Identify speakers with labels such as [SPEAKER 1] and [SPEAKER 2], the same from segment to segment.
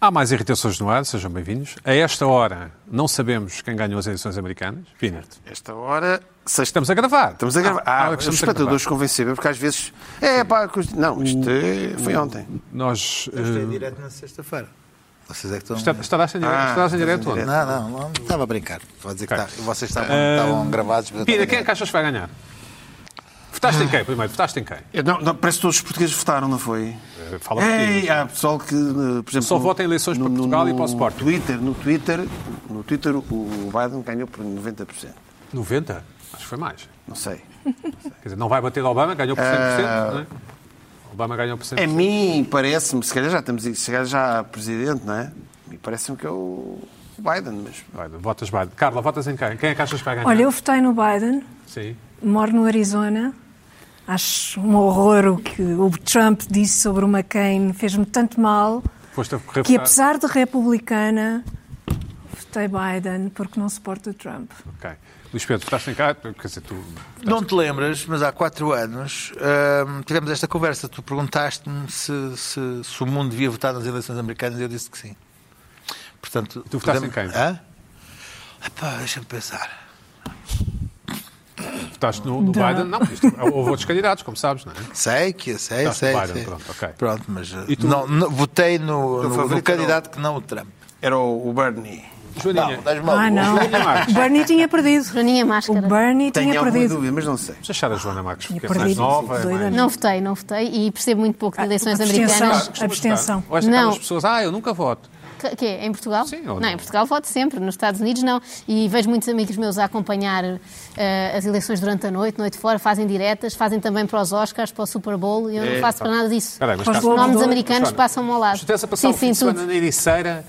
[SPEAKER 1] Há mais irritações no ar, sejam bem-vindos. A esta hora, não sabemos quem ganhou as eleições americanas. Pina,
[SPEAKER 2] Esta hora. Sexta...
[SPEAKER 1] estamos a gravar.
[SPEAKER 2] Estamos a gravar. Ah,
[SPEAKER 1] ah,
[SPEAKER 2] os
[SPEAKER 1] estamos a gravar.
[SPEAKER 2] espectadores convenceram, porque às vezes. É, pá. cust- Não, isto é- foi ontem.
[SPEAKER 1] Nós...
[SPEAKER 3] Isto é
[SPEAKER 1] eh,
[SPEAKER 3] direto na sexta-feira. Vocês é que estão.
[SPEAKER 1] está- Estarás em direto-
[SPEAKER 2] Ah,
[SPEAKER 1] estarás em direto
[SPEAKER 2] estamos em
[SPEAKER 1] onde?
[SPEAKER 3] Não, não, não, estava a brincar. Vou dizer que
[SPEAKER 1] Ok. Uhum.
[SPEAKER 3] tá- vocês estavam, estavam gravados. mas eu
[SPEAKER 1] Pina,
[SPEAKER 3] estava
[SPEAKER 1] quem é
[SPEAKER 3] a
[SPEAKER 1] que achas que vai ganhar? Votaste em
[SPEAKER 2] Ah.
[SPEAKER 1] quem, primeiro? Votaste em quem?
[SPEAKER 2] Eu- É, Não, não, parece que todos os portugueses votaram, não foi?
[SPEAKER 1] Eh, Fala
[SPEAKER 2] Ei,
[SPEAKER 1] português.
[SPEAKER 2] há pessoal que, eh, por exemplo,
[SPEAKER 1] Só
[SPEAKER 2] no-
[SPEAKER 1] vota em eleições para Portugal e para o Sporting.
[SPEAKER 2] Twitter, no Twitter, no Twitter, o Biden ganhou por 90%.
[SPEAKER 1] 90? Acho que foi mais.
[SPEAKER 2] Não sei.
[SPEAKER 1] Quer dizer, não vai bater Obama, ganhou por 100%,
[SPEAKER 2] Ah. É.
[SPEAKER 1] não é? Obama ganhou por 100%.
[SPEAKER 2] A mim parece-me, se calhar já estamos a chegar já a presidente, não é? E parece-me que é o Biden, mas
[SPEAKER 1] Vai, votas Biden. Carla, votas em quem? Quem é que achas que vai ganhar?
[SPEAKER 4] Olha, eu votei no Biden,
[SPEAKER 1] Sim.
[SPEAKER 4] moro no Arizona. Acho um horror o que o Trump disse sobre o McCain, fez-me tanto mal
[SPEAKER 1] Foste a correr
[SPEAKER 4] que,
[SPEAKER 1] votar?
[SPEAKER 4] apesar de republicana, votei Biden porque não suporto o Trump.
[SPEAKER 1] Ok. Luís Pedro, votaste em cá? Quer dizer, tu...
[SPEAKER 3] brincar. Não te lembras, mas há quatro anos hum, tivemos esta conversa. Tu perguntaste-me se, se- se o mundo devia votar nas eleições americanas e eu disse que sim. Portanto,
[SPEAKER 1] Tu votaste em quem?
[SPEAKER 3] Hã? Epá, deixa-me pensar.
[SPEAKER 1] Votaste no, no
[SPEAKER 4] Não.
[SPEAKER 1] Biden? Não, isto, é, houve outros candidatos, como sabes, não é?
[SPEAKER 3] Sei que sei,
[SPEAKER 1] Votaste
[SPEAKER 3] sei.
[SPEAKER 1] no Biden,
[SPEAKER 3] sei.
[SPEAKER 1] pronto, ok.
[SPEAKER 3] Pronto, mas uh,
[SPEAKER 1] E tu?
[SPEAKER 3] não, não- votei no,
[SPEAKER 2] Teu
[SPEAKER 3] no- no
[SPEAKER 2] favorito era o-
[SPEAKER 3] candidato que é não o Trump.
[SPEAKER 2] era o o Bernie.
[SPEAKER 1] Joaninha,
[SPEAKER 3] Não, das
[SPEAKER 4] Ah, não.
[SPEAKER 1] Joaninha Marques.
[SPEAKER 4] O Bernie tinha perdido.
[SPEAKER 5] Joaninha é
[SPEAKER 4] O
[SPEAKER 5] Máscara.
[SPEAKER 4] Bernie tinha
[SPEAKER 2] Tenho alguma
[SPEAKER 4] perdido.
[SPEAKER 2] dúvida, mas não sei.
[SPEAKER 1] Vamos achar a Joana Marques, porque é
[SPEAKER 4] perdido,
[SPEAKER 1] mais nova, é
[SPEAKER 4] doida,
[SPEAKER 1] mais...
[SPEAKER 5] Não votei, não votei e percebo muito pouco de eleições
[SPEAKER 4] Ah, abstenção.
[SPEAKER 5] americanas.
[SPEAKER 1] Costumas
[SPEAKER 4] Abstenção.
[SPEAKER 1] votar? Ou és daquelas
[SPEAKER 5] Não.
[SPEAKER 1] pessoas, ah, eu nunca voto.
[SPEAKER 5] Que, que é, em Portugal?
[SPEAKER 1] Sim, ou
[SPEAKER 5] não,
[SPEAKER 1] não?
[SPEAKER 5] em Portugal voto sempre, nos Estados Unidos não. E vejo muitos amigos meus a acompanhar eh, as eleições durante a noite, noite fora, fazem diretas, fazem também para os Oscars, para o Super Bowl e eu não faço para nada disso.
[SPEAKER 1] Espera aí, mas
[SPEAKER 5] os
[SPEAKER 1] Carla-
[SPEAKER 5] nomes
[SPEAKER 4] Joana,
[SPEAKER 5] americanos
[SPEAKER 1] Joana,
[SPEAKER 5] passam-me ao lado.
[SPEAKER 1] Se tivesse a passar o fim de semana na Ericeira,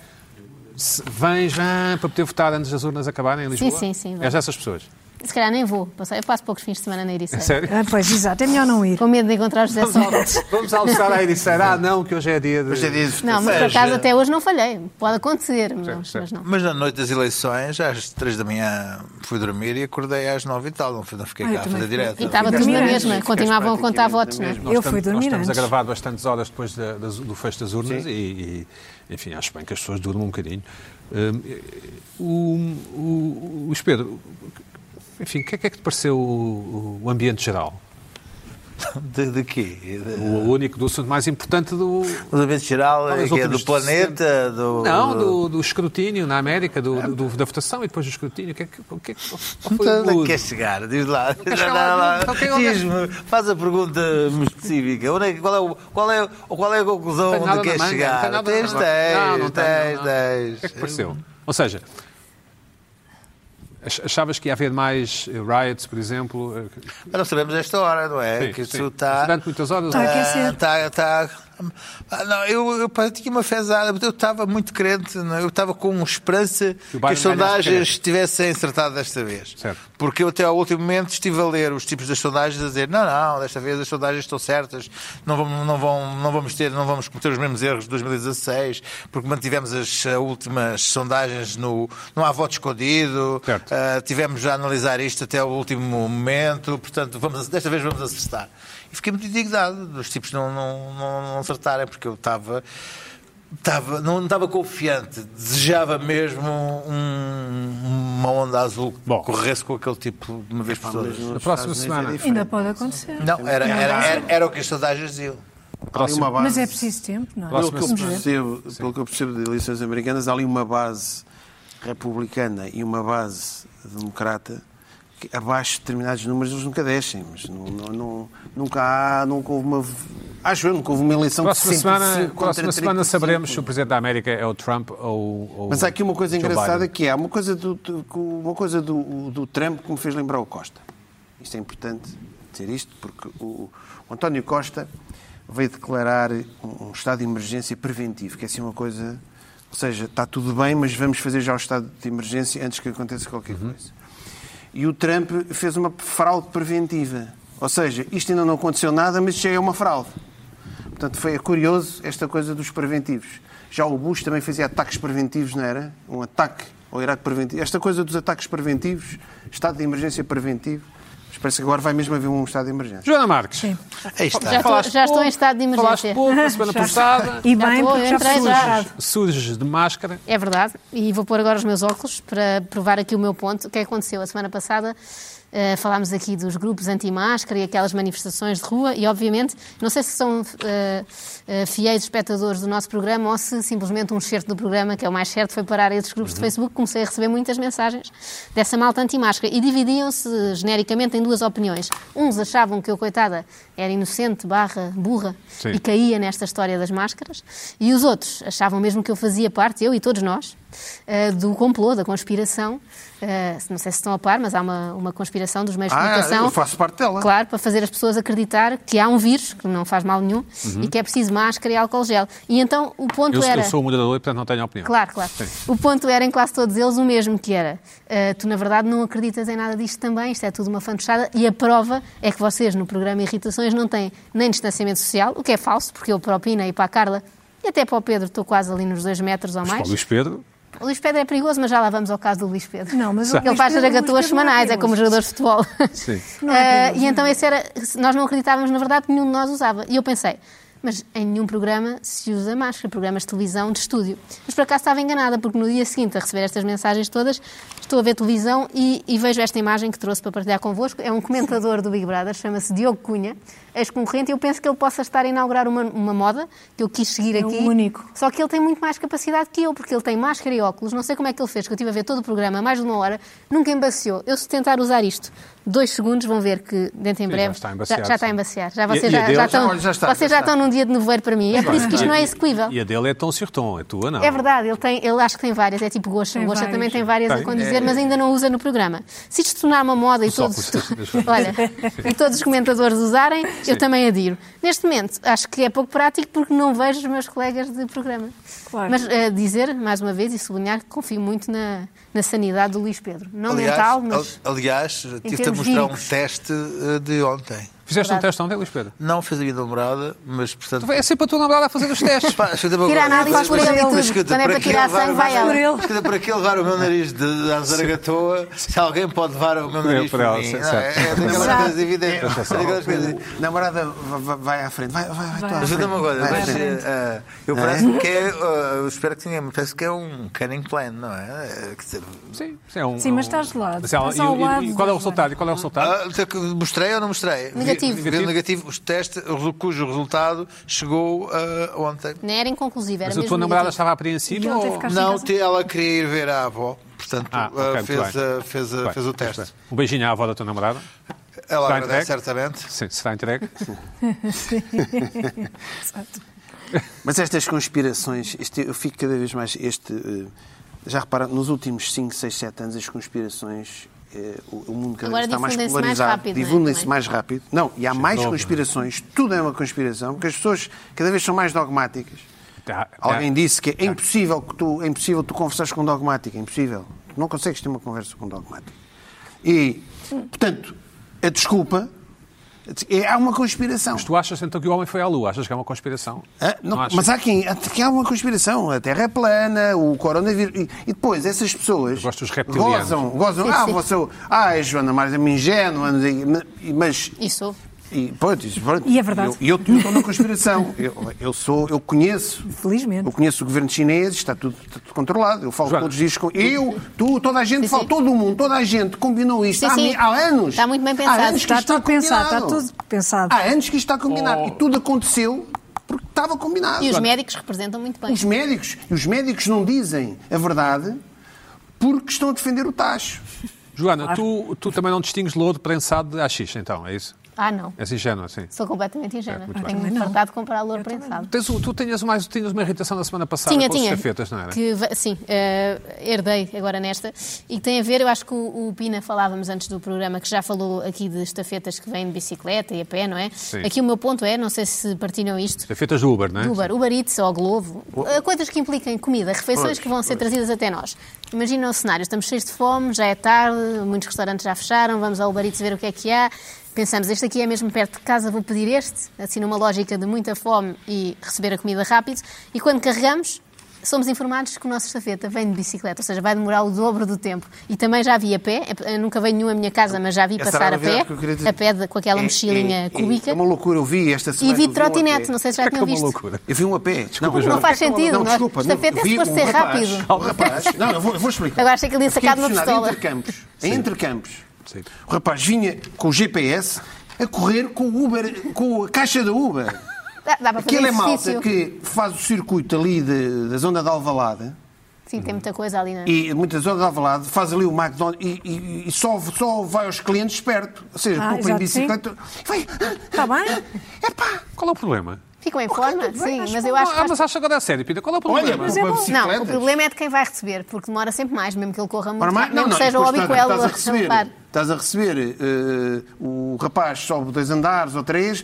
[SPEAKER 1] se- vens ah, para poder votar antes das urnas acabarem em Lisboa?
[SPEAKER 5] sim, sim, vou.
[SPEAKER 1] És dessas pessoas?
[SPEAKER 5] Se calhar nem vou, passar- eu passo poucos fins de semana na
[SPEAKER 1] É
[SPEAKER 5] Ericeira.
[SPEAKER 1] sério?
[SPEAKER 4] Ah, pois, exato, é melhor não ir.
[SPEAKER 5] Com medo de encontrar José Sócrates.
[SPEAKER 1] Vamos almoçar à Ericeira. Ah, não, que hoje é dia de...
[SPEAKER 2] Mas é disso.
[SPEAKER 5] Não, mas por acaso até hoje não falhei. Pode acontecer, mas,
[SPEAKER 1] certo.
[SPEAKER 5] mas não.
[SPEAKER 3] Mas na noite das eleições, às três da manhã, fui dormir e acordei às nove e tal. Não, fui- não fiquei
[SPEAKER 4] Ah, eu
[SPEAKER 3] cá a
[SPEAKER 4] também
[SPEAKER 3] fazer
[SPEAKER 4] fui.
[SPEAKER 3] direto.
[SPEAKER 5] E
[SPEAKER 1] Então.
[SPEAKER 5] estava tudo na mesma, continuavam a contar votos, não é?
[SPEAKER 4] Eu fui dormir
[SPEAKER 1] Nós estamos a
[SPEAKER 4] antes.
[SPEAKER 1] gravar bastantes horas depois da- das- do fecho das urnas e, e, enfim, acho bem que as pessoas durmam um bocadinho. Hum, o, o, o Luís Pedro, enfim, o que é que é que te pareceu o, o ambiente geral?
[SPEAKER 3] De, de quê?
[SPEAKER 1] O
[SPEAKER 3] De-
[SPEAKER 1] único, do assunto mais importante do...
[SPEAKER 3] O ambiente geral
[SPEAKER 1] Talvez
[SPEAKER 3] é, que é
[SPEAKER 1] outros
[SPEAKER 3] do planeta,
[SPEAKER 1] 60.
[SPEAKER 3] do... É.
[SPEAKER 1] Não, do, do escrutínio na América, do, do- da votação e depois do escrutínio. O que é que, o que é que qual foi o
[SPEAKER 3] Onde é que
[SPEAKER 1] mood?
[SPEAKER 3] queres chegar? Diz lá.
[SPEAKER 1] chegar lá,
[SPEAKER 3] Não, não,
[SPEAKER 1] ok,
[SPEAKER 3] não.
[SPEAKER 1] onde é-
[SPEAKER 3] Diz-me, faz a pergunta específica. Onde é que- qual, é, o- qual, é, o- qual é a conclusão
[SPEAKER 1] Não tem nada
[SPEAKER 3] onde
[SPEAKER 1] na
[SPEAKER 3] queres
[SPEAKER 1] manga, não tem
[SPEAKER 3] chegar?
[SPEAKER 1] nada na
[SPEAKER 3] Tens,
[SPEAKER 1] manga. Não, não
[SPEAKER 3] tens,
[SPEAKER 1] tem, não,
[SPEAKER 3] tens,
[SPEAKER 1] não. O que é que
[SPEAKER 3] tens.
[SPEAKER 1] pareceu? Ou seja, ach- achavas que ia haver mais eh, riots, por exemplo? eh, que-
[SPEAKER 3] Mas não sabemos esta hora, não é?
[SPEAKER 1] Sim,
[SPEAKER 3] que
[SPEAKER 1] sim.
[SPEAKER 3] isso está...
[SPEAKER 1] Durante muitas horas.
[SPEAKER 4] Tá.
[SPEAKER 1] eh,
[SPEAKER 4] aquecer.
[SPEAKER 3] tá, tá. Ah, Não, eu, eu pá, tinha uma fezada, eu estava muito crente, não é? eu estava com esperança
[SPEAKER 1] o Biden
[SPEAKER 3] que, as
[SPEAKER 1] ganhasse
[SPEAKER 3] sondagens tivessem acertado desta vez.
[SPEAKER 1] Certo.
[SPEAKER 3] Porque eu até ao último momento estive a ler os tipos das sondagens a dizer não, não, desta vez as sondagens estão certas, não vamos, não vão, não vamos ter, não vamos cometer os mesmos erros de 2016, porque mantivemos as ah, últimas sondagens no não há voto escondido,
[SPEAKER 1] Certo.
[SPEAKER 3] ah, tivemos a analisar isto até o último momento, portanto, vamos, desta vez vamos acertar. E fiquei muito indignado dos tipos não, não, não, não acertarem, porque eu estava. Estava, não não estava confiante, desejava mesmo um- uma onda azul que
[SPEAKER 1] Bom.
[SPEAKER 3] corresse com aquele tipo de uma vez por todas.
[SPEAKER 1] Na próxima
[SPEAKER 2] é
[SPEAKER 1] semana.
[SPEAKER 4] Ainda pode acontecer.
[SPEAKER 3] Não, era,
[SPEAKER 4] é.
[SPEAKER 3] era, era, era o que as sondagens diziam.
[SPEAKER 1] Próxima-
[SPEAKER 4] Mas é preciso tempo, não é?
[SPEAKER 1] Próxima
[SPEAKER 2] Pelo que, eu
[SPEAKER 4] Vamos ver.
[SPEAKER 2] percebo, pelo que eu percebo de eleições americanas, há ali uma base republicana e uma base democrata que abaixo de determinados números eles nunca descem, mas não, não- não- nunca há, nunca houve uma. Acho eu, nunca houve uma eleição
[SPEAKER 1] Próxima
[SPEAKER 2] de 65
[SPEAKER 1] semana,
[SPEAKER 2] um assim contra
[SPEAKER 1] próxima semana
[SPEAKER 2] 35.
[SPEAKER 1] saberemos se o Presidente da América é o Trump ou, ou
[SPEAKER 2] Mas há aqui uma coisa
[SPEAKER 1] Joe
[SPEAKER 2] engraçada
[SPEAKER 1] Biden.
[SPEAKER 2] que é, há uma coisa, do, do- uma coisa do, do Trump que me fez lembrar o Costa. Isto é importante dizer isto, porque o, o António Costa veio declarar um, um estado de emergência preventivo, que é assim uma coisa. Ou seja, está tudo bem, mas vamos fazer já o estado de emergência antes que aconteça qualquer
[SPEAKER 1] Uhum.
[SPEAKER 2] coisa. E o Trump fez uma fraude preventiva. Ou seja, isto ainda não aconteceu nada, mas já é uma fraude. Portanto, foi é curioso esta coisa dos preventivos. Já o Bush também fazia ataques preventivos, não era? Um ataque ao Iraque preventivo. Esta coisa dos ataques preventivos, estado de emergência preventivo, Mas parece que agora vai mesmo haver um estado de emergência.
[SPEAKER 1] Joana Marques.
[SPEAKER 4] Sim.
[SPEAKER 1] É
[SPEAKER 3] Aí está.
[SPEAKER 5] Já estou, já estou em
[SPEAKER 1] pouco,
[SPEAKER 5] estado de
[SPEAKER 1] Tá. Falaste
[SPEAKER 5] emergência.
[SPEAKER 1] pouco na semana passada.
[SPEAKER 4] E
[SPEAKER 5] Já
[SPEAKER 4] bem,
[SPEAKER 5] estou,
[SPEAKER 4] porque já
[SPEAKER 5] entrei
[SPEAKER 4] fui.
[SPEAKER 5] já.
[SPEAKER 1] Surges de máscara.
[SPEAKER 5] É verdade. E vou pôr agora os meus óculos para provar aqui o meu ponto. O que é que aconteceu? A semana passada eh, falámos aqui dos grupos anti-máscara e aquelas manifestações de rua e, obviamente, não sei se são eh, eh, fiéis espectadores do nosso programa ou se simplesmente um certo do programa, que é o mais certo, foi parar a esses grupos de
[SPEAKER 1] Uhum.
[SPEAKER 5] Facebook. Comecei a receber muitas mensagens dessa malta anti-máscara e dividiam-se genericamente em duas opiniões. Uns achavam que eu, coitada, era inocente barra burra
[SPEAKER 1] Sim.
[SPEAKER 5] e caía nesta história das máscaras, e os outros achavam mesmo que eu fazia parte, eu e todos nós, eh, do complô, da conspiração. Eh, não sei se estão a par, mas há uma, uma conspiração dos meios de
[SPEAKER 2] Ah,
[SPEAKER 5] comunicação.
[SPEAKER 2] eu faço parte dela.
[SPEAKER 5] Claro, para fazer as pessoas acreditar que há um vírus, que não faz mal nenhum,
[SPEAKER 2] Uhum.
[SPEAKER 5] e que é preciso máscara e álcool gel. E então o ponto
[SPEAKER 1] Eu, eu
[SPEAKER 5] era.
[SPEAKER 1] sou o moderador e, portanto, não tenho opinião.
[SPEAKER 5] Claro, claro. O ponto era em quase todos eles o mesmo que era. eh, tu, na verdade, não acreditas em nada disto também, isto é tudo uma fantochada, e a prova é que vocês no programa Irritações não têm nem distanciamento social, o que é falso, porque eu para o Pina e para a Carla, e até para o Pedro estou quase ali nos dois metros ou
[SPEAKER 1] Mas para o
[SPEAKER 5] mais.
[SPEAKER 1] Luís Pedro,
[SPEAKER 5] O Luís Pedro é perigoso, mas já lá vamos ao caso do Luís Pedro.
[SPEAKER 4] Não, mas o
[SPEAKER 5] Ele
[SPEAKER 4] Luís
[SPEAKER 5] faz
[SPEAKER 4] Pedro- o Luís
[SPEAKER 5] jogaturas
[SPEAKER 4] Pedro não é
[SPEAKER 5] semanais, é
[SPEAKER 4] perigoso.
[SPEAKER 5] como jogador de futebol.
[SPEAKER 1] Sim.
[SPEAKER 4] Não é
[SPEAKER 5] Ah, e então esse era, nós não acreditávamos, na verdade, que nenhum de nós usava. E eu pensei, mas em nenhum programa se usa máscara, programas de televisão, de estúdio. Mas por acaso estava enganada, porque no dia seguinte a receber estas mensagens todas, estou a ver televisão e, e vejo esta imagem que trouxe para partilhar convosco. É um comentador do Big Brother, chama-se Diogo Cunha, ex-concorrente, e eu penso que ele possa estar a inaugurar uma, uma moda que eu quis seguir
[SPEAKER 4] É o
[SPEAKER 5] aqui.
[SPEAKER 4] único.
[SPEAKER 5] Só que ele tem muito mais capacidade que eu, porque ele tem máscara e óculos. Não sei como é que ele fez, que eu estive a ver todo o programa, mais de uma hora, nunca embaciou. Eu, se tentar usar isto, dois segundos, vão ver que dentro em
[SPEAKER 1] já
[SPEAKER 5] breve.
[SPEAKER 1] está a embaciar,
[SPEAKER 5] já, já está a
[SPEAKER 1] sim.
[SPEAKER 5] embaciar. Já
[SPEAKER 1] E-
[SPEAKER 5] vocês
[SPEAKER 1] e a
[SPEAKER 5] já,
[SPEAKER 1] dele?
[SPEAKER 5] já estão,
[SPEAKER 2] Olha, já está,
[SPEAKER 5] vocês
[SPEAKER 2] já
[SPEAKER 5] já
[SPEAKER 2] está.
[SPEAKER 5] estão num dia de nevoeiro para mim. É por isso que isto não é execuível.
[SPEAKER 1] e a dele é tão cirtão, a tua não.
[SPEAKER 5] É verdade, ele, tem, ele acho que tem várias, é tipo Gosha.
[SPEAKER 4] Tem
[SPEAKER 5] Gosha
[SPEAKER 4] várias.
[SPEAKER 5] também tem várias a
[SPEAKER 1] Tem.
[SPEAKER 5] conduzir, mas ainda não usa no programa. Se isto se tornar uma moda e
[SPEAKER 1] é- Só
[SPEAKER 5] todos,
[SPEAKER 1] por isso, deixa eu ver.
[SPEAKER 5] olha, e todos os comentadores usarem, eu também adiro. Neste momento, acho que é pouco prático porque não vejo os meus colegas de programa.
[SPEAKER 4] Claro.
[SPEAKER 5] Mas eh, dizer, mais uma vez, e sublinhar que confio muito na, na sanidade do Luís Pedro. Não
[SPEAKER 3] Aliás,
[SPEAKER 5] mental, mas.
[SPEAKER 3] al- aliás tive-te a
[SPEAKER 5] termos
[SPEAKER 3] mostrar um
[SPEAKER 5] ricos.
[SPEAKER 3] teste eh, de ontem.
[SPEAKER 1] Fizeste um
[SPEAKER 5] Verdade.
[SPEAKER 1] teste ontem, Luís Pedro?
[SPEAKER 3] Não fez a minha namorada, mas portanto.
[SPEAKER 1] É sempre a tua namorada a fazer os testes.
[SPEAKER 3] Pá, escuta,
[SPEAKER 5] Tira a
[SPEAKER 3] agora-
[SPEAKER 5] análise
[SPEAKER 3] mas-
[SPEAKER 5] por
[SPEAKER 3] mas-
[SPEAKER 5] ele e
[SPEAKER 3] mas
[SPEAKER 5] tudo.
[SPEAKER 3] escuta,
[SPEAKER 5] Quando é para
[SPEAKER 3] que
[SPEAKER 5] tirar
[SPEAKER 3] levar
[SPEAKER 5] sangue,
[SPEAKER 3] o
[SPEAKER 5] vai
[SPEAKER 3] meu-
[SPEAKER 5] ela.
[SPEAKER 4] Por ele.
[SPEAKER 3] Escuta, para que levar o meu nariz de à zaragatoa? Se alguém pode levar o meu nariz
[SPEAKER 1] para
[SPEAKER 3] para
[SPEAKER 1] ela,
[SPEAKER 3] mim.
[SPEAKER 1] sim,
[SPEAKER 3] Não,
[SPEAKER 1] certo.
[SPEAKER 3] É daquelas
[SPEAKER 4] Exato.
[SPEAKER 3] coisas evidentes. É daquelas coisas-
[SPEAKER 2] O namorada va- va- vai à frente. Vai, vai, vai. tu à
[SPEAKER 4] Vai.
[SPEAKER 2] frente.
[SPEAKER 3] Ajuda-me agora,
[SPEAKER 2] Vai à
[SPEAKER 3] mas,
[SPEAKER 2] frente.
[SPEAKER 3] eh, eu parece que é, eh, eu espero que tenha, parece que é um canning plan, não é? Eh, quer dizer,
[SPEAKER 1] Sim, sim, é um,
[SPEAKER 4] Sim,
[SPEAKER 1] é um-
[SPEAKER 4] mas estás de lado.
[SPEAKER 1] Mas é um-
[SPEAKER 4] Estás ao
[SPEAKER 1] e-
[SPEAKER 4] lado
[SPEAKER 1] e, e qual é o
[SPEAKER 4] da
[SPEAKER 1] resultado? E qual é o resultado?
[SPEAKER 3] Ah, então que mostrei ou não mostrei?
[SPEAKER 5] Negativo.
[SPEAKER 3] Vi- vi o negativo, o teste o- cujo resultado chegou ah, ontem.
[SPEAKER 5] Não era inconclusivo, era
[SPEAKER 1] Mas a
[SPEAKER 5] mesmo
[SPEAKER 1] tua namorada
[SPEAKER 5] negativo.
[SPEAKER 1] estava apreensiva?
[SPEAKER 4] E ontem
[SPEAKER 1] ou-
[SPEAKER 4] ficaste- Acho que em
[SPEAKER 3] Não,
[SPEAKER 4] casa-
[SPEAKER 3] te- ela queria ir ver a avó, portanto
[SPEAKER 1] Ah, ok,
[SPEAKER 3] ah,
[SPEAKER 1] muito
[SPEAKER 3] fez,
[SPEAKER 1] bem.
[SPEAKER 3] ah, fez, ah,
[SPEAKER 1] Bem,
[SPEAKER 3] fez o
[SPEAKER 1] muito
[SPEAKER 3] teste.
[SPEAKER 1] bem. Um beijinho à avó da tua namorada.
[SPEAKER 3] Ela
[SPEAKER 1] Vai,
[SPEAKER 3] agradece,
[SPEAKER 1] André.
[SPEAKER 3] certamente.
[SPEAKER 1] Sim, será entregue.
[SPEAKER 4] Exato.
[SPEAKER 2] Mas estas conspirações, este- eu fico cada vez mais. Este, eh, já repararam, nos últimos 5, 6, 7 anos, as conspirações, eh, o, o mundo cada
[SPEAKER 5] Agora
[SPEAKER 2] vez está mais
[SPEAKER 5] difundem-se mais
[SPEAKER 2] polarizado.
[SPEAKER 5] rápido, não é?
[SPEAKER 2] Difundem-se
[SPEAKER 5] Também.
[SPEAKER 2] mais rápido. Não, e há mais
[SPEAKER 1] dogma.
[SPEAKER 2] conspirações, tudo é uma conspiração, porque as pessoas cada vez são mais dogmáticas.
[SPEAKER 1] Tá, tá.
[SPEAKER 2] Alguém disse que é impossível que tu, é impossível tu conversares com um dogmático, é impossível. Tu não consegues ter uma conversa com um dogmático. E, portanto, a desculpa é, há uma conspiração.
[SPEAKER 1] Tu achas então que o homem foi à lua? Achas que é uma conspiração?
[SPEAKER 2] Hã? Ah, Não,
[SPEAKER 1] achas?
[SPEAKER 2] mas há quem. há- que há uma conspiração. A Terra é plana, o coronavírus. E, e depois, essas pessoas.
[SPEAKER 1] gosto dos reptilianos.
[SPEAKER 2] Gozam, gozam. ah, você. Ah, é Joana Mares, é uma ingênua. não sei, e- Mas.
[SPEAKER 5] Isso.
[SPEAKER 2] E, pronto, isso, pronto.
[SPEAKER 4] E é verdade.
[SPEAKER 2] Eu, eu, eu estou na conspiração. Eu, eu sou, eu conheço.
[SPEAKER 4] Felizmente.
[SPEAKER 2] Eu conheço o governo chinês, está tudo, está tudo controlado. Eu falo
[SPEAKER 1] Joana.
[SPEAKER 2] todos os dias com. Eu, tu, toda a gente,
[SPEAKER 5] Sim,
[SPEAKER 2] fala,
[SPEAKER 5] sim.
[SPEAKER 2] todo o mundo, toda a gente combinou isto
[SPEAKER 5] Sim,
[SPEAKER 2] há,
[SPEAKER 5] sim.
[SPEAKER 2] mi- há anos.
[SPEAKER 5] Está muito bem
[SPEAKER 2] Há
[SPEAKER 5] pensado.
[SPEAKER 2] anos que
[SPEAKER 4] Está
[SPEAKER 2] isto
[SPEAKER 4] tudo pensado, está
[SPEAKER 2] combinado. Ah,
[SPEAKER 4] tudo pensado.
[SPEAKER 2] Há anos que isto está combinado.
[SPEAKER 1] Oh.
[SPEAKER 2] E tudo aconteceu porque estava
[SPEAKER 1] Ah,
[SPEAKER 2] combinado.
[SPEAKER 5] E os médicos representam muito bem.
[SPEAKER 2] Os médicos. E os médicos não dizem a verdade porque estão a defender o tacho. é-
[SPEAKER 1] Joana, tu, tu também não distingues louro prensado de AX, então, é isso?
[SPEAKER 5] Ah, não.
[SPEAKER 1] És ingênua, sim.
[SPEAKER 5] Sou completamente ingênua.
[SPEAKER 1] É, muito
[SPEAKER 5] Tenho
[SPEAKER 4] bem.
[SPEAKER 5] me
[SPEAKER 4] Não.
[SPEAKER 5] fartado de comprar louro prensado.
[SPEAKER 1] Tens, o- tu tinhas, mais, tinhas uma irritação na semana passada
[SPEAKER 5] Tinha,
[SPEAKER 1] com os
[SPEAKER 5] tinha.
[SPEAKER 1] estafetas, não era?
[SPEAKER 5] Que va- sim, eh, herdei agora nesta. E tem a ver, eu acho que o, o Pina falávamos antes do programa, que já falou aqui de estafetas que vêm de bicicleta e a pé, não é? Aqui o meu ponto é, não sei se partilham isto,
[SPEAKER 1] Estafetas do Uber, não é?
[SPEAKER 5] Uber, Uber Eats ou Glovo, eh, coisas que impliquem comida, refeições que vão ser trazidas até nós. Imagina o cenário, estamos cheios de fome, já é tarde, muitos restaurantes já fecharam, vamos ao Uber Eats ver o que é que há. Pensamos, este aqui é mesmo perto de casa, vou pedir este, assim numa lógica de muita fome e receber a comida rápido. E quando carregamos, somos informados que o nosso estafeta vem de bicicleta, ou seja, vai demorar o dobro do tempo. E também já vi a pé, eu nunca veio nenhum à minha casa, mas já vi
[SPEAKER 2] Essa
[SPEAKER 5] passar
[SPEAKER 2] era a
[SPEAKER 5] a
[SPEAKER 2] novidade
[SPEAKER 5] pé,
[SPEAKER 2] que eu queria dizer.
[SPEAKER 5] a pé de- com aquela
[SPEAKER 2] É-
[SPEAKER 5] mochilinha
[SPEAKER 2] é- é-
[SPEAKER 5] cúbica.
[SPEAKER 2] É uma loucura, eu vi esta
[SPEAKER 5] E
[SPEAKER 2] semana.
[SPEAKER 5] vi
[SPEAKER 2] eu um a
[SPEAKER 5] trotinete,
[SPEAKER 2] pé.
[SPEAKER 5] não sei se já tinham
[SPEAKER 1] uma
[SPEAKER 5] visto.
[SPEAKER 1] loucura.
[SPEAKER 2] Eu vi um a pé. Desculpa,
[SPEAKER 5] Não
[SPEAKER 2] João.
[SPEAKER 5] faz sentido,
[SPEAKER 2] Não,
[SPEAKER 5] nós-
[SPEAKER 2] desculpa. não,
[SPEAKER 5] estafeta é
[SPEAKER 2] vi
[SPEAKER 5] suposto
[SPEAKER 2] um
[SPEAKER 5] ser
[SPEAKER 2] rapaz,
[SPEAKER 5] rápido.
[SPEAKER 2] um rapaz. Não, eu vou, eu vou explicar.
[SPEAKER 5] Agora achei que ele ia sacar de uma
[SPEAKER 2] Eu fiquei impressionado,
[SPEAKER 5] pistola.
[SPEAKER 2] Em Intercampos. Em
[SPEAKER 1] Sim.
[SPEAKER 2] Intercampos. O rapaz vinha com o GPS a correr com o Uber, com a caixa da Uber.
[SPEAKER 5] Dá, dá para fazer
[SPEAKER 2] Aquele é malta
[SPEAKER 5] exercício.
[SPEAKER 2] que faz o circuito ali de- da zona de Alvalade
[SPEAKER 5] Sim, tem muita coisa ali, não é?
[SPEAKER 2] e muita zona de Alvalade faz ali o McDonald's e, e- e só, só vai aos clientes perto. Ou seja,
[SPEAKER 4] Ah,
[SPEAKER 2] poupa em
[SPEAKER 4] exato,
[SPEAKER 2] bicicleta. Vai. Está
[SPEAKER 4] Está bem?
[SPEAKER 2] Epá,
[SPEAKER 1] Qual é o problema?
[SPEAKER 5] Ficam em forma,
[SPEAKER 4] tudo bem,
[SPEAKER 5] sim,
[SPEAKER 4] acho
[SPEAKER 5] mas
[SPEAKER 4] que
[SPEAKER 5] eu
[SPEAKER 4] não
[SPEAKER 5] acho que
[SPEAKER 1] Ah,
[SPEAKER 5] faz
[SPEAKER 1] mas acha agora a sério, Pita. Qual é o problema?
[SPEAKER 2] Olha, mas
[SPEAKER 4] é bom.
[SPEAKER 5] Não, o problema é de quem vai receber, porque demora sempre mais, mesmo que ele corra muito
[SPEAKER 2] Ora, mas-
[SPEAKER 5] rápido, mesmo que seja o
[SPEAKER 2] e depois
[SPEAKER 5] óbvio
[SPEAKER 2] estás-
[SPEAKER 5] a
[SPEAKER 2] estás a
[SPEAKER 5] rampar.
[SPEAKER 2] receber, estás a receber eh, o rapaz sobe dois andares ou três.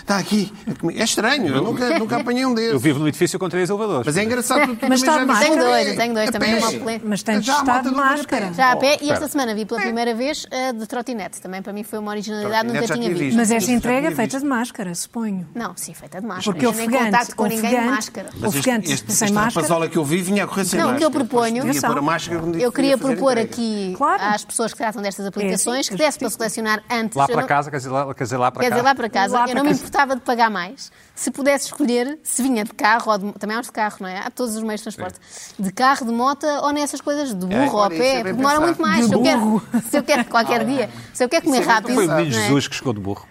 [SPEAKER 2] Está aqui. a comer. É estranho, eu nunca, nunca apanhei um
[SPEAKER 1] Eu
[SPEAKER 2] desses.
[SPEAKER 1] vivo num edifício com três elevadores.
[SPEAKER 2] Mas é engraçado. Tu, tu
[SPEAKER 4] Mas está
[SPEAKER 2] também já
[SPEAKER 4] demais.
[SPEAKER 2] viste
[SPEAKER 4] Tenho
[SPEAKER 2] a
[SPEAKER 5] dois,
[SPEAKER 2] pé,
[SPEAKER 5] tenho dois,
[SPEAKER 2] a
[SPEAKER 5] também
[SPEAKER 2] pé.
[SPEAKER 5] é uma opulência.
[SPEAKER 4] Mas tem de
[SPEAKER 2] Já a
[SPEAKER 4] estar
[SPEAKER 2] malta
[SPEAKER 4] de
[SPEAKER 2] não gosta.
[SPEAKER 4] máscara.
[SPEAKER 5] Já a pé, e
[SPEAKER 1] espera.
[SPEAKER 5] esta semana vi pela primeira vez eh, de trotinete. Também para mim foi uma originalidade,
[SPEAKER 2] Trotinete
[SPEAKER 5] nunca
[SPEAKER 2] já
[SPEAKER 5] tinha
[SPEAKER 2] tinha
[SPEAKER 5] visto.
[SPEAKER 2] visto.
[SPEAKER 4] Mas
[SPEAKER 2] Isso
[SPEAKER 4] esta
[SPEAKER 2] já
[SPEAKER 4] entrega é
[SPEAKER 2] tinha
[SPEAKER 4] feita
[SPEAKER 2] visto.
[SPEAKER 4] de máscara, suponho.
[SPEAKER 5] Não, sim, feita de máscara.
[SPEAKER 4] Porque
[SPEAKER 5] Eu nem
[SPEAKER 4] ofegante,
[SPEAKER 5] contacto com ninguém de
[SPEAKER 4] ofegante,
[SPEAKER 5] máscara.
[SPEAKER 2] Mas este-
[SPEAKER 4] ofegante
[SPEAKER 2] este-
[SPEAKER 4] sem
[SPEAKER 2] este
[SPEAKER 4] máscara.
[SPEAKER 2] rapazola que eu vi vinha a correr sem
[SPEAKER 5] Não, o que
[SPEAKER 2] máscara.
[SPEAKER 5] eu proponho-
[SPEAKER 2] Depois devia pôr a máscara quando
[SPEAKER 5] Eu queria
[SPEAKER 2] fazer
[SPEAKER 5] propor
[SPEAKER 2] entrega.
[SPEAKER 5] aqui
[SPEAKER 4] Claro.
[SPEAKER 5] às pessoas que tratam destas aplicações
[SPEAKER 4] sim,
[SPEAKER 5] que
[SPEAKER 4] é
[SPEAKER 5] desse para
[SPEAKER 4] justiça.
[SPEAKER 5] selecionar antes.
[SPEAKER 1] Lá
[SPEAKER 5] Eu
[SPEAKER 1] para
[SPEAKER 5] não-
[SPEAKER 1] casa, quer dizer, lá, quer dizer, lá para
[SPEAKER 5] Quer
[SPEAKER 1] cá.
[SPEAKER 5] dizer, lá para casa,
[SPEAKER 4] Lá
[SPEAKER 5] eu
[SPEAKER 4] para
[SPEAKER 5] não me
[SPEAKER 4] casa.
[SPEAKER 5] importava de pagar mais. Se pudesse escolher, se vinha de carro, ou de, também há os de carro, não é? Há todos os meios de transporte. De carro, de moto, ou nessas coisas, de burro, ou a
[SPEAKER 2] olha, isso é
[SPEAKER 5] pé,
[SPEAKER 2] bem
[SPEAKER 5] porque demora
[SPEAKER 2] pensado.
[SPEAKER 5] muito mais.
[SPEAKER 4] De
[SPEAKER 5] se, eu quero,
[SPEAKER 4] burro.
[SPEAKER 5] se eu quero, qualquer dia, se eu quero comer
[SPEAKER 2] Isso é bem
[SPEAKER 5] rápido.
[SPEAKER 1] Foi o um menino
[SPEAKER 5] não é?
[SPEAKER 1] Jesus que chegou de burro.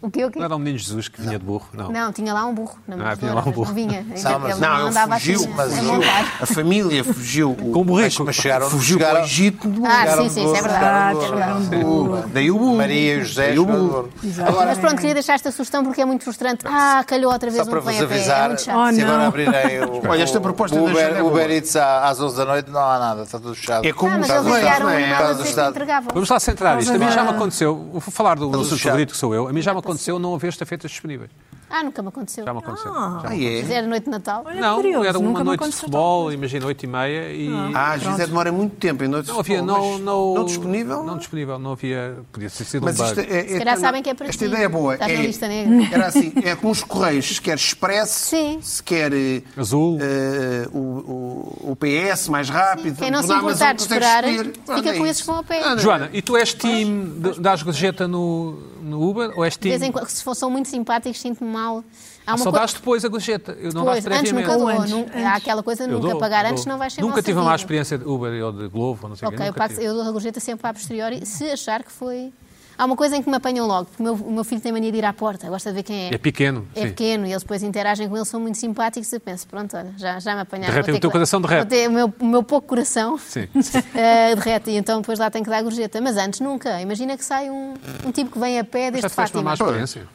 [SPEAKER 5] O quê, o quê?
[SPEAKER 1] Não era o menino Jesus que vinha de burro, não.
[SPEAKER 5] Não, tinha lá um burro. Na
[SPEAKER 1] Ah, tinha
[SPEAKER 5] montadora,
[SPEAKER 1] lá um
[SPEAKER 5] mas
[SPEAKER 1] burro.
[SPEAKER 5] Não vinha.
[SPEAKER 3] Não, mas-
[SPEAKER 5] Ele
[SPEAKER 2] Não, ele
[SPEAKER 5] andava assim,
[SPEAKER 2] fugiu, mas
[SPEAKER 5] a
[SPEAKER 2] fugiu.
[SPEAKER 5] montar.
[SPEAKER 2] A família fugiu. o-
[SPEAKER 1] Com o
[SPEAKER 3] Mas,
[SPEAKER 1] borreco.
[SPEAKER 3] mas chegaram,
[SPEAKER 2] Fugiu para
[SPEAKER 3] chegaram,
[SPEAKER 2] o Egito.
[SPEAKER 5] Ah,
[SPEAKER 3] Chegaram
[SPEAKER 5] sim, sim, isso é
[SPEAKER 3] burro,
[SPEAKER 4] Ah,
[SPEAKER 5] verdade.
[SPEAKER 4] chegaram de burro.
[SPEAKER 2] Daí o burro.
[SPEAKER 3] Maria e José.
[SPEAKER 2] Daí o
[SPEAKER 3] chegaram
[SPEAKER 2] burro.
[SPEAKER 3] burro.
[SPEAKER 5] Mas pronto, queria deixar esta sugestão porque é muito frustrante. Ah, calhou outra vez
[SPEAKER 3] Só
[SPEAKER 5] um
[SPEAKER 3] para
[SPEAKER 5] que vem
[SPEAKER 3] vos
[SPEAKER 5] a pé. É
[SPEAKER 3] avisar,
[SPEAKER 5] muito
[SPEAKER 3] se
[SPEAKER 5] chato.
[SPEAKER 4] Oh, não.
[SPEAKER 3] agora abrirem o,
[SPEAKER 2] Olha, esta
[SPEAKER 3] o-
[SPEAKER 2] proposta da
[SPEAKER 3] o
[SPEAKER 2] Jana
[SPEAKER 3] Uber,
[SPEAKER 2] é boa.
[SPEAKER 3] Uber Eats à- às 11 da noite, não há nada, está tudo fechado.
[SPEAKER 2] É como
[SPEAKER 5] Ah,
[SPEAKER 2] um
[SPEAKER 5] mas
[SPEAKER 2] Estado
[SPEAKER 5] eles
[SPEAKER 2] do
[SPEAKER 5] enviaram
[SPEAKER 2] Estado,
[SPEAKER 5] um
[SPEAKER 2] não é?
[SPEAKER 5] e-mail a
[SPEAKER 3] Estado do
[SPEAKER 5] dizer que
[SPEAKER 3] Estado.
[SPEAKER 5] entregavam.
[SPEAKER 1] Vamos lá centrar isto. A mim já me aconteceu. Vou falar do
[SPEAKER 3] do
[SPEAKER 1] assunto
[SPEAKER 3] chá.
[SPEAKER 1] favorito que sou eu. A mim já me aconteceu não haver estafetas disponíveis.
[SPEAKER 5] Ah, nunca me aconteceu.
[SPEAKER 1] Já me aconteceu. Já.
[SPEAKER 2] Ah,
[SPEAKER 5] Mas
[SPEAKER 2] é?
[SPEAKER 5] era noite de Natal.
[SPEAKER 4] Olha,
[SPEAKER 1] Não,
[SPEAKER 4] curioso,
[SPEAKER 1] era uma
[SPEAKER 4] nunca me
[SPEAKER 1] noite de
[SPEAKER 4] aconteceu
[SPEAKER 1] futebol, imagina, 8 e meia e.
[SPEAKER 2] Ah, às vezes é demora muito tempo. em noites
[SPEAKER 1] Não havia,
[SPEAKER 2] de
[SPEAKER 1] não,
[SPEAKER 2] futebol, Ah, mas
[SPEAKER 1] não,
[SPEAKER 2] não disponível.
[SPEAKER 1] Não disponível, não havia. Podia ter sido
[SPEAKER 2] Mas
[SPEAKER 1] um
[SPEAKER 2] isto
[SPEAKER 1] bug.
[SPEAKER 2] é, é-
[SPEAKER 5] Se calhar
[SPEAKER 2] é-
[SPEAKER 5] sabem que é para
[SPEAKER 2] Esta
[SPEAKER 5] ti.
[SPEAKER 2] ideia é boa.
[SPEAKER 5] Está na
[SPEAKER 2] é,
[SPEAKER 5] lista negra.
[SPEAKER 2] Era assim, é como os Correios, se quer Expresso,
[SPEAKER 5] Sim.
[SPEAKER 2] se quer eh,
[SPEAKER 1] Azul.
[SPEAKER 2] eh, o, o, o PS mais rápido.
[SPEAKER 5] Quem não se
[SPEAKER 2] na Amazon
[SPEAKER 5] importar
[SPEAKER 2] consegues
[SPEAKER 5] de esperar,
[SPEAKER 2] escolher. Pronto,
[SPEAKER 5] fica
[SPEAKER 2] é
[SPEAKER 5] com
[SPEAKER 2] isso.
[SPEAKER 5] esses que vão a pé.
[SPEAKER 1] Joana, e tu és time de- das gorjeta no, no Uber ou és
[SPEAKER 5] De
[SPEAKER 1] time.
[SPEAKER 5] vez em quando, se fossem muito simpáticos, sinto-me mal. Há
[SPEAKER 1] Só dás depois a gorjeta. Eu Ah, não
[SPEAKER 5] Pois,
[SPEAKER 1] dás
[SPEAKER 5] antes nunca
[SPEAKER 1] previamente.
[SPEAKER 5] dou.
[SPEAKER 4] Ou antes,
[SPEAKER 5] nunca- Há
[SPEAKER 4] antes.
[SPEAKER 5] aquela coisa de
[SPEAKER 1] Eu
[SPEAKER 5] nunca
[SPEAKER 1] dou,
[SPEAKER 5] pagar
[SPEAKER 1] dou.
[SPEAKER 5] antes, não vais ser
[SPEAKER 1] Nunca
[SPEAKER 5] mal
[SPEAKER 1] tive uma má
[SPEAKER 5] servido.
[SPEAKER 1] experiência de Uber ou de Glovo, ou não sei o quê,
[SPEAKER 5] Ok, eu,
[SPEAKER 1] nunca
[SPEAKER 5] pago-
[SPEAKER 1] tive.
[SPEAKER 5] eu dou a gorjeta sempre a posteriori, se achar que foi. Há uma coisa em que me apanham logo, porque o meu, o meu filho tem mania de ir à porta, gosta de ver quem é.
[SPEAKER 1] É pequeno,
[SPEAKER 5] É
[SPEAKER 1] sim.
[SPEAKER 5] pequeno, e eles depois interagem com ele, são muito simpáticos. Eu penso, pronto, olha, já, já me apanharam.
[SPEAKER 1] Derretem,
[SPEAKER 5] vou ter
[SPEAKER 1] o teu
[SPEAKER 5] que-
[SPEAKER 1] coração derrete.
[SPEAKER 5] vou ter- o, meu, o meu pouco coração
[SPEAKER 1] Sim.
[SPEAKER 5] eh, derrete, e então depois lá tem que dar a gorjeta. Mas antes nunca. Imagina que sai um, um tipo que vem a pé
[SPEAKER 1] Já
[SPEAKER 5] deste
[SPEAKER 1] tiveste uma
[SPEAKER 5] Fátima.
[SPEAKER 1] má experiência.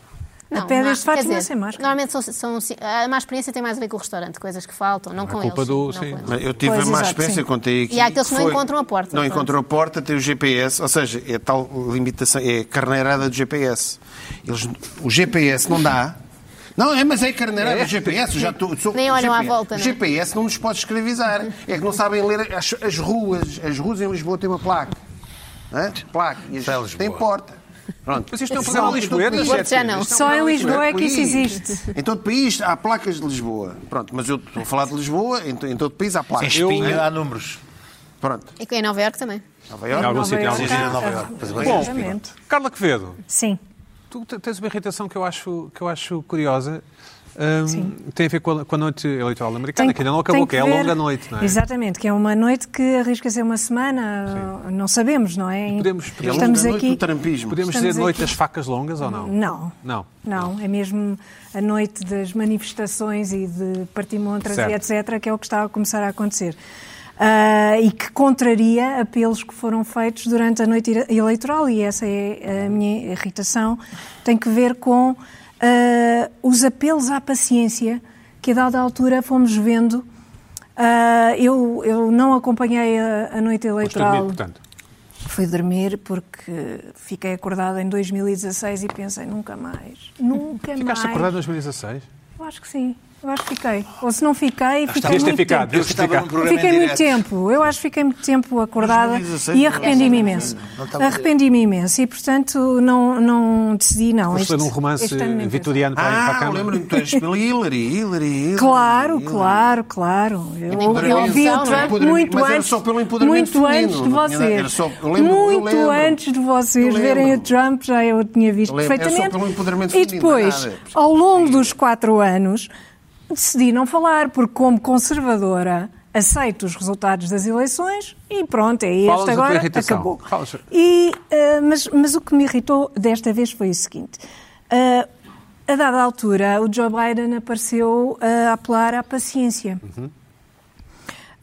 [SPEAKER 5] Não,
[SPEAKER 4] A pé
[SPEAKER 5] não há-
[SPEAKER 4] deste
[SPEAKER 5] quer
[SPEAKER 4] Fátima
[SPEAKER 5] dizer,
[SPEAKER 4] sem máscara.
[SPEAKER 5] Normalmente são, são, ah, a má experiência tem mais a ver com o restaurante, coisas que faltam, não,
[SPEAKER 1] Não é
[SPEAKER 5] com
[SPEAKER 1] culpa
[SPEAKER 5] eles.
[SPEAKER 1] do-
[SPEAKER 5] não
[SPEAKER 1] sim.
[SPEAKER 5] com eles.
[SPEAKER 1] Mas
[SPEAKER 2] Eu tive
[SPEAKER 4] Pois,
[SPEAKER 2] uma
[SPEAKER 4] exato,
[SPEAKER 2] experiência,
[SPEAKER 4] sim.
[SPEAKER 2] eu contei aqui.
[SPEAKER 5] E há aqueles que não
[SPEAKER 2] foi-
[SPEAKER 5] encontram a porta,
[SPEAKER 2] Não
[SPEAKER 5] pronto.
[SPEAKER 2] encontram a porta, tem o GPS, ou seja, é tal limitação, é carneirada do GPS. Eles, o GPS não dá. Não, é, mas é carneirada do GPS, eu já estou. sou-
[SPEAKER 5] Nem
[SPEAKER 2] o
[SPEAKER 5] olham à
[SPEAKER 2] GPS
[SPEAKER 5] volta,
[SPEAKER 2] O
[SPEAKER 5] não é?
[SPEAKER 2] GPS não nos pode escravizar. É que não sabem ler as, as ruas. As ruas em Lisboa têm uma placa. Hã? Placa. E as,
[SPEAKER 4] é
[SPEAKER 3] Está em Lisboa.
[SPEAKER 2] tem porta. Pronto.
[SPEAKER 1] Mas isto é um
[SPEAKER 2] Isso
[SPEAKER 1] programa
[SPEAKER 2] um-
[SPEAKER 1] lisboeta,
[SPEAKER 2] isto é um
[SPEAKER 1] Jéssica.
[SPEAKER 5] Já não.
[SPEAKER 1] Isto é um
[SPEAKER 4] Só
[SPEAKER 1] programa
[SPEAKER 4] em Lisboa é que isso
[SPEAKER 2] País.
[SPEAKER 4] existe.
[SPEAKER 2] Em todo o Então, país há placas de Lisboa. Pronto, mas eu estou a falar de Lisboa, em, to- em todo o país há
[SPEAKER 3] Em
[SPEAKER 4] É
[SPEAKER 2] placas.
[SPEAKER 3] espinho há números.
[SPEAKER 2] Pronto.
[SPEAKER 5] E é em Nova Iorque também.
[SPEAKER 2] Nova Iorque.
[SPEAKER 1] Em algum
[SPEAKER 4] Nova
[SPEAKER 1] sítio, em algum
[SPEAKER 4] Iorque,
[SPEAKER 3] sítio em Nova Iorque. Mas bem,
[SPEAKER 4] exatamente.
[SPEAKER 1] Carla Quevedo,
[SPEAKER 4] Sim.
[SPEAKER 1] tu te- tens uma irritação que eu acho, que eu acho curiosa. Hum, tem a ver com a, com a noite eleitoral americana,
[SPEAKER 4] Tem-
[SPEAKER 1] que ainda não acabou,
[SPEAKER 4] tem
[SPEAKER 1] que é a
[SPEAKER 4] ver-
[SPEAKER 1] longa noite, não é?
[SPEAKER 4] Exatamente, que é uma noite que arrisca ser uma semana, não sabemos, não é?
[SPEAKER 1] Podemos- podemos-
[SPEAKER 4] Estamos
[SPEAKER 2] É a noite
[SPEAKER 4] aqui.
[SPEAKER 2] do trampismo.
[SPEAKER 1] Podemos
[SPEAKER 4] Estamos
[SPEAKER 1] dizer noite
[SPEAKER 4] aqui.
[SPEAKER 1] das facas longas ou não?
[SPEAKER 4] Não.
[SPEAKER 1] Não.
[SPEAKER 4] Não, é mesmo a noite das manifestações e de partimontras e
[SPEAKER 1] Certo.
[SPEAKER 4] etc., que é o que está a começar a acontecer. Ah, e que contraria apelos que foram feitos durante a noite ira- eleitoral, e essa é a minha irritação, tem que ver com ah, os apelos à paciência que a dada altura fomos vendo. Ah, eu, eu não acompanhei a, a noite
[SPEAKER 1] Mas tudo bem,
[SPEAKER 4] eleitoral.
[SPEAKER 1] portanto.
[SPEAKER 4] Fui dormir porque fiquei acordada em 2016 e pensei nunca mais. Nunca mais.
[SPEAKER 1] Ficaste acordado em 2016?
[SPEAKER 4] Eu acho que sim. Eu acho que fiquei. Ou se não fiquei, fiquei
[SPEAKER 1] Devias ter
[SPEAKER 4] muito
[SPEAKER 1] ficado,
[SPEAKER 4] tempo.
[SPEAKER 1] devias ter ficado.
[SPEAKER 4] Fiquei muito tempo, eu acho que fiquei muito tempo acordada
[SPEAKER 2] 2016,
[SPEAKER 1] é
[SPEAKER 4] e arrependi-me imenso.
[SPEAKER 3] não estava-
[SPEAKER 4] Arrependi-me imenso e, portanto, não, não decidi, não.
[SPEAKER 1] Foste ler um
[SPEAKER 4] Este-
[SPEAKER 1] romance
[SPEAKER 4] este ano não interessa.
[SPEAKER 1] vitoriano para, para a
[SPEAKER 2] Ah,
[SPEAKER 1] Câmara.
[SPEAKER 2] lembro-me que tu és pela Hillary, Hillary, Hillary.
[SPEAKER 4] Claro,
[SPEAKER 2] Hillary.
[SPEAKER 4] claro, claro. Eu, eu
[SPEAKER 5] empoderamento.
[SPEAKER 4] ouvi o
[SPEAKER 5] Não,
[SPEAKER 4] Trump
[SPEAKER 2] empoderamento,
[SPEAKER 4] muito
[SPEAKER 2] mas era
[SPEAKER 4] antes,
[SPEAKER 2] só pelo empoderamento
[SPEAKER 4] muito antes de
[SPEAKER 2] feminino, não tinha nada- era
[SPEAKER 4] vocês.
[SPEAKER 2] só- eu lembro- eu
[SPEAKER 4] muito
[SPEAKER 2] lembro.
[SPEAKER 4] antes de
[SPEAKER 2] Eu
[SPEAKER 4] vocês
[SPEAKER 2] lembro.
[SPEAKER 4] verem o Trump, já eu tinha visto
[SPEAKER 2] Eu lembro, era só
[SPEAKER 4] perfeitamente.
[SPEAKER 2] pelo empoderamento
[SPEAKER 4] e
[SPEAKER 2] feminino,
[SPEAKER 4] depois,
[SPEAKER 2] nada.
[SPEAKER 4] ao longo dos quatro anos, decidi não falar, porque como conservadora aceito os resultados das eleições e pronto, é
[SPEAKER 1] Fala-nos
[SPEAKER 4] este
[SPEAKER 1] da tua
[SPEAKER 4] agora,
[SPEAKER 1] irritação.
[SPEAKER 4] acabou.
[SPEAKER 1] Fala-nos.
[SPEAKER 4] E, eh, mas, mas o que me irritou desta vez foi o seguinte. Eh, a dada altura, o Joe Biden apareceu eh, a apelar à paciência.
[SPEAKER 1] Uhum.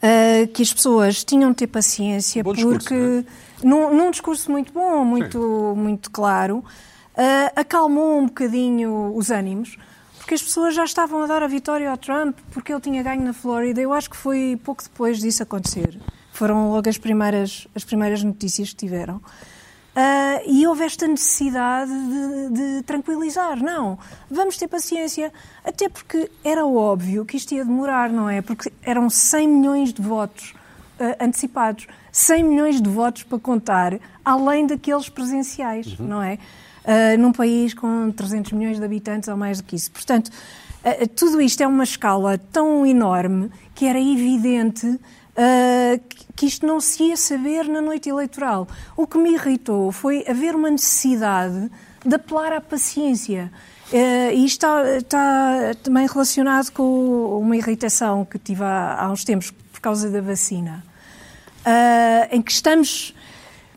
[SPEAKER 4] Eh, que as pessoas tinham de ter paciência
[SPEAKER 1] Bom discurso,
[SPEAKER 4] porque
[SPEAKER 1] não é?
[SPEAKER 4] num, num discurso muito bom, muito, muito claro, ah, acalmou um bocadinho os ânimos, porque as pessoas já estavam a dar a vitória ao Trump porque ele tinha ganho na Flórida. Eu acho que foi pouco depois disso acontecer. Foram logo as primeiras, as primeiras notícias que tiveram. Ah, e houve esta necessidade de, de tranquilizar. Não, vamos ter paciência. Até porque era óbvio que isto ia demorar, não é? Porque eram 100 milhões de votos eh, antecipados. 100 milhões de votos para contar, além daqueles presenciais, não é? Eh, num país com 300 milhões de habitantes ou mais do que isso. Portanto, eh, tudo isto é uma escala tão enorme que era evidente eh, que- que isto não se ia saber na noite eleitoral. O que me irritou foi haver uma necessidade de apelar à paciência. Eh, e está, está também relacionado com uma irritação que tive há, há uns tempos por causa da vacina, Ah, em que estamos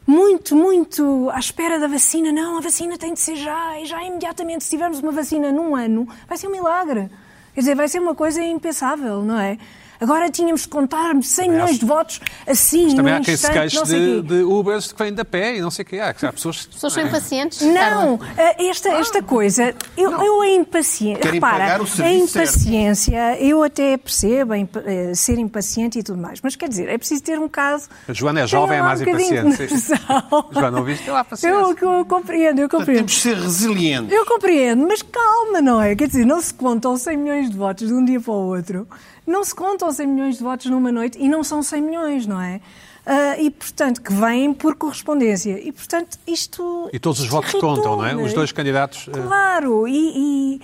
[SPEAKER 4] muito, muito à espera da vacina. Não, a vacina tem de ser já, e já imediatamente. Se tivermos uma vacina num ano, vai ser um milagre. Quer dizer, vai ser uma coisa impensável, não é? Agora tínhamos de contar 100 milhões de votos assim,
[SPEAKER 1] Também
[SPEAKER 4] num
[SPEAKER 1] há quem se
[SPEAKER 4] instante,
[SPEAKER 1] queixe
[SPEAKER 4] não sei
[SPEAKER 1] de,
[SPEAKER 4] quê.
[SPEAKER 1] de Ubers que vêm da pé e não sei o que há. que Há pessoas que
[SPEAKER 5] pessoas são impacientes.
[SPEAKER 4] Não,
[SPEAKER 5] Carla.
[SPEAKER 4] eh, esta, esta coisa, eu, eu a impaciência,
[SPEAKER 2] Querem pagar
[SPEAKER 4] repara,
[SPEAKER 2] o
[SPEAKER 4] a
[SPEAKER 2] serviço certo.
[SPEAKER 4] impaciência, eu até percebo a imp- eh, ser impaciente e tudo mais, mas quer dizer, é preciso ter um caso...
[SPEAKER 1] A Joana é
[SPEAKER 4] Tenha
[SPEAKER 1] jovem, é
[SPEAKER 4] lá
[SPEAKER 1] mais
[SPEAKER 4] um bocadinho de
[SPEAKER 1] impaciente, sim.
[SPEAKER 4] noção.
[SPEAKER 1] Joana, ouviste? Tem lá paciência.
[SPEAKER 4] Eu, eu compreendo, eu
[SPEAKER 2] Portanto,
[SPEAKER 4] compreendo.
[SPEAKER 2] Temos de ser resilientes.
[SPEAKER 4] Eu compreendo, mas calma, não é? Quer dizer, não se contam 100 milhões de votos de um dia para o outro. Não se contam 100 milhões de votos numa noite e não são 100 milhões, não é? Ah, e, portanto, que vêm por correspondência. E, portanto, isto.
[SPEAKER 1] E todos os
[SPEAKER 4] isto
[SPEAKER 1] votos contam, não é?
[SPEAKER 4] irritou-me.
[SPEAKER 1] Os dois candidatos, eh,
[SPEAKER 4] né? Claro, e,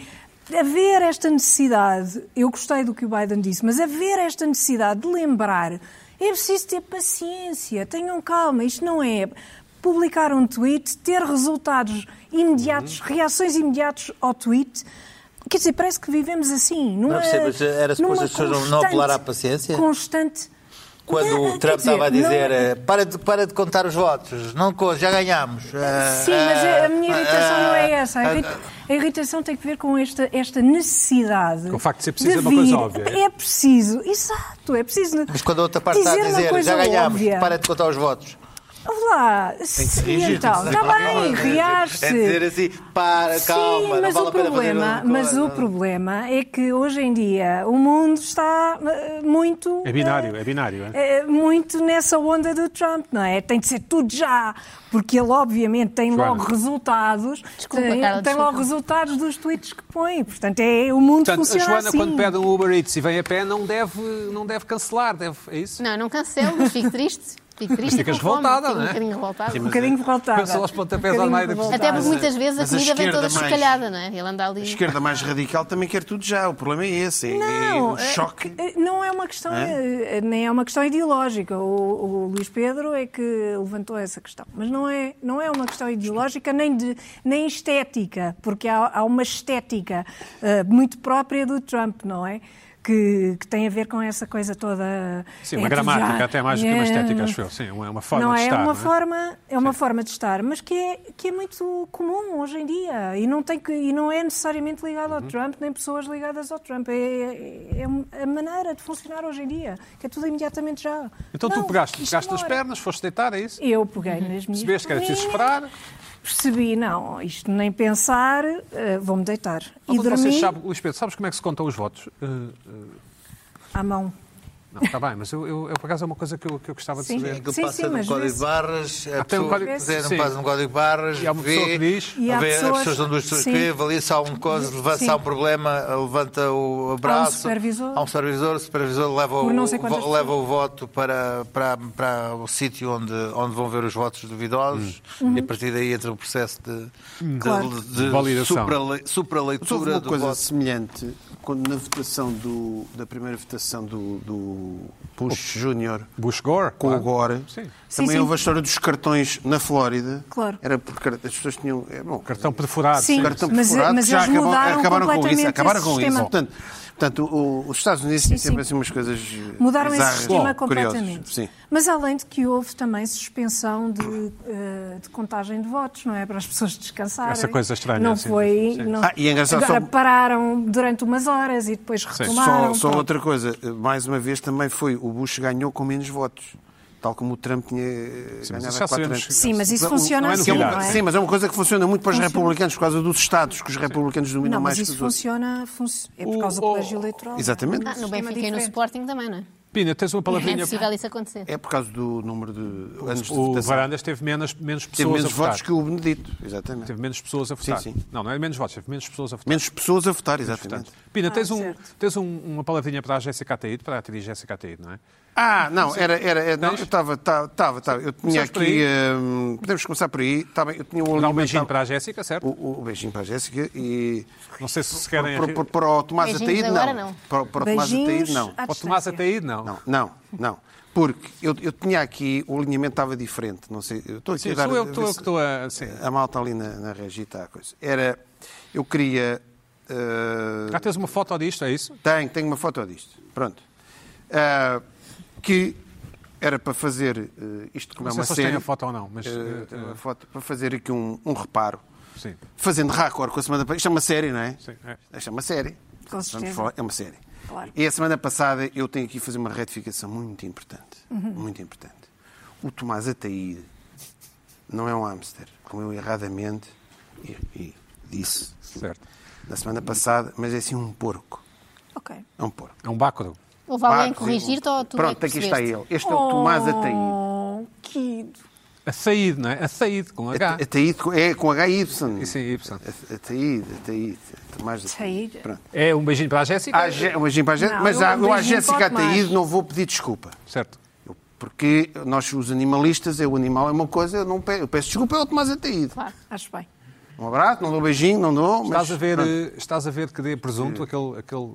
[SPEAKER 4] e haver esta necessidade, eu gostei do que o Biden disse, mas haver esta necessidade de lembrar, é preciso ter paciência, tenham calma, isto não é publicar um tweet, ter resultados imediatos,
[SPEAKER 3] Uhum.
[SPEAKER 4] reações imediatas ao tweet. Quer dizer, parece que vivemos assim, numa
[SPEAKER 3] Não percebo, mas era suposto
[SPEAKER 4] numa
[SPEAKER 3] as pessoas não- não apelar à
[SPEAKER 4] constante-
[SPEAKER 3] paciência?
[SPEAKER 4] Constante.
[SPEAKER 3] Quando
[SPEAKER 4] Não,
[SPEAKER 3] o
[SPEAKER 4] quer
[SPEAKER 3] Trump estava a dizer
[SPEAKER 4] não-
[SPEAKER 3] eh, para, de, para de contar os votos, não coisa, já ganhámos. eh,
[SPEAKER 4] Sim, mas a a minha
[SPEAKER 3] eh,
[SPEAKER 4] irritação não é essa. A,
[SPEAKER 3] eh,
[SPEAKER 4] irrita- a irritação tem que ver com esta, esta necessidade.
[SPEAKER 1] Com o facto de ser preciso é uma
[SPEAKER 4] vir.
[SPEAKER 1] coisa óbvia.
[SPEAKER 4] É preciso, exato, é preciso.
[SPEAKER 3] Mas quando a outra parte está a
[SPEAKER 4] uma
[SPEAKER 3] dizer
[SPEAKER 4] coisa
[SPEAKER 3] já ganhámos,
[SPEAKER 4] óbvia.
[SPEAKER 3] para de contar os votos.
[SPEAKER 4] Ouve lá, sim, então, está bem,
[SPEAKER 3] É dizer
[SPEAKER 4] reage-se.
[SPEAKER 3] assim,
[SPEAKER 1] Ah,
[SPEAKER 3] para, calma,
[SPEAKER 4] Sim,
[SPEAKER 3] não
[SPEAKER 4] mas
[SPEAKER 3] vale
[SPEAKER 4] o
[SPEAKER 3] a pena fazer
[SPEAKER 4] problema,
[SPEAKER 1] um
[SPEAKER 3] outra
[SPEAKER 4] mas o
[SPEAKER 3] coisa.
[SPEAKER 4] problema é que hoje em dia o mundo está eh, muito
[SPEAKER 1] É binário,
[SPEAKER 4] eh,
[SPEAKER 1] é binário, é?
[SPEAKER 4] eh, muito nessa onda do Trump, não é? Tem de ser tudo já, porque ele obviamente tem
[SPEAKER 1] Joana.
[SPEAKER 4] logo resultados,
[SPEAKER 5] Desculpa,
[SPEAKER 4] tem, tem
[SPEAKER 5] Carla, desculpa.
[SPEAKER 4] logo resultados dos tweets que põe, portanto é o mundo
[SPEAKER 1] Portanto, a
[SPEAKER 4] funciona
[SPEAKER 1] Joana,
[SPEAKER 4] assim.
[SPEAKER 1] quando pede um Uber Eats e vem a pé, não deve, não deve cancelar, deve, é isso?
[SPEAKER 5] Não, não cancelo, mas fico triste. Fico triste
[SPEAKER 1] Ficas
[SPEAKER 5] e com fome.
[SPEAKER 1] revoltada,
[SPEAKER 5] Fico
[SPEAKER 1] não
[SPEAKER 5] um
[SPEAKER 1] é?
[SPEAKER 5] bocadinho revoltada.
[SPEAKER 4] um bocadinho revoltada.
[SPEAKER 1] eh, Pensa aos pontapés
[SPEAKER 4] Um
[SPEAKER 1] ao
[SPEAKER 4] bocadinho
[SPEAKER 1] meio da
[SPEAKER 4] revoltada.
[SPEAKER 5] Até porque muitas vezes a
[SPEAKER 2] Mas a
[SPEAKER 5] comida vem
[SPEAKER 2] esquerda
[SPEAKER 5] toda
[SPEAKER 2] mais.
[SPEAKER 5] chocalhada, não é? Ele anda ali.
[SPEAKER 2] A esquerda mais radical também quer tudo já. O problema é esse. É, é
[SPEAKER 4] Não,
[SPEAKER 2] o
[SPEAKER 4] é-
[SPEAKER 2] choque.
[SPEAKER 4] é- não é uma questão, é- nem é uma questão ideológica. O, o Luís Pedro é que levantou essa questão. Mas não é, não é uma questão ideológica nem, de, nem estética, porque há, há uma estética eh, muito própria do Trump, não é? Que, que tem a ver com essa coisa toda.
[SPEAKER 1] Sim, uma
[SPEAKER 4] é tudo já.
[SPEAKER 1] gramática, até mais do que uma
[SPEAKER 4] É,
[SPEAKER 1] estética, acho eu. Sim, é uma forma
[SPEAKER 4] não
[SPEAKER 1] de
[SPEAKER 4] é
[SPEAKER 1] estar.
[SPEAKER 4] uma
[SPEAKER 1] não é?
[SPEAKER 4] forma é uma forma de estar mas que é que é muito comum hoje em dia e não tem que e não é necessariamente ligado
[SPEAKER 1] Uhum.
[SPEAKER 4] ao Trump nem pessoas ligadas ao Trump é, é- é a maneira de funcionar hoje em dia que é tudo imediatamente já
[SPEAKER 1] Então
[SPEAKER 4] Não,
[SPEAKER 1] tu pegaste,
[SPEAKER 4] isto
[SPEAKER 1] pegaste nas
[SPEAKER 4] demora.
[SPEAKER 1] pernas, foste deitar, é isso?
[SPEAKER 4] eu peguei nas minhas
[SPEAKER 1] Percebeste que era preciso
[SPEAKER 4] perninhas,
[SPEAKER 1] esperar.
[SPEAKER 4] percebi não isto nem pensar eh, vou-me deitar e
[SPEAKER 1] Algum de
[SPEAKER 4] dormi
[SPEAKER 1] Vocês sabem, Luís Pedro, sabes como é que se contam os votos? Eh,
[SPEAKER 4] à mão
[SPEAKER 1] à Não, está bem, mas eu, eu, eu, por acaso é uma coisa que eu, que eu gostava
[SPEAKER 4] Sim.
[SPEAKER 1] de saber.
[SPEAKER 3] É que
[SPEAKER 4] Sim,
[SPEAKER 3] passa
[SPEAKER 4] sim,
[SPEAKER 3] de um
[SPEAKER 4] mas
[SPEAKER 3] código
[SPEAKER 4] vê-se.
[SPEAKER 3] de barras, a
[SPEAKER 1] Ah, tem um
[SPEAKER 3] pessoa
[SPEAKER 1] código-
[SPEAKER 3] fazer,
[SPEAKER 1] sim.
[SPEAKER 3] passa de um código de barras,
[SPEAKER 1] E há uma
[SPEAKER 3] vê,
[SPEAKER 1] pessoa que diz-
[SPEAKER 4] E há
[SPEAKER 3] vê, as
[SPEAKER 4] pessoas-
[SPEAKER 3] pessoas são duas pessoas
[SPEAKER 4] sim.
[SPEAKER 3] que vê, se há um coso, levanta, se há um
[SPEAKER 4] Sim. um
[SPEAKER 3] problema, levanta o braço.
[SPEAKER 4] supervisor.
[SPEAKER 3] Há um supervisor, o supervisor leva, o,
[SPEAKER 4] Por não sei quantas
[SPEAKER 3] vo- leva o voto para, para, para o sítio onde, onde vão ver os votos duvidosos e a partir daí entra o processo de, de,
[SPEAKER 4] Hum. Uhum. Claro.
[SPEAKER 3] de
[SPEAKER 1] Validação.
[SPEAKER 3] suprale-
[SPEAKER 2] Mas houve
[SPEAKER 3] supraleitura
[SPEAKER 2] uma
[SPEAKER 3] do
[SPEAKER 2] coisa
[SPEAKER 1] assim.
[SPEAKER 3] voto.
[SPEAKER 2] semelhante quando na votação do, da primeira votação do, do Bush Júnior
[SPEAKER 1] Bush Gore?
[SPEAKER 2] com
[SPEAKER 1] claro.
[SPEAKER 2] o Gore.
[SPEAKER 1] Sim.
[SPEAKER 4] Sim,
[SPEAKER 2] Também
[SPEAKER 4] sim.
[SPEAKER 2] houve a história dos cartões na Flórida.
[SPEAKER 4] Claro.
[SPEAKER 2] Era porque car- as pessoas tinham. É, bom,
[SPEAKER 1] Cartão perfurado.
[SPEAKER 4] Sim.
[SPEAKER 2] cartão
[SPEAKER 4] Mas-
[SPEAKER 2] perfurado,
[SPEAKER 4] mas
[SPEAKER 2] que já
[SPEAKER 4] eles
[SPEAKER 2] acabam-
[SPEAKER 4] mudaram
[SPEAKER 2] acabaram com isso.
[SPEAKER 4] completamente
[SPEAKER 2] Acabaram
[SPEAKER 4] esse
[SPEAKER 2] com isso.
[SPEAKER 4] sistema.
[SPEAKER 2] Portanto, portanto o- os Estados Unidos têm
[SPEAKER 4] Sim,
[SPEAKER 2] sempre
[SPEAKER 4] sim.
[SPEAKER 2] assim umas coisas.
[SPEAKER 4] Mudaram esse
[SPEAKER 2] bizarras,
[SPEAKER 4] sistema
[SPEAKER 2] curiosas.
[SPEAKER 4] completamente.
[SPEAKER 2] Sim.
[SPEAKER 4] Mas além de que houve também suspensão de, eh, de contagem de votos, não é? Para as pessoas descansarem.
[SPEAKER 1] Essa coisa estranha,
[SPEAKER 4] Não
[SPEAKER 1] sim,
[SPEAKER 4] foi.
[SPEAKER 1] sim.
[SPEAKER 4] Não...
[SPEAKER 2] Ah, e é engraçado,
[SPEAKER 4] Agora
[SPEAKER 2] só-
[SPEAKER 4] pararam durante umas horas e depois
[SPEAKER 2] Só,
[SPEAKER 4] retomaram.
[SPEAKER 2] só
[SPEAKER 4] pronto.
[SPEAKER 2] outra coisa, mais uma vez também foi o Bush ganhou com menos votos, tal como o Trump tinha eh,
[SPEAKER 1] mas
[SPEAKER 2] ganhado
[SPEAKER 1] isso já
[SPEAKER 2] há quatro
[SPEAKER 1] sabemos.
[SPEAKER 2] anos.
[SPEAKER 4] Sim, mas isso
[SPEAKER 1] Não-
[SPEAKER 4] funciona
[SPEAKER 1] não é
[SPEAKER 4] assim,
[SPEAKER 1] novidade.
[SPEAKER 4] não é?
[SPEAKER 2] Sim, mas é uma coisa que funciona muito para os
[SPEAKER 4] Funciona.
[SPEAKER 2] republicanos por causa dos estados que os republicanos dominam
[SPEAKER 4] Não,
[SPEAKER 2] mais
[SPEAKER 4] mas
[SPEAKER 2] que
[SPEAKER 4] isso
[SPEAKER 2] os outros.
[SPEAKER 4] funciona, funci- é
[SPEAKER 1] O-
[SPEAKER 4] por causa do
[SPEAKER 1] o-
[SPEAKER 4] colégio eleitoral.
[SPEAKER 2] Exatamente.
[SPEAKER 5] Ah, no
[SPEAKER 4] Sistema
[SPEAKER 5] Benfica e no
[SPEAKER 4] diferente.
[SPEAKER 5] Sporting também, não é?
[SPEAKER 1] Pina, tens uma
[SPEAKER 5] É
[SPEAKER 1] palavrinha.
[SPEAKER 5] possível isso acontecer.
[SPEAKER 2] É por causa do número de anos de
[SPEAKER 1] O
[SPEAKER 2] votação.
[SPEAKER 1] Varandas teve menos, menos pessoas
[SPEAKER 2] Teve menos
[SPEAKER 1] a votar.
[SPEAKER 2] votos que o Benedito. Exatamente.
[SPEAKER 1] Teve menos pessoas a votar.
[SPEAKER 2] sim.
[SPEAKER 1] Não, não é menos votos, teve menos pessoas a votar.
[SPEAKER 2] Menos pessoas a votar, exatamente.
[SPEAKER 1] Pina, tens, um,
[SPEAKER 4] certo.
[SPEAKER 1] tens um- uma palavrinha para a Jéssica Ataíde, para a atriz Jéssica Ataíde, não é?
[SPEAKER 2] Ah, não, era, era, era- não,
[SPEAKER 1] Tens?
[SPEAKER 2] eu estava, estava, estava, eu tinha
[SPEAKER 1] Começaste por
[SPEAKER 2] aqui,
[SPEAKER 1] aí?
[SPEAKER 2] hum, podemos começar por aí, Tá bem, eu tinha um
[SPEAKER 1] Dá um beijinho para a Jéssica, certo?
[SPEAKER 2] O, o beijinho para a Jéssica e
[SPEAKER 1] Não sei se é assim. se querem...
[SPEAKER 2] Para, para- para o Tomás
[SPEAKER 5] Beijinhos
[SPEAKER 2] Ataíde,
[SPEAKER 5] agora,
[SPEAKER 2] não.
[SPEAKER 5] não.
[SPEAKER 2] Para, para o Tomás
[SPEAKER 4] Beijinhos
[SPEAKER 2] Ataíde, não.
[SPEAKER 4] à
[SPEAKER 1] Para o Tomás
[SPEAKER 4] distância.
[SPEAKER 1] Ataíde, não.
[SPEAKER 2] Não, não, não. Porque eu, eu tinha aqui, o alinhamento estava diferente. Não sei, eu estou aqui
[SPEAKER 1] Sim,
[SPEAKER 2] a dar...
[SPEAKER 1] sou eu,
[SPEAKER 2] a
[SPEAKER 1] sou
[SPEAKER 2] ver
[SPEAKER 1] eu
[SPEAKER 2] se-
[SPEAKER 1] que estou a... Sim.
[SPEAKER 2] A malta ali na, na regita, a coisa. Era, eu queria... eh,
[SPEAKER 1] Já Ah, tens uma foto disto, é isso?
[SPEAKER 2] tenho, tenho uma foto disto. Pronto. Ah, que era para fazer eh, isto como
[SPEAKER 1] Não
[SPEAKER 2] é
[SPEAKER 1] sei
[SPEAKER 2] uma
[SPEAKER 1] se eles têm
[SPEAKER 2] série...
[SPEAKER 1] a foto ou não, mas...
[SPEAKER 2] eh,
[SPEAKER 1] eh,
[SPEAKER 2] tenho uma foto para fazer aqui um, um reparo.
[SPEAKER 1] Sim.
[SPEAKER 2] Fazendo raccord com a semana... pa- Isto é uma série, não é?
[SPEAKER 1] Sim, é.
[SPEAKER 2] Isto é uma série.
[SPEAKER 4] Com certeza.
[SPEAKER 2] Vamos falar, é uma série.
[SPEAKER 4] Claro.
[SPEAKER 2] E a semana passada eu tenho aqui fazer uma retificação muito importante.
[SPEAKER 4] Uhum.
[SPEAKER 2] Muito importante. O Tomás Ataíde não é um hamster, como eu erradamente e, e disse
[SPEAKER 1] Certo.
[SPEAKER 2] na semana passada, mas é assim um porco.
[SPEAKER 4] Ok.
[SPEAKER 2] É um porco.
[SPEAKER 1] É um bácoro.
[SPEAKER 5] Houve alguém
[SPEAKER 2] Barcos e-
[SPEAKER 5] corrigir-te ou tu é
[SPEAKER 2] Pronto,
[SPEAKER 5] que
[SPEAKER 2] aqui está
[SPEAKER 5] percebeste?
[SPEAKER 2] ele. Este é o Tomás Ataíde.
[SPEAKER 4] Oh, querido.
[SPEAKER 1] Ataíde, não é? Ataíde, com H.
[SPEAKER 2] Ata- Ataíde com- é com HY.
[SPEAKER 1] Isso é Y.
[SPEAKER 2] A- Ataíde, Ataíde. Tomás Ataíde.
[SPEAKER 4] Ataíde.
[SPEAKER 2] Pronto.
[SPEAKER 1] É um beijinho para a Jéssica?
[SPEAKER 2] Há Gé- um beijinho para a Jéssica,
[SPEAKER 4] Não,
[SPEAKER 2] mas
[SPEAKER 4] eu-
[SPEAKER 2] há-
[SPEAKER 4] um
[SPEAKER 2] eu à
[SPEAKER 4] beijinho para o
[SPEAKER 2] Jéssica
[SPEAKER 4] Tomás.
[SPEAKER 2] Ataíde não vou pedir desculpa.
[SPEAKER 1] Certo.
[SPEAKER 2] Eu- Porque nós, os animalistas, eu, o animal é uma coisa, eu, não peço, eu peço desculpa ao Tomás Ataíde.
[SPEAKER 5] Claro.
[SPEAKER 4] Acho bem.
[SPEAKER 2] Um abraço, não dou beijinho, não dou. Mas,
[SPEAKER 1] Estás a ver, eh, estás a ver que dê presunto, aquele... aquele...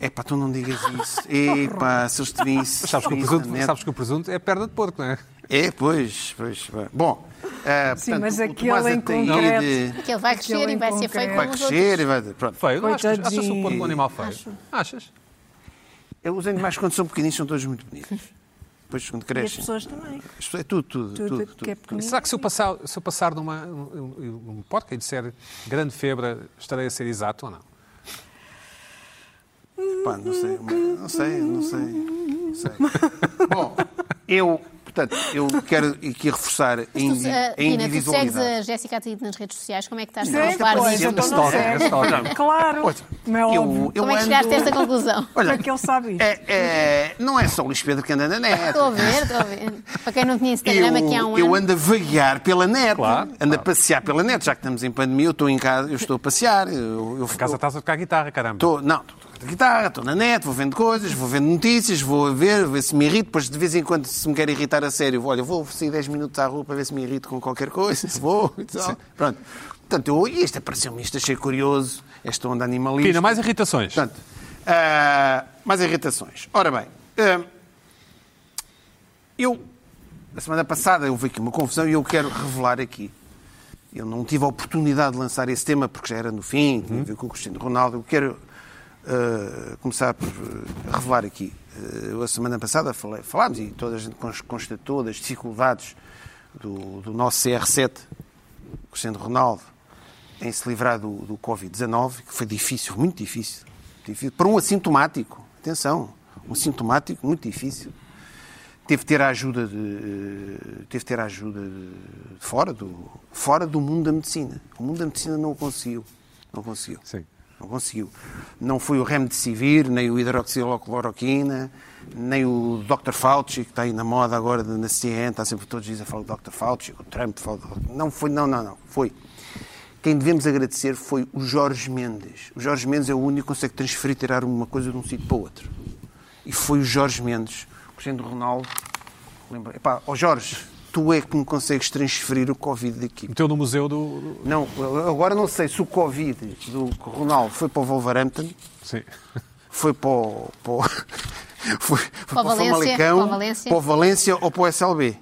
[SPEAKER 1] eh,
[SPEAKER 2] É pá, tu não digas isso. É pá, se eles te vissem.
[SPEAKER 1] Mas sabes que, o
[SPEAKER 2] vissem na
[SPEAKER 1] presunto,
[SPEAKER 2] net.
[SPEAKER 1] sabes que o presunto é perna de porco, não é?
[SPEAKER 2] É, pois, pois. bem. Bom, ah,
[SPEAKER 4] Sim,
[SPEAKER 2] portanto,
[SPEAKER 4] mas
[SPEAKER 2] o
[SPEAKER 4] aquele
[SPEAKER 2] Tomás
[SPEAKER 4] em
[SPEAKER 2] Ataíde
[SPEAKER 4] concreto. é um
[SPEAKER 5] Que ele vai crescer
[SPEAKER 4] Aquele
[SPEAKER 5] e
[SPEAKER 4] em
[SPEAKER 5] vai ser feio
[SPEAKER 4] concreto.
[SPEAKER 5] como
[SPEAKER 2] vai
[SPEAKER 5] os outros.
[SPEAKER 2] crescer e vai. Pronto.
[SPEAKER 1] Feio, não achas? Achas
[SPEAKER 4] Coitadinho.
[SPEAKER 1] o porco um animal feio? Achas?
[SPEAKER 2] É, Os animais, quando são pequeninos, são todos muito bonitos. Depois, quando
[SPEAKER 4] E as
[SPEAKER 2] crescem.
[SPEAKER 4] pessoas também.
[SPEAKER 2] As pessoas- É tudo, tudo, tudo.
[SPEAKER 4] Tudo,
[SPEAKER 2] tudo,
[SPEAKER 4] que é pequenino.
[SPEAKER 1] Hum. Será que se eu passar, se eu passar numa, um, num, num podcast e disser grande febra, estarei a ser exato ou não?
[SPEAKER 2] Pá, não sei, não sei, não sei. Não sei. Bom, eu, portanto, eu quero aqui reforçar a,
[SPEAKER 5] Tu,
[SPEAKER 2] indi
[SPEAKER 5] ah,
[SPEAKER 2] a
[SPEAKER 5] Pina, tu segues
[SPEAKER 2] individualidade.
[SPEAKER 5] a Jéssica Ataíde nas redes sociais, como é que estás
[SPEAKER 4] Sim,
[SPEAKER 5] a falar
[SPEAKER 4] pois,
[SPEAKER 5] disso?
[SPEAKER 4] então não
[SPEAKER 1] Stalker,
[SPEAKER 4] sei.
[SPEAKER 1] stalker.
[SPEAKER 4] Claro.
[SPEAKER 2] Olha,
[SPEAKER 4] Não é óbvio.
[SPEAKER 5] Como é que chegaste a esta conclusão?
[SPEAKER 4] Como é que ele sabe isto?
[SPEAKER 2] É, é, não é só o Luís Pedro que anda na net.
[SPEAKER 5] Estou a ver, estou a ver. Para quem não tinha Instagram aqui há um
[SPEAKER 2] Eu, eu
[SPEAKER 5] ano.
[SPEAKER 2] ando a vaguear pela net,
[SPEAKER 1] Claro,
[SPEAKER 2] ando a
[SPEAKER 1] claro.
[SPEAKER 2] passear pela net, já que estamos em pandemia, eu estou em casa, eu estou a passear, eu, eu
[SPEAKER 1] Por acaso estás a tocar guitarra, caramba.
[SPEAKER 2] Tô, não, estou a guitarra, estou na net, vou vendo coisas, vou vendo notícias, vou ver, ver se me irrito, depois de vez em quando, se me quer irritar a sério, vou, olha, vou sair 10 minutos à rua para ver se me irrito com qualquer coisa, se vou, e tal. Pronto. Portanto, eu, este apareceu-me, isto achei curioso, esta onda animalista.
[SPEAKER 1] Pina, mais irritações.
[SPEAKER 2] Portanto, ah, mais irritações. Ora bem, ah, eu, na semana passada, houve aqui uma confusão e eu quero revelar aqui. Eu não tive a oportunidade de lançar esse tema porque já era no fim, tinha a ver com o Cristiano Ronaldo. Eu quero ah, começar por ah, revelar aqui. Ah, eu, a semana passada falei- falámos e toda a gente cons- constatou das dificuldades do, do nosso CR7, Cristiano Ronaldo, em se livrar do, do Covid-19, que foi difícil, muito difícil, difícil. Para um assintomático, atenção, um assintomático muito difícil. Teve de ter a ajuda de. eh, Teve de ter a ajuda de, fora, do, fora do mundo da medicina. O mundo da medicina não o conseguiu. Não conseguiu.
[SPEAKER 1] Sim.
[SPEAKER 2] Não conseguiu. Não foi o remdesivir, nem o hidroxilocloroquina, nem o Dr. Fauci, que está aí na moda agora na CNN, está sempre todos os dias a falar do Dr. Fauci, o Trump fala do... Não foi, não, não, não. Foi. Quem devemos agradecer foi o Jorge Mendes. O Jorge Mendes é o único que consegue transferir, tirar uma coisa de um sítio para o outro. E foi o Jorge Mendes, o Cristiano Ronaldo, lembra? Epá, ó Jorge, tu é que me consegues transferir o Covid daqui.
[SPEAKER 1] Meteu no museu do. do-
[SPEAKER 2] Não, eu agora não sei se o Covid do Ronaldo foi para o Wolverhampton,
[SPEAKER 1] Sim.
[SPEAKER 2] foi para o. Para o foi, foi para o
[SPEAKER 5] Valência,
[SPEAKER 2] Famalicão,
[SPEAKER 5] para o Valência.
[SPEAKER 2] para o Valência ou para o SLB.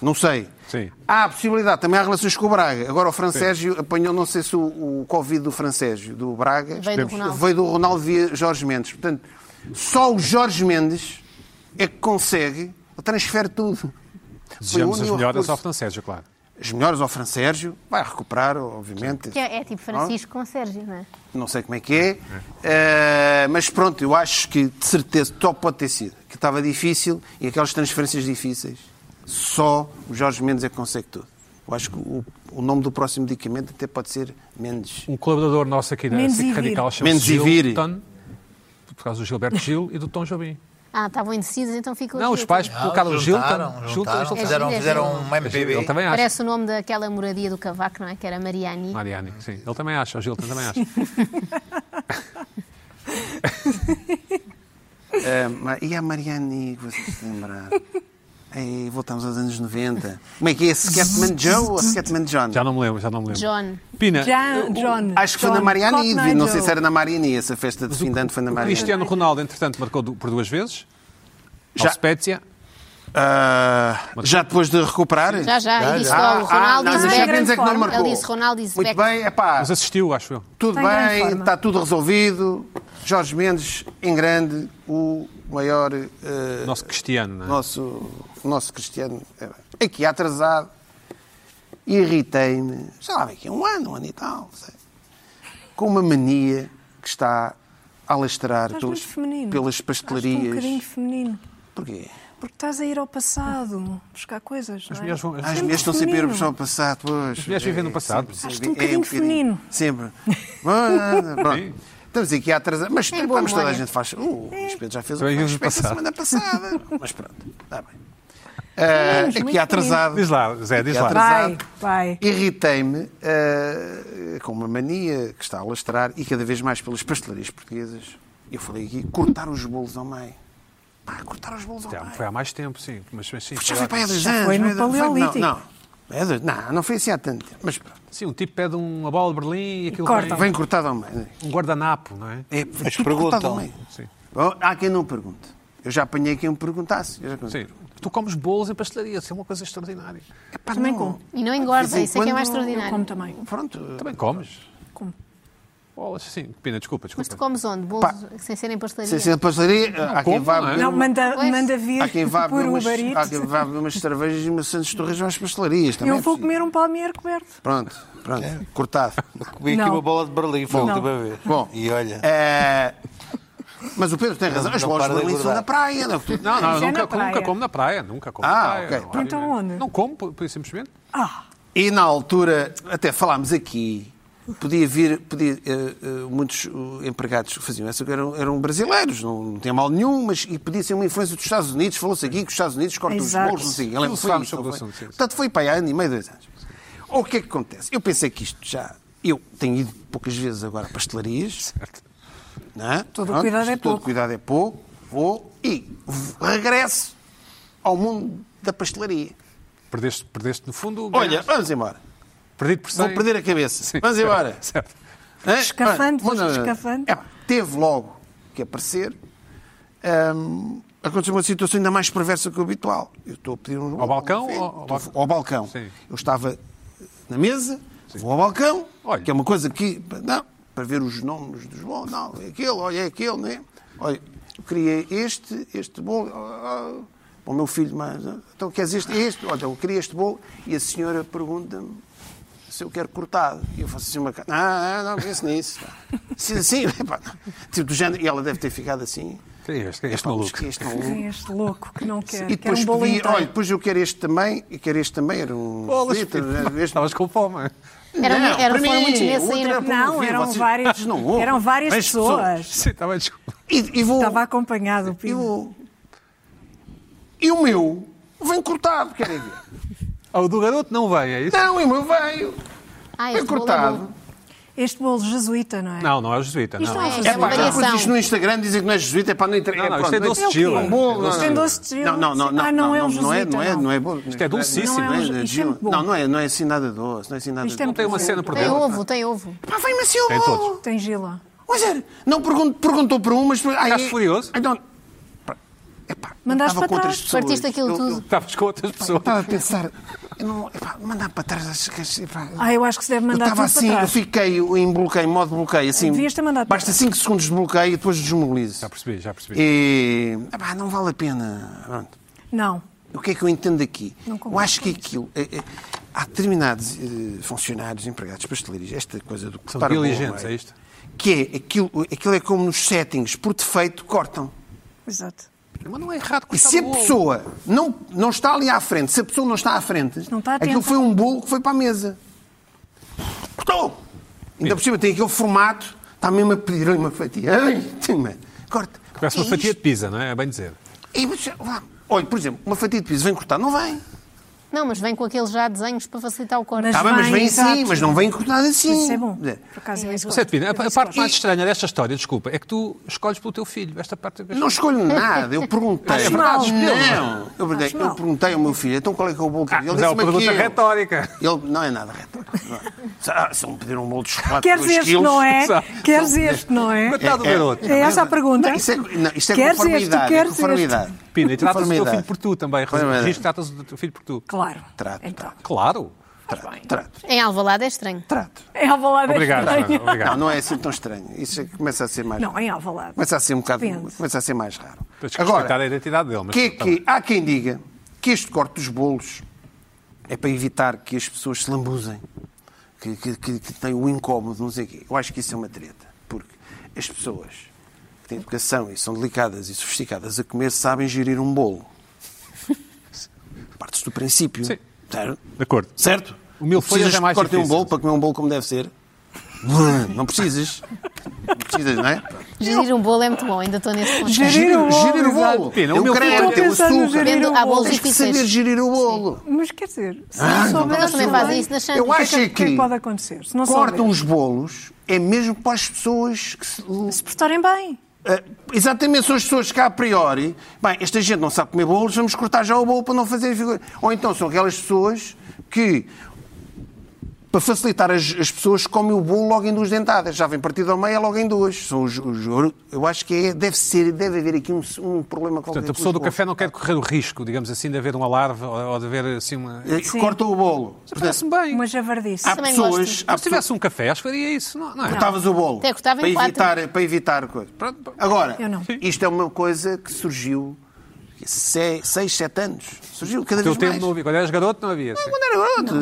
[SPEAKER 2] Não sei.
[SPEAKER 1] Sim.
[SPEAKER 2] Há a possibilidade, também há relações com o Braga. Agora o Francésio apanhou, não sei se o, o Covid do Francésio, do Braga,
[SPEAKER 5] Veio do Ronaldo.
[SPEAKER 2] veio do Ronaldo via Jorge Mendes. Portanto, só o Jorge Mendes é que consegue, transfere tudo.
[SPEAKER 1] Desejamos
[SPEAKER 2] Foi o
[SPEAKER 1] as
[SPEAKER 2] único
[SPEAKER 1] melhoras
[SPEAKER 2] recurso.
[SPEAKER 1] ao Francésio, claro.
[SPEAKER 2] As melhores ao Fran Sérgio, vai recuperar, obviamente.
[SPEAKER 5] Que é, é tipo Francisco com Sérgio, não é?
[SPEAKER 2] Não sei como é que é. Eh, mas pronto, eu acho que de certeza só pode ter sido. Que estava difícil e aquelas transferências difíceis, só o Jorge Mendes é que consegue tudo. Eu acho que o, o nome do próximo medicamento até pode ser Mendes.
[SPEAKER 1] Um colaborador nosso aqui da
[SPEAKER 4] Mendes
[SPEAKER 1] SIC
[SPEAKER 4] e Vire.
[SPEAKER 1] Radical chama-se
[SPEAKER 2] Mendes e Vire.
[SPEAKER 1] Gil Tan, por causa do Gilberto Gil e do Tom Jobim.
[SPEAKER 5] Ah, estavam indecisos, então ficou.
[SPEAKER 1] Não, os
[SPEAKER 5] Gil.
[SPEAKER 1] pais
[SPEAKER 3] Não,
[SPEAKER 1] colocaram Gil
[SPEAKER 3] Ah, juntaram,
[SPEAKER 1] Tan. Gil Tan,
[SPEAKER 3] juntaram,
[SPEAKER 1] Gil Tan.
[SPEAKER 5] É
[SPEAKER 3] fizeram,
[SPEAKER 5] giro, é
[SPEAKER 3] fizeram
[SPEAKER 5] giro.
[SPEAKER 3] um MPB.
[SPEAKER 1] Ele também acha.
[SPEAKER 5] Parece o nome daquela moradia do Cavaco, não é? Que era Mariani.
[SPEAKER 1] Mariani, sim. Ele também acha, o Gil Tan também acha.
[SPEAKER 2] Eh, ma- e a Mariani, que vocês se lembrar? Ei, voltamos aos anos 90. Como é que é? Scatman Joe ou Scatman John?
[SPEAKER 1] Já não me lembro, já não me lembro.
[SPEAKER 5] John.
[SPEAKER 1] Pina,
[SPEAKER 4] Já, John.
[SPEAKER 2] Acho que foi na
[SPEAKER 4] John
[SPEAKER 2] Mariani,
[SPEAKER 4] Cockney
[SPEAKER 2] não
[SPEAKER 4] Joe.
[SPEAKER 2] sei se era na Mariani, essa festa de fim de ano foi na
[SPEAKER 1] o
[SPEAKER 2] Mariani.
[SPEAKER 1] Cristiano Ronaldo, entretanto, marcou du- por duas vezes. Já.
[SPEAKER 2] Já.
[SPEAKER 1] Ao Spezia.
[SPEAKER 2] Ah, já depois de recuperar?
[SPEAKER 5] Já, já.
[SPEAKER 3] Já,
[SPEAKER 5] E disse
[SPEAKER 3] já.
[SPEAKER 5] logo, Ronaldo
[SPEAKER 2] Ah, não, mas
[SPEAKER 5] e
[SPEAKER 4] Beck.
[SPEAKER 2] já menos é que não
[SPEAKER 4] Ele
[SPEAKER 2] marcou.
[SPEAKER 5] disse Ronaldo e Beck.
[SPEAKER 2] Muito bem, é pá,
[SPEAKER 1] Mas assistiu, acho eu.
[SPEAKER 2] tudo
[SPEAKER 4] Tem grande
[SPEAKER 2] bem,
[SPEAKER 4] forma.
[SPEAKER 2] está tudo resolvido. Jorge Mendes, em grande, o maior eh,
[SPEAKER 1] Nosso Cristiano, não é?
[SPEAKER 2] nosso, nosso Cristiano. É, Aqui atrasado, irritei-me, já lá, aqui um ano, um ano e tal, não sei, com uma mania que está a alastrar
[SPEAKER 4] Estás
[SPEAKER 2] pelas,
[SPEAKER 4] muito feminino.
[SPEAKER 2] pelas
[SPEAKER 4] Estás um
[SPEAKER 2] pastelarias.
[SPEAKER 4] bocadinho feminino.
[SPEAKER 2] Porquê?
[SPEAKER 4] Porque estás a ir ao passado buscar coisas.
[SPEAKER 1] As
[SPEAKER 4] não é?
[SPEAKER 1] mulheres vão- as-
[SPEAKER 2] As
[SPEAKER 1] Sempre
[SPEAKER 2] mulheres estão sempre a ir
[SPEAKER 4] feminino.
[SPEAKER 2] puxar o passado, pois. As
[SPEAKER 1] mulheres vivem no passado.
[SPEAKER 4] Acho-te um bocadinho feminino.
[SPEAKER 2] É Sempre. Bom, Pronto. Estamos aqui a atrasar. Mas
[SPEAKER 4] É
[SPEAKER 5] Tem boa
[SPEAKER 2] vamos toda a
[SPEAKER 5] memória.
[SPEAKER 2] gente faz. Uh, o Luís Pedro já fez o
[SPEAKER 1] Também
[SPEAKER 2] que faz
[SPEAKER 1] vimos no
[SPEAKER 2] respeito da
[SPEAKER 1] passado.
[SPEAKER 2] semana passada. Mas pronto, está bem. Ah,
[SPEAKER 4] Vimos,
[SPEAKER 2] aqui
[SPEAKER 4] É, muito
[SPEAKER 2] atrasado.
[SPEAKER 1] Diz lá, Zé, diz
[SPEAKER 2] Aqui
[SPEAKER 1] lá.
[SPEAKER 2] atrás.
[SPEAKER 4] Vai,
[SPEAKER 2] Exato.
[SPEAKER 4] vai.
[SPEAKER 2] Irritei-me ah, com uma mania que está a lastrar e cada vez mais pelas pastelarias portuguesas. Eu falei aqui, cortar os bolos ao meio. Pá, cortar os bolos ao
[SPEAKER 1] Já,
[SPEAKER 2] meio.
[SPEAKER 1] Foi há mais tempo, sim. Mas, mas sim,
[SPEAKER 2] Já
[SPEAKER 1] foi
[SPEAKER 2] foi
[SPEAKER 1] há-
[SPEAKER 2] para aí há dois
[SPEAKER 4] Já
[SPEAKER 2] anos.
[SPEAKER 4] foi no
[SPEAKER 2] há dois-
[SPEAKER 4] Paleolítico.
[SPEAKER 2] Não, não. É dois- não, não foi assim há tanto tempo. Mas pronto.
[SPEAKER 1] sim, um tipo pede uma bola de Berlim e aquilo
[SPEAKER 4] cortam.
[SPEAKER 1] vem
[SPEAKER 2] Vem cortado ao meio.
[SPEAKER 1] um guardanapo, não é?
[SPEAKER 2] É,
[SPEAKER 3] Mas
[SPEAKER 2] tudo cortado ao
[SPEAKER 3] perguntam.
[SPEAKER 2] meio.
[SPEAKER 1] Sim.
[SPEAKER 2] Bom, há quem não pergunte. Eu já apanhei quem me perguntasse. Eu já
[SPEAKER 1] Sim. Tu comes bolos em pastelaria, isso é uma coisa extraordinária.
[SPEAKER 2] Epá,
[SPEAKER 4] Também
[SPEAKER 2] não.
[SPEAKER 4] como.
[SPEAKER 5] E não engorda,
[SPEAKER 2] Sim,
[SPEAKER 5] isso é que é mais
[SPEAKER 2] quando-
[SPEAKER 5] extraordinário.
[SPEAKER 4] Como também.
[SPEAKER 2] Pronto.
[SPEAKER 1] Também comes.
[SPEAKER 4] Como?
[SPEAKER 1] Bolas, sim. Pina, desculpa,
[SPEAKER 5] Mas tu
[SPEAKER 1] desculpa.
[SPEAKER 5] comes onde? Bolos
[SPEAKER 2] Pá.
[SPEAKER 5] sem serem pastelaria?
[SPEAKER 2] Sem ser pastelaria, há quem
[SPEAKER 1] como,
[SPEAKER 2] vá
[SPEAKER 1] não é?
[SPEAKER 2] beber
[SPEAKER 4] Não,
[SPEAKER 2] um-
[SPEAKER 4] manda,
[SPEAKER 5] Pois.
[SPEAKER 4] manda vir
[SPEAKER 2] Há quem vá
[SPEAKER 4] por
[SPEAKER 2] beber umas,
[SPEAKER 4] Uber
[SPEAKER 2] há
[SPEAKER 4] Eats.
[SPEAKER 2] quem vá beber umas cervejas e uma Santos Torres às pastelarias. Também
[SPEAKER 4] Eu
[SPEAKER 2] é
[SPEAKER 4] vou
[SPEAKER 2] possível.
[SPEAKER 4] comer um palmier coberto.
[SPEAKER 2] Pronto, pronto. Cortado.
[SPEAKER 3] Comi
[SPEAKER 4] Não.
[SPEAKER 3] aqui uma bola de Berlim, foi a
[SPEAKER 4] Não.
[SPEAKER 3] última vez.
[SPEAKER 2] Bom.
[SPEAKER 3] E olha,
[SPEAKER 2] É, Mas o Pedro tem razão.
[SPEAKER 3] Não-
[SPEAKER 2] As
[SPEAKER 3] não
[SPEAKER 2] bolas
[SPEAKER 3] para
[SPEAKER 2] de
[SPEAKER 3] de
[SPEAKER 2] Berlim são
[SPEAKER 3] engordar.
[SPEAKER 2] na praia. Não, é?
[SPEAKER 1] Não, não,
[SPEAKER 4] Já
[SPEAKER 1] eu nunca,
[SPEAKER 4] na praia.
[SPEAKER 1] nunca como na praia. Nunca como
[SPEAKER 2] Ah,
[SPEAKER 1] na praia.
[SPEAKER 2] ok.
[SPEAKER 1] há
[SPEAKER 4] Então
[SPEAKER 1] ninguém.
[SPEAKER 4] onde?
[SPEAKER 1] Não como, por, por- simplesmente.
[SPEAKER 4] Ah,
[SPEAKER 2] E na altura, até falámos aqui, podia vir, podia, eh, eh, muitos eh, empregados que faziam essa, eram, eram brasileiros, não, não tinha mal nenhum, mas e podia ser uma influência dos Estados Unidos, falou-se aqui que os Estados Unidos cortam
[SPEAKER 4] Exato.
[SPEAKER 2] os bolos, não sei, eu lembro, foi
[SPEAKER 1] Falámos
[SPEAKER 2] isto,
[SPEAKER 1] sobre o
[SPEAKER 2] não foi?
[SPEAKER 1] assunto, sim, sim.
[SPEAKER 2] Portanto, foi para aí há ano e meio, dois anos. O que é que acontece? Eu pensei que isto já... Eu tenho ido poucas vezes agora a pastelarias, não é?
[SPEAKER 4] Todo o cuidado é
[SPEAKER 2] todo
[SPEAKER 4] pouco.
[SPEAKER 2] cuidado é pouco, vou e v- regresso ao mundo da pastelaria.
[SPEAKER 1] Perdeste, perdeste no fundo.
[SPEAKER 2] Olha,
[SPEAKER 1] ganhaste.
[SPEAKER 2] vamos embora.
[SPEAKER 1] perdido por 100.
[SPEAKER 2] Vou perder a cabeça.
[SPEAKER 1] Sim,
[SPEAKER 2] Vamos embora.
[SPEAKER 1] certo, certo.
[SPEAKER 2] Hã?
[SPEAKER 4] Escafante,
[SPEAKER 2] Olha,
[SPEAKER 4] foste escafante.
[SPEAKER 2] é pá, teve logo que aparecer. Hum, aconteceu uma situação ainda mais perversa que o habitual. Eu estou a pedir um.
[SPEAKER 1] Ao balcão
[SPEAKER 2] um-
[SPEAKER 1] ou- ao
[SPEAKER 2] estou-
[SPEAKER 1] balcão?
[SPEAKER 2] ao balcão.
[SPEAKER 1] Sim.
[SPEAKER 2] Eu estava na mesa, vou ao balcão,
[SPEAKER 1] Olha.
[SPEAKER 2] que é uma coisa que. Não, para ver os nomes dos bons. Não, é aquele, olha, é aquele, não é? Olha, eu queria este, este bom. ah, ah, para o meu filho, mas. ah, Então queres este? Este? Olha, eu queria este bolo. E a senhora pergunta-me se eu quero cortado. E eu faço assim uma cara. é, Não, não, não penso nisso. Sim, sim. epá, não. Tipo, do género. E ela deve ter ficado assim.
[SPEAKER 1] Quem é este? Quem é este maluco?
[SPEAKER 2] Este maluco.
[SPEAKER 4] Quem é este louco que não quer?
[SPEAKER 2] E
[SPEAKER 4] quer um
[SPEAKER 2] depois
[SPEAKER 4] bolo
[SPEAKER 2] pedi,
[SPEAKER 4] inteiro.
[SPEAKER 2] olha, depois eu quero este também, e quero este também, era um...
[SPEAKER 1] Bolas, tipo,
[SPEAKER 2] litro,
[SPEAKER 1] Pedro.
[SPEAKER 2] este-
[SPEAKER 1] Estavas com fome.
[SPEAKER 5] Era, um
[SPEAKER 2] Não,
[SPEAKER 5] era,
[SPEAKER 2] para
[SPEAKER 5] foram
[SPEAKER 2] mim,
[SPEAKER 5] muitos meses
[SPEAKER 2] outra
[SPEAKER 5] ainda.
[SPEAKER 2] era para
[SPEAKER 4] Não,
[SPEAKER 2] ouvir,
[SPEAKER 4] eram
[SPEAKER 2] vocês-
[SPEAKER 4] várias-
[SPEAKER 2] vocês não oh, ouvem.
[SPEAKER 4] eram várias
[SPEAKER 2] Mas
[SPEAKER 4] pessoas.
[SPEAKER 1] Sim,
[SPEAKER 2] tá
[SPEAKER 1] estava desculpa.
[SPEAKER 2] E, e vou...
[SPEAKER 4] Estava acompanhado,
[SPEAKER 2] E,
[SPEAKER 4] Pino.
[SPEAKER 2] vou... e o meu vem cortado, querem ver?
[SPEAKER 1] Ah, o do garoto não vem, é isso?
[SPEAKER 2] Não, e o meu veio.
[SPEAKER 5] Ah,
[SPEAKER 2] Vem
[SPEAKER 5] este bolo é
[SPEAKER 2] cortado.
[SPEAKER 5] bom.
[SPEAKER 4] Este bolo jesuíta, não é?
[SPEAKER 1] Não, não é o jesuíta.
[SPEAKER 4] Isto
[SPEAKER 1] não.
[SPEAKER 4] não é
[SPEAKER 5] É
[SPEAKER 2] É pá,
[SPEAKER 5] uma
[SPEAKER 2] já pus
[SPEAKER 5] variação.
[SPEAKER 2] isto no Instagram, dizem que não é jesuíta, é para não entrar.
[SPEAKER 1] Não, não,
[SPEAKER 2] é,
[SPEAKER 1] isto é
[SPEAKER 2] pronto,
[SPEAKER 1] doce de
[SPEAKER 2] é
[SPEAKER 1] gelo.
[SPEAKER 2] um bolo,
[SPEAKER 1] Isto
[SPEAKER 4] é
[SPEAKER 2] não,
[SPEAKER 4] doce de gelo.
[SPEAKER 2] Não, não, não.
[SPEAKER 4] Ah, não é um
[SPEAKER 2] Não é,
[SPEAKER 4] jesuíta,
[SPEAKER 2] não é,
[SPEAKER 4] não.
[SPEAKER 2] não é bolo.
[SPEAKER 1] Isto é
[SPEAKER 2] Não,
[SPEAKER 1] dulcíssimo.
[SPEAKER 2] não, é, um-
[SPEAKER 4] Isto é
[SPEAKER 2] gelo.
[SPEAKER 4] muito bom.
[SPEAKER 2] não, não é, não é assim nada doce, não é assim nada
[SPEAKER 4] Isto é
[SPEAKER 2] doce.
[SPEAKER 1] Não tem uma cena por
[SPEAKER 5] Tem
[SPEAKER 1] dentro.
[SPEAKER 5] ovo, tem ovo.
[SPEAKER 2] Pá, vem-me assim o
[SPEAKER 1] Tem
[SPEAKER 2] bolo.
[SPEAKER 1] todos.
[SPEAKER 4] Tem gila.
[SPEAKER 2] Mas era, não pergun- perguntou para um, mas... Ai,
[SPEAKER 1] Estás furioso?
[SPEAKER 2] Ai, não. Pá, epá, eu
[SPEAKER 4] Mandaste
[SPEAKER 2] estava
[SPEAKER 4] para
[SPEAKER 2] com outras
[SPEAKER 4] trás.
[SPEAKER 2] pessoas.
[SPEAKER 5] Partiste aquilo
[SPEAKER 2] Eu- eu-
[SPEAKER 5] tudo.
[SPEAKER 1] Estavas com outras
[SPEAKER 2] Eu
[SPEAKER 1] pessoas.
[SPEAKER 2] estava a pensar, eu não, epá, mandar para trás as as- epá,
[SPEAKER 4] Ah, eu acho que se deve
[SPEAKER 2] Eu
[SPEAKER 4] mandar
[SPEAKER 2] estava
[SPEAKER 4] tudo
[SPEAKER 2] assim,
[SPEAKER 4] para
[SPEAKER 2] eu
[SPEAKER 4] trás.
[SPEAKER 2] fiquei em bloqueio, em modo bloqueio, assim.
[SPEAKER 4] Devias ter mandado para
[SPEAKER 2] Basta 5 segundos de bloqueio e depois desmobilizo.
[SPEAKER 1] Já percebi, já percebi.
[SPEAKER 2] E. epá, não vale a pena. Pronto.
[SPEAKER 4] Não.
[SPEAKER 2] O que é que eu entendo aqui?
[SPEAKER 4] Não
[SPEAKER 2] eu
[SPEAKER 4] concordo
[SPEAKER 2] acho que aquilo. é- é- há determinados eh, funcionários, empregados, pasteleiros, esta coisa do cortar o bolo,
[SPEAKER 1] diligentes,
[SPEAKER 2] não
[SPEAKER 1] é isto?
[SPEAKER 2] Que é aquilo, aquilo é como nos settings, por defeito, cortam.
[SPEAKER 4] Exato.
[SPEAKER 1] Mas não é errado
[SPEAKER 2] E
[SPEAKER 1] cortar
[SPEAKER 4] um
[SPEAKER 2] se a
[SPEAKER 1] o ovo.
[SPEAKER 2] pessoa não, não está ali à frente, se a pessoa não está à frente,
[SPEAKER 4] Não está atenta.
[SPEAKER 2] aquilo foi um bolo que foi para a mesa. Cortou! Ainda por cima tem aquele formato, está mesmo a pedir ali uma fatia. Ai, tima, corta.
[SPEAKER 1] Parece uma
[SPEAKER 2] É
[SPEAKER 1] fatia de
[SPEAKER 2] isto.
[SPEAKER 1] pizza, não é? É bem dizer.
[SPEAKER 2] E você- lá, Olha, por exemplo, uma fatia de pizza vem cortar, não vem.
[SPEAKER 5] Não, mas vem com aqueles já desenhos para facilitar o corte.
[SPEAKER 4] Mas
[SPEAKER 2] Está bem, mas
[SPEAKER 4] vem,
[SPEAKER 2] vem assim,
[SPEAKER 4] exato.
[SPEAKER 2] mas não vem cortada assim.
[SPEAKER 4] Isso é bom.
[SPEAKER 2] Quer dizer,
[SPEAKER 4] Por acaso eu
[SPEAKER 1] Zé
[SPEAKER 4] gosto.
[SPEAKER 1] Pina, a,
[SPEAKER 4] Eu
[SPEAKER 1] a
[SPEAKER 4] isso
[SPEAKER 1] parte
[SPEAKER 4] gosto.
[SPEAKER 1] mais estranha desta história, desculpa, é que tu escolhes pelo teu filho. Esta parte. é
[SPEAKER 2] Não escolho nada, eu perguntei.
[SPEAKER 1] Acho mal.
[SPEAKER 2] não, eu, perguntei,
[SPEAKER 4] Acho
[SPEAKER 2] eu
[SPEAKER 4] mal.
[SPEAKER 2] perguntei ao meu filho, então qual é que é o bolo que eu
[SPEAKER 1] Ah,
[SPEAKER 2] quero?
[SPEAKER 1] mas é uma
[SPEAKER 2] disse-me
[SPEAKER 1] pergunta
[SPEAKER 2] aquilo.
[SPEAKER 1] retórica.
[SPEAKER 2] Ele não é nada retórico. não é. Ah, Se me pedir um bolo de chocolate,
[SPEAKER 4] Queres
[SPEAKER 2] dois
[SPEAKER 4] este,
[SPEAKER 2] quilos,
[SPEAKER 4] não é?
[SPEAKER 1] Exato.
[SPEAKER 4] Queres este, não é?
[SPEAKER 1] Coitado do garoto.
[SPEAKER 4] É essa a pergunta?
[SPEAKER 2] Não, isso é, não, isto é
[SPEAKER 4] Queres este,
[SPEAKER 2] conformidade.
[SPEAKER 4] queres
[SPEAKER 2] é conformidade.
[SPEAKER 1] Pina, e tratas o teu
[SPEAKER 2] Conformidade.
[SPEAKER 1] filho por tu também.
[SPEAKER 2] Conformidade.
[SPEAKER 1] Registro, tratas o teu filho por tu.
[SPEAKER 4] Claro.
[SPEAKER 2] Trato,
[SPEAKER 4] Então,
[SPEAKER 1] Claro.
[SPEAKER 2] Trato, trato,
[SPEAKER 5] Em Alvalade é estranho.
[SPEAKER 2] trato.
[SPEAKER 4] é Alvalade. é
[SPEAKER 1] Obrigado,
[SPEAKER 4] estranho.
[SPEAKER 1] Joana,
[SPEAKER 2] Não,
[SPEAKER 1] obrigado.
[SPEAKER 2] não é assim tão estranho. Isso é que começa a ser mais.
[SPEAKER 4] Não, em Alvalade.
[SPEAKER 2] Começa a ser um bocado.
[SPEAKER 4] Depende.
[SPEAKER 2] Começa a ser mais raro.
[SPEAKER 1] Tens que respeitar a
[SPEAKER 2] Agora,
[SPEAKER 1] identidade dele. Mas
[SPEAKER 2] que é
[SPEAKER 1] tá
[SPEAKER 2] que-
[SPEAKER 1] bem.
[SPEAKER 2] há quem diga que este corte dos bolos é para evitar que as pessoas se lambuzem, que, que, que, que têm o incómodo, não sei o quê. Eu acho que isso é uma treta. Porque as pessoas que têm educação e são delicadas e sofisticadas a comer sabem gerir um bolo. Partes do princípio.
[SPEAKER 1] Sim.
[SPEAKER 2] Certo?
[SPEAKER 1] De acordo.
[SPEAKER 2] Certo?
[SPEAKER 1] O mil folhas
[SPEAKER 2] precisas
[SPEAKER 1] é mais
[SPEAKER 2] que cortem um
[SPEAKER 1] difícil.
[SPEAKER 2] bolo para comer um bolo como deve ser? Não precisas. Não precisas, não é?
[SPEAKER 5] Gerir um bolo é muito bom, ainda estou nesse ponto.
[SPEAKER 4] Gerir o bolo,
[SPEAKER 2] Gerir o
[SPEAKER 4] exato.
[SPEAKER 2] bolo.
[SPEAKER 1] Pina, o
[SPEAKER 2] Tem
[SPEAKER 1] meu
[SPEAKER 2] o creme,
[SPEAKER 1] filho-
[SPEAKER 2] tem o
[SPEAKER 4] Estou a pensar no
[SPEAKER 2] açúcar.
[SPEAKER 4] gerir
[SPEAKER 5] Vendo, há bolos
[SPEAKER 2] Tens que saber
[SPEAKER 5] difíceis.
[SPEAKER 2] gerir o bolo.
[SPEAKER 4] Mas quer dizer, se
[SPEAKER 2] Ah,
[SPEAKER 4] não
[SPEAKER 2] então
[SPEAKER 4] souber,
[SPEAKER 5] eles também
[SPEAKER 4] tudo
[SPEAKER 5] fazem
[SPEAKER 4] bem.
[SPEAKER 5] isso nas chances.
[SPEAKER 2] Eu
[SPEAKER 5] O que é
[SPEAKER 4] O que
[SPEAKER 2] acho
[SPEAKER 4] é que- o que é que
[SPEAKER 2] que
[SPEAKER 4] pode acontecer? Se não
[SPEAKER 2] cortam
[SPEAKER 4] souber,
[SPEAKER 2] os bolos é mesmo para as pessoas que se...
[SPEAKER 4] se portarem bem.
[SPEAKER 2] Ah, exatamente, são as pessoas que a priori. Bem, esta gente não sabe comer bolos, vamos cortar já o bolo para não fazer figura. Ou então são aquelas pessoas que, para facilitar as, as pessoas, comem o bolo logo em duas dentadas. Já vem partido ao meio, é logo em duas. São os, os- eu acho que é, deve ser, deve haver aqui um, um problema qualquer.
[SPEAKER 1] Portanto, a
[SPEAKER 2] com
[SPEAKER 1] pessoa
[SPEAKER 2] os
[SPEAKER 1] do
[SPEAKER 2] bolos.
[SPEAKER 1] café não quer correr o risco, digamos assim, de haver uma larva ou ou de haver assim uma.
[SPEAKER 2] Eh,
[SPEAKER 4] Sim.
[SPEAKER 2] Corta o bolo. Portanto,
[SPEAKER 1] Parece-me bem.
[SPEAKER 4] Uma javardice.
[SPEAKER 2] há
[SPEAKER 5] Também
[SPEAKER 2] pessoas.
[SPEAKER 5] gosto.
[SPEAKER 2] Há
[SPEAKER 1] Mas se tivesse um café, acho que faria isso. Não, não é?
[SPEAKER 2] Cortavas o bolo.
[SPEAKER 5] Até cortava
[SPEAKER 2] para
[SPEAKER 5] em quatro.
[SPEAKER 2] evitar, para evitar coisa.
[SPEAKER 1] Pronto.
[SPEAKER 2] Agora,
[SPEAKER 4] Eu não. Sim.
[SPEAKER 2] isto é uma coisa que surgiu há se- é seis, sete anos. Surgiu cada
[SPEAKER 1] teu
[SPEAKER 2] vez
[SPEAKER 1] tempo
[SPEAKER 2] mais.
[SPEAKER 1] não havia. Quando eras garoto, não havia. assim.
[SPEAKER 2] Quando era garoto,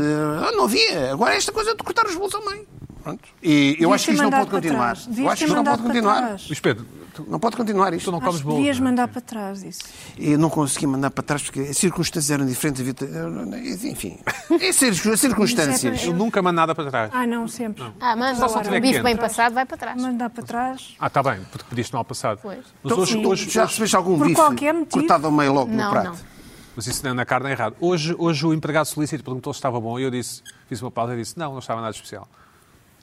[SPEAKER 2] eh, não havia. Agora é esta coisa de cortar os bolos ao meio. Pronto. E eu
[SPEAKER 4] Devias
[SPEAKER 2] acho que
[SPEAKER 4] ter
[SPEAKER 2] isto não
[SPEAKER 4] mandado
[SPEAKER 2] pode
[SPEAKER 4] para
[SPEAKER 2] continuar.
[SPEAKER 4] trás.
[SPEAKER 2] Eu
[SPEAKER 4] Devias
[SPEAKER 2] acho que
[SPEAKER 4] ter
[SPEAKER 2] isto não pode
[SPEAKER 4] mandado para
[SPEAKER 2] continuar.
[SPEAKER 4] trás.
[SPEAKER 1] Luís Pedro, tu,
[SPEAKER 2] Não pode continuar isto.
[SPEAKER 1] tu não é?
[SPEAKER 4] Acho
[SPEAKER 1] comes
[SPEAKER 4] que
[SPEAKER 1] bolo.
[SPEAKER 4] devias mandar para trás isso.
[SPEAKER 2] Eu não consegui mandar para trás porque as circunstâncias eram diferentes. havia- Enfim, é cir- circunstâncias.
[SPEAKER 1] Eu nunca mando nada para trás.
[SPEAKER 4] Ah, não, sempre.
[SPEAKER 5] Ah, manda
[SPEAKER 1] Só se
[SPEAKER 5] agora.
[SPEAKER 1] tiver
[SPEAKER 5] Um bife
[SPEAKER 1] quente.
[SPEAKER 5] bem passado vai para trás.
[SPEAKER 4] Mandar para trás.
[SPEAKER 1] Ah, está bem, porque pediste mal passado.
[SPEAKER 5] Pois.
[SPEAKER 1] Mas hoje,
[SPEAKER 2] Então, Tu-
[SPEAKER 1] hoje,
[SPEAKER 2] já recebeste algum
[SPEAKER 4] Por
[SPEAKER 2] bife
[SPEAKER 4] qualquer motivo.
[SPEAKER 2] cortado ao meio logo no
[SPEAKER 5] Não,
[SPEAKER 2] prato?
[SPEAKER 5] não.
[SPEAKER 1] Mas isso na- na carne é errado. Hoje, hoje o empregado solicita perguntou se estava bom e eu disse, fiz uma pausa e disse, não, não estava nada especial.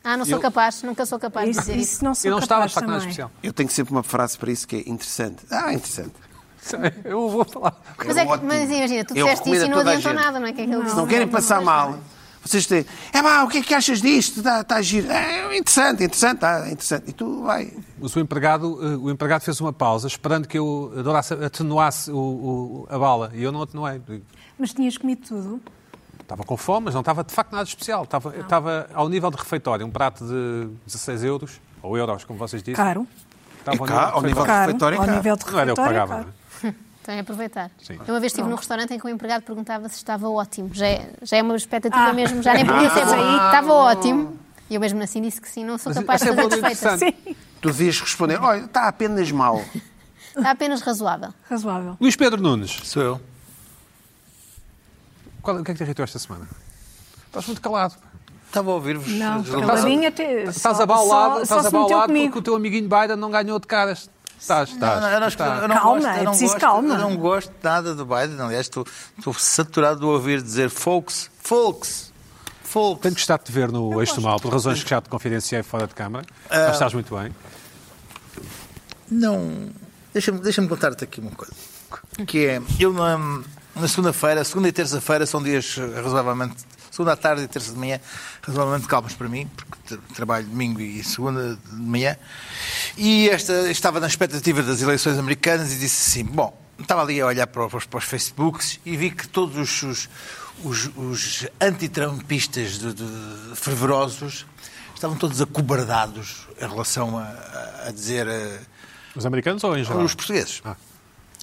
[SPEAKER 5] Ah, não sou
[SPEAKER 1] Eu-
[SPEAKER 5] capaz, nunca sou capaz de
[SPEAKER 4] Isso,
[SPEAKER 5] dizer isso.
[SPEAKER 4] isso não sou
[SPEAKER 1] eu não estava de
[SPEAKER 4] capaz
[SPEAKER 1] facto nada
[SPEAKER 4] também.
[SPEAKER 1] especial.
[SPEAKER 2] Eu tenho sempre uma frase para isso que é interessante. Ah, interessante.
[SPEAKER 1] Eu vou falar.
[SPEAKER 5] Mas, é que-
[SPEAKER 2] ótimo.
[SPEAKER 5] mas imagina, tu
[SPEAKER 2] Eu
[SPEAKER 5] disseste
[SPEAKER 2] recomendo
[SPEAKER 5] isso e
[SPEAKER 2] a
[SPEAKER 5] não
[SPEAKER 2] toda a
[SPEAKER 5] adiantou
[SPEAKER 2] gente.
[SPEAKER 5] nada, não é? Que é aquele
[SPEAKER 2] Se não querem passar mal, vocês têm. É pá, o que é que achas disto? Está tá giro. É interessante, interessante, tá, interessante. E tu vai.
[SPEAKER 1] Mas o empregado, eh, o empregado fez uma pausa esperando que eu adorasse- atenuasse o- o- a bala e eu não atenuei.
[SPEAKER 4] Mas tinhas comido tudo.
[SPEAKER 1] Estava com fome, mas não estava de facto nada especial. Estava, estava ao nível de refeitório, um prato de 16 euros, ou euros, como vocês dizem.
[SPEAKER 4] Caro.
[SPEAKER 1] Estava
[SPEAKER 2] É cá, ao nível
[SPEAKER 1] refeitório.
[SPEAKER 4] Caro.
[SPEAKER 2] refeitório é
[SPEAKER 4] Ao
[SPEAKER 2] caro.
[SPEAKER 4] nível de
[SPEAKER 1] Não era eu que
[SPEAKER 4] refeitório,
[SPEAKER 1] pagava.
[SPEAKER 4] caro.
[SPEAKER 1] não é?
[SPEAKER 5] Tem a Então aproveitar.
[SPEAKER 1] Sim.
[SPEAKER 5] Eu uma vez estive num restaurante em que o empregado perguntava se estava ótimo. Já é, já é uma expectativa
[SPEAKER 4] Ah.
[SPEAKER 5] mesmo, já nem podia ser
[SPEAKER 4] Ah.
[SPEAKER 5] bom. Estava ótimo. E eu mesmo assim disse que sim, não sou
[SPEAKER 1] Mas
[SPEAKER 5] capaz de
[SPEAKER 1] essa é
[SPEAKER 5] fazer
[SPEAKER 1] uma boa
[SPEAKER 5] desfeita.
[SPEAKER 1] interessante.
[SPEAKER 4] Sim.
[SPEAKER 2] Tu devias responder: olha, está apenas tá mal.
[SPEAKER 5] Está apenas razoável.
[SPEAKER 4] Razoável.
[SPEAKER 1] Luís Pedro Nunes,
[SPEAKER 3] Sou eu.
[SPEAKER 1] qual- o que é que te irritou esta semana? Estás muito calado.
[SPEAKER 3] Estava a ouvir-vos.
[SPEAKER 4] Não,
[SPEAKER 3] desculpa.
[SPEAKER 4] caladinha até.
[SPEAKER 1] Estás
[SPEAKER 4] só-
[SPEAKER 1] abaulado,
[SPEAKER 4] só-
[SPEAKER 1] estás
[SPEAKER 4] só se meteu
[SPEAKER 1] abaulado
[SPEAKER 4] comigo.
[SPEAKER 1] porque o teu amiguinho Biden não ganhou de caras. Estás, estás.
[SPEAKER 3] Não, eu não,
[SPEAKER 1] estás.
[SPEAKER 3] eu não
[SPEAKER 4] Calma,
[SPEAKER 3] gosto, eu
[SPEAKER 4] é
[SPEAKER 3] não
[SPEAKER 4] preciso
[SPEAKER 3] gosto,
[SPEAKER 4] calma.
[SPEAKER 3] Eu não gosto nada do Biden. Aliás, estou, estou saturado de ouvir dizer folks, folks, folks.
[SPEAKER 1] Tenho gostado de te ver no Eixo do Mal, por razões que já te confidenciei fora de câmara,
[SPEAKER 3] Ah.
[SPEAKER 1] mas estás muito bem.
[SPEAKER 3] Não. Deixa-me deixa contar-te aqui uma coisa. Que é. Eu na, na segunda-feira, segunda e terça-feira são dias eh, razoavelmente. Segunda à tarde e terça de manhã, razoavelmente calmos para mim, porque tra- trabalho domingo e segunda de manhã. E esta estava na expectativa das eleições americanas e disse assim: bom, estava ali a olhar para, os- para os Facebooks e vi que todos os, os, os, os antitrumpistas de- de- fervorosos estavam todos acobardados em relação a, a dizer. eh,
[SPEAKER 1] Os americanos ou em geral?
[SPEAKER 3] os portugueses.
[SPEAKER 1] Ah.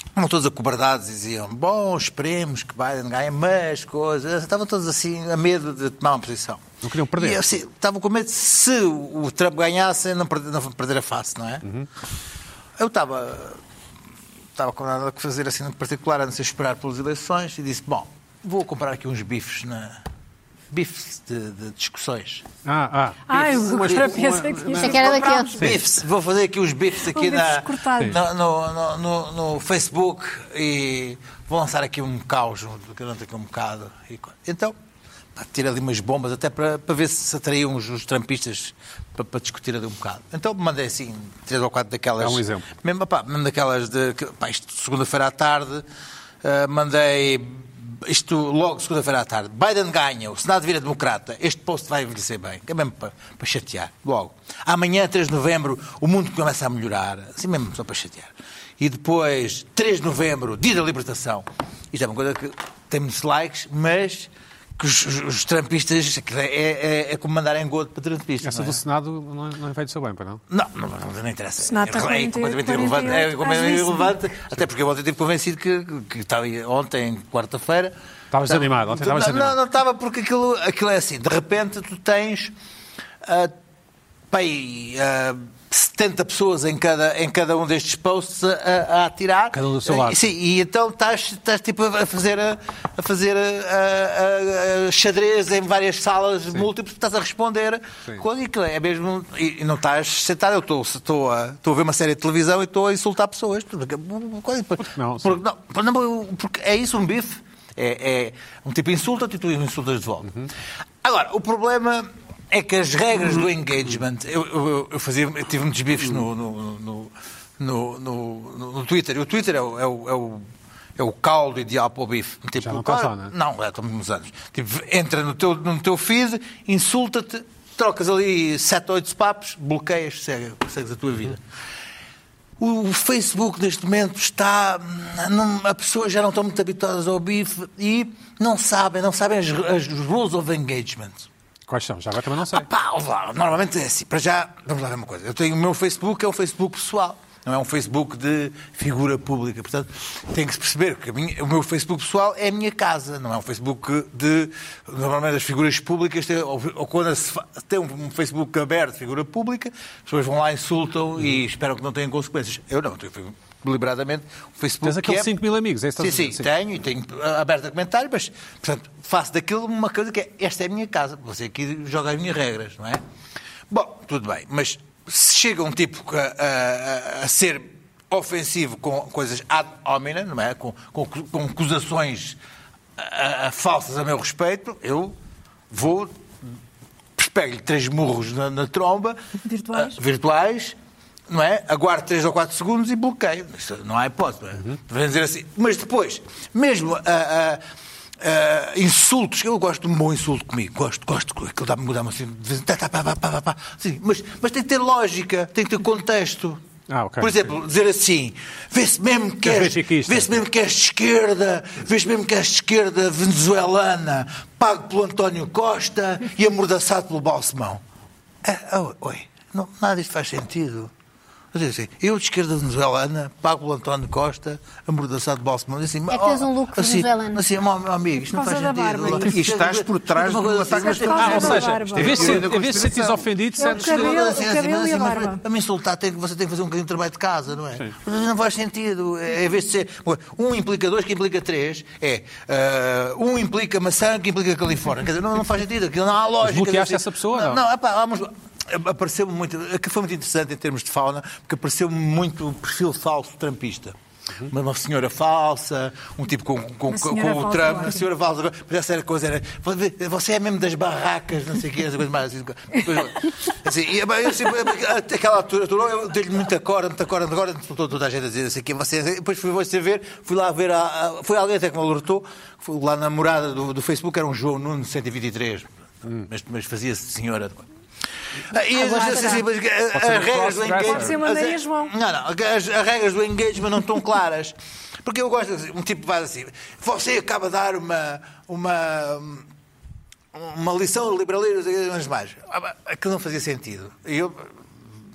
[SPEAKER 3] Estavam todos acobardados, diziam, bom, esperemos que Biden ganhe, mas coisas. Estavam todos assim, a medo de tomar uma posição.
[SPEAKER 1] Não queriam perder.
[SPEAKER 3] E, assim, estavam com medo de, se o Trump ganhasse, não perder, não perder a face, não é?
[SPEAKER 1] Uhum.
[SPEAKER 3] Eu estava estava com nada que fazer assim no particular, a não ser esperar pelas eleições, e disse, bom, vou comprar aqui uns bifes na... Bifes de, de discussões.
[SPEAKER 1] Ah, ah.
[SPEAKER 4] Ai,
[SPEAKER 3] Bifes,
[SPEAKER 4] eu
[SPEAKER 3] bifes,
[SPEAKER 4] pensei que
[SPEAKER 5] Isso é que era daquele.
[SPEAKER 3] Bifes. Vou fazer aqui os bifes aqui
[SPEAKER 4] bifes
[SPEAKER 3] na,
[SPEAKER 4] cortados.
[SPEAKER 3] no, no- no- no- no Facebook e vou lançar aqui um caos durante aqui um bocado. E co- Então, pá, tira ali umas bombas até para, para ver se se atraíam os, os trampistas para, para discutir ali um bocado. Então mandei assim três ou quatro daquelas.
[SPEAKER 1] Dá um exemplo.
[SPEAKER 3] Mesmo, pá, mesmo daquelas de. que- pá, isto segunda-feira à tarde, ah, mandei. Isto logo segunda-feira à tarde. Biden ganha, o Senado vira democrata. Este posto vai envelhecer bem. Que é mesmo para, para chatear. Logo. Amanhã, 3 de novembro, o mundo começa a melhorar. Assim mesmo, só para chatear. E depois, 3 de novembro, dia da libertação. Isto é uma coisa que tem muitos likes, mas que os, os, os trampistas. aquilo É, é, é como mandar em gordo para trampistas.
[SPEAKER 1] Essa
[SPEAKER 3] não
[SPEAKER 1] do
[SPEAKER 3] é?
[SPEAKER 1] Senado não, não lhe veio do seu bem, para não?
[SPEAKER 3] Não, não, não, não interessa.
[SPEAKER 4] Senado está
[SPEAKER 3] é,
[SPEAKER 4] 40,
[SPEAKER 3] completamente
[SPEAKER 4] 48,
[SPEAKER 3] irrelevante. É
[SPEAKER 4] às
[SPEAKER 3] completamente
[SPEAKER 4] vezes.
[SPEAKER 3] irrelevante. Até porque eu ontem estive convencido que, que estava aí ontem, quarta-feira.
[SPEAKER 1] Estavas
[SPEAKER 3] Estava-
[SPEAKER 1] desanimado, ontem
[SPEAKER 3] não,
[SPEAKER 1] estavas
[SPEAKER 3] não,
[SPEAKER 1] desanimado.
[SPEAKER 3] não estava porque aquilo, aquilo é assim. De repente tu tens ah, pai, ah, 70 pessoas em cada, em cada um destes posts a, a atirar.
[SPEAKER 1] Cada um do seu lado.
[SPEAKER 3] Sim, e então estás, estás tipo a fazer, a, a fazer a, a- a- a xadrez em várias salas múltiplas, estás a responder.
[SPEAKER 1] Sim.
[SPEAKER 3] Quando e aquilo é mesmo. E, e não estás sentado, eu estou estou a, estou a ver uma série de televisão e estou a insultar pessoas. Porque, porque,
[SPEAKER 1] não, sim.
[SPEAKER 3] porque, não, porque não, porque é isso um bife. É, é um tipo insulta e tu insultas de volta. Agora, o problema é que as regras do engagement. Eu, eu- eu fazia, eu tive muitos bifes no, no, no, no, no- no- no Twitter. E o Twitter é o. É o, é o é o caldo ideal para o bife. Tipo,
[SPEAKER 1] não está
[SPEAKER 3] claro,
[SPEAKER 1] só, não é?
[SPEAKER 3] não, já estamos nos anos. Tipo, entra no teu, no teu feed, insulta-te, trocas ali sete ou 8 papos, bloqueias, segue- segues a tua vida. O Facebook neste momento está. hum, Não, as pessoas já não estão muito habituadas ao bife e não sabem, não sabem as, as rules of engagement.
[SPEAKER 1] Quais são? Já agora também não sei.
[SPEAKER 3] Ah, pá, vamos lá, normalmente é assim. Para já, vamos lá ver uma coisa. Eu tenho o meu Facebook, é um Facebook pessoal. Não é um Facebook de figura pública. Portanto, tem que se perceber que a minha- o meu Facebook pessoal é a minha casa. Não é um Facebook de. Normalmente as figuras públicas têm, ou, ou quando se fa- tem um Facebook aberto, figura pública, as pessoas vão lá, insultam e esperam que não tenham consequências. Eu não, tenho deliberadamente o Facebook.
[SPEAKER 1] Tens aqueles
[SPEAKER 3] que é...
[SPEAKER 1] 5 mil amigos, é isso que
[SPEAKER 3] Sim,
[SPEAKER 1] estás a
[SPEAKER 3] sim,
[SPEAKER 1] dizer, sim.
[SPEAKER 3] tenho, e tenho ah, aberto a comentário, mas, portanto, faço daquilo uma coisa que é, esta é a minha casa, você aqui joga as minhas regras, não é? Bom, tudo bem, mas se chega um tipo a, a- a- a ser ofensivo com coisas ad hominem, não é? Com, com, com acusações ah, ah, falsas a meu respeito, eu vou espelho três murros na, na tromba.
[SPEAKER 4] Virtuais.
[SPEAKER 3] ah, virtuais, não é? Aguardo três ou quatro segundos e bloqueio. Isso não há hipótese, não é?
[SPEAKER 1] Uhum.
[SPEAKER 3] Devemos dizer assim. Mas depois, mesmo ah, ah, ah, insultos, eu gosto de um bom insulto comigo, gosto, gosto, aquilo dá-me mudar-me assim, de vez em- tá, tá, pá, pá, pá, pá, pá. Sim, mas, mas tem que ter lógica, tem que ter contexto.
[SPEAKER 1] Ah, ok.
[SPEAKER 3] Por exemplo, dizer assim, vê-se mesmo que
[SPEAKER 1] És
[SPEAKER 3] és,
[SPEAKER 1] benfiquista.
[SPEAKER 3] vê-se mesmo que és de esquerda, vês mesmo que és de esquerda venezuelana, pago pelo António Costa oh, e amordaçado pelo Balsemão. É, ah, oi, não, nada disto faz sentido. Mas é assim, eu de esquerda venezuelana, Pablo António Costa, amordaçado de Bolsonaro. Assim,
[SPEAKER 5] É que tens um look
[SPEAKER 3] assim,
[SPEAKER 5] venezuelano.
[SPEAKER 3] Assim, meu amigo, isto não
[SPEAKER 4] Por
[SPEAKER 3] faz
[SPEAKER 4] causa da barba.
[SPEAKER 3] sentido.
[SPEAKER 2] E estás por trás
[SPEAKER 3] Uma
[SPEAKER 2] do
[SPEAKER 3] coisa
[SPEAKER 2] ataque
[SPEAKER 3] assim,
[SPEAKER 2] às
[SPEAKER 4] Por causa
[SPEAKER 1] Ah, ou
[SPEAKER 4] da
[SPEAKER 1] seja,
[SPEAKER 4] barba.
[SPEAKER 1] em vez de
[SPEAKER 2] É a
[SPEAKER 1] ser-
[SPEAKER 2] teoria
[SPEAKER 1] em
[SPEAKER 2] da
[SPEAKER 1] vez de sentires
[SPEAKER 2] conspiração.
[SPEAKER 1] ofendido,
[SPEAKER 4] É o
[SPEAKER 1] sentes
[SPEAKER 4] cabelo.
[SPEAKER 3] Mas,
[SPEAKER 4] o cabelo
[SPEAKER 3] assim, mas,
[SPEAKER 4] e a
[SPEAKER 3] mas,
[SPEAKER 4] barba.
[SPEAKER 3] A me insultar tem que você tem que fazer um bocadinho de trabalho de casa, não é? Mas não faz sentido. É, em vez de ser. Um implica dois, que implica três. É. ah, um implica maçã, que implica Califórnia. Quer dizer, não, não faz sentido. Aquilo não há lógica.
[SPEAKER 1] Desbloqueaste
[SPEAKER 3] Quer dizer,
[SPEAKER 1] essa pessoa,
[SPEAKER 3] Não,
[SPEAKER 1] não?
[SPEAKER 3] não, epá, vamos. Apareceu-me muito. é Que foi muito interessante em termos de fauna, porque apareceu-me muito o perfil falso trampista. Uma,
[SPEAKER 1] Uhum.
[SPEAKER 3] uma senhora falsa, um tipo com, com,
[SPEAKER 4] Uma
[SPEAKER 3] com,
[SPEAKER 4] senhora
[SPEAKER 3] com o
[SPEAKER 4] falsa,
[SPEAKER 3] Trump,
[SPEAKER 4] ótimo.
[SPEAKER 3] uma senhora falsa, agora, mas essa era a coisa, era, você é mesmo das barracas, não sei o quê, essa coisa mais. Assim, depois, assim, e, bem, eu sempre- até aquela altura, altura, eu dei-lhe muita cora, muita cora, muita cora, toda, toda a gente a dizer assim, que você, depois fui você ver, fui lá ver, a, a- foi alguém até que me alertou, foi lá na morada do, do Facebook, era um João Nuno 123, mas, mas fazia-se de senhora. Ah, E as,
[SPEAKER 5] Agora
[SPEAKER 3] as- as- as- as-
[SPEAKER 1] ser um
[SPEAKER 3] as regras do
[SPEAKER 1] crossdresser.
[SPEAKER 3] engagement.
[SPEAKER 1] Pode
[SPEAKER 4] ser uma
[SPEAKER 3] as- é-
[SPEAKER 4] Maria João.
[SPEAKER 3] Não, não, as, as regras do engagement não estão claras. Porque eu gosto, assim, um tipo faz assim, você acaba de dar uma, uma, uma lição de liberalismo e umas mais. Ah, bah, Aquilo não fazia sentido. E Eu,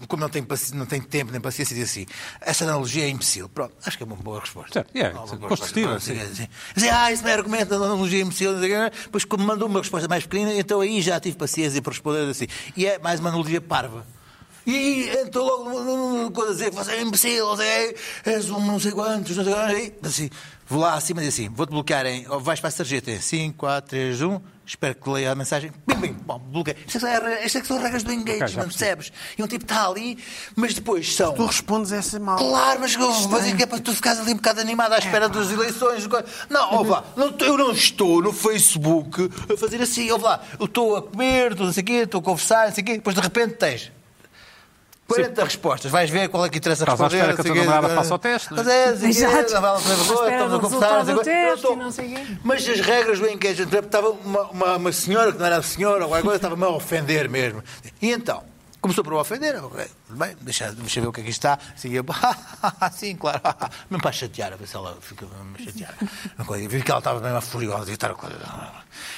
[SPEAKER 3] como não tenho, paci- não tenho tempo nem paciência, disse assim: essa analogia é imbecil. Pronto, acho que é uma boa resposta.
[SPEAKER 1] Certo, é,
[SPEAKER 3] Uma boa
[SPEAKER 1] sim,
[SPEAKER 3] resposta.
[SPEAKER 1] construtiva,
[SPEAKER 3] Pronto,
[SPEAKER 1] sim.
[SPEAKER 3] sim, sim. Dizia, ah, isso não é argumento, a analogia é imbecil. não sei o quê. Depois, como mandou uma resposta mais pequenina, então aí já tive paciência para responder assim. E é mais uma analogia parva. E aí entrou logo numa- numa coisa a dizer que você é imbecil, você é, és um não sei quantos, não sei quantos. E, assim, vou lá acima e digo assim, vou-te bloquear em, ou vais para a sarjeta em 5, 4, 3, 1, espero que leia a mensagem, pim, pim, bom, bloqueio. Estas é, que são- estas é que são regras do engagement, percebes? E um tipo está ali, mas depois são...
[SPEAKER 2] Tu respondes essa mal.
[SPEAKER 3] Claro, mas eu vou dizer que é para tu ficares ali um bocado animado à espera das eleições. Não, ouve lá, não, tô- eu não estou no Facebook a fazer assim. Ouve lá, eu estou a comer, estou não sei o quê, estou a conversar, não sei o quê, depois de repente tens. 40 respostas, vais ver qual é que interessa
[SPEAKER 1] Estás à
[SPEAKER 3] responder.
[SPEAKER 1] espera que a
[SPEAKER 3] não sei
[SPEAKER 1] tua
[SPEAKER 3] quê,
[SPEAKER 1] namorada
[SPEAKER 3] não sei
[SPEAKER 1] faça o
[SPEAKER 3] quê.
[SPEAKER 1] teste, não é?
[SPEAKER 3] Mas é, não sei o quê,
[SPEAKER 4] Exato.
[SPEAKER 3] não vale a pena,
[SPEAKER 4] À espera
[SPEAKER 3] estamos
[SPEAKER 4] do
[SPEAKER 3] a conversar,
[SPEAKER 4] resultado do
[SPEAKER 3] sei o quê. Eu
[SPEAKER 4] teste,
[SPEAKER 3] estou-
[SPEAKER 4] não sei o quê.
[SPEAKER 3] mas as regras do engagement trap, estava uma, uma, uma senhora que não era a senhora, ou alguma coisa, estava-me a ofender mesmo. E então? Começou por me ofender, ok, tudo bem, deixa, deixa ver o que aqui está. Assim, eu, sim, claro, mesmo para chatear, a ver se ela fica mesmo chateada. Uma coisa, eu vi que ela estava mesmo furiosa e tal. coisa.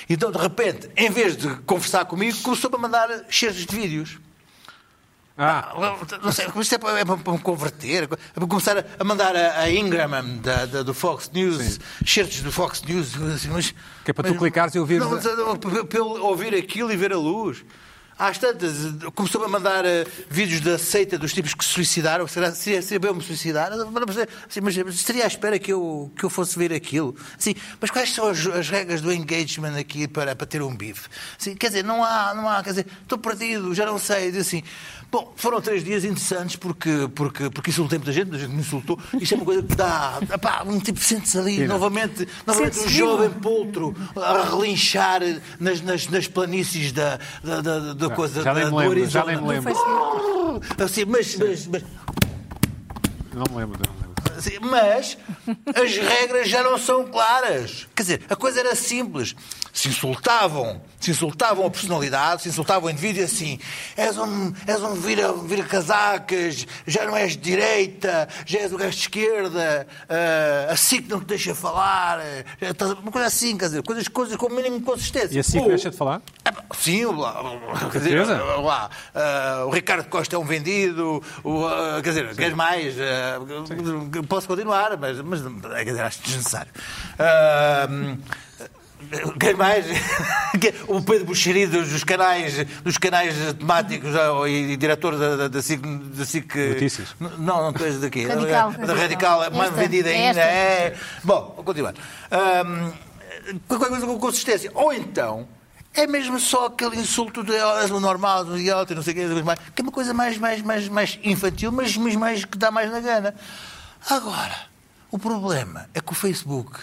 [SPEAKER 3] Então, de repente, em vez de conversar comigo, começou a mandar cheiros de vídeos.
[SPEAKER 1] Ah,
[SPEAKER 3] Não sei, isto é para, é para- para me converter, é para começar a- a mandar a, a Ingram da, da- do Fox News, certos do Fox News, assim, mas.
[SPEAKER 1] Que é para tu
[SPEAKER 3] mas-
[SPEAKER 1] clicares e ouvires
[SPEAKER 3] Não,
[SPEAKER 1] a-
[SPEAKER 3] mas, eh, não, p- pelo ouvir aquilo e ver a luz. Às tantas, começou-me a mandar eh, vídeos da seita dos tipos que se suicidaram. Será seria, seria bem eu me suicidar? Mas, assim, mas estaria à espera que eu, que eu fosse ver aquilo. Assim, mas quais são as, as regras do engagement aqui para, para ter um bife? Assim, quer dizer, não há, não há, quer dizer, estou perdido, já não sei. Diz assim, bom, foram três dias interessantes porque, porque, porque é insultei muita gente, muita gente me insultou. Isto é uma coisa que dá. Pá, um tipo sente-se ali novamente, novamente um
[SPEAKER 4] Sente-se
[SPEAKER 3] jovem poltro a relinchar nas, nas, nas planícies da, da, da, da coisa
[SPEAKER 1] Ah, já
[SPEAKER 3] da,
[SPEAKER 1] nem me
[SPEAKER 3] do
[SPEAKER 1] lembro, já
[SPEAKER 3] Arizona.
[SPEAKER 1] nem me lembro.
[SPEAKER 3] Assim, mas, mas, mas,
[SPEAKER 1] Não me lembro, não me lembro.
[SPEAKER 3] assim, mas as regras já não são claras. Quer dizer, a coisa era simples. Se insultavam, se insultavam a personalidade, se insultavam o indivíduo assim, és um, és um vira, vira casacas, já não és de direita, já és um gajo de esquerda, ah, assim que não te deixa falar, já estás- uma coisa assim, quer dizer, coisas, coisas com o mínimo de consistência.
[SPEAKER 1] E assim que
[SPEAKER 3] Ou-
[SPEAKER 1] deixa de falar?
[SPEAKER 3] é pá, Sim, lá, quer dizer,
[SPEAKER 1] certeza.
[SPEAKER 3] lá, ah, o Ricardo Costa é um vendido, o, ah, quer dizer, queres mais? ah, posso continuar, mas, mas é, quer dizer, acho desnecessário. Ah, Queres mais? o Pedro Buxeri dos, dos canais, dos canais temáticos ah, e, e diretor da, da, da SIC. da SIC, eh,
[SPEAKER 1] Notícias.
[SPEAKER 3] n- Não, não, tu és daqui.
[SPEAKER 5] Radical.
[SPEAKER 3] Da radical, é mais
[SPEAKER 5] Esta,
[SPEAKER 3] vendida
[SPEAKER 5] é
[SPEAKER 3] ainda.
[SPEAKER 5] esta.
[SPEAKER 3] É, é. Bom, vou continuar. Ahm, qualquer coisa com consistência. Ou então, é mesmo só aquele insulto de "Oh, és um normal, um idiota, não sei o quê, mas mais", que é uma coisa mais, mais, mais, mais infantil, mas, mas mais que dá mais na gana. Agora, o problema é que o Facebook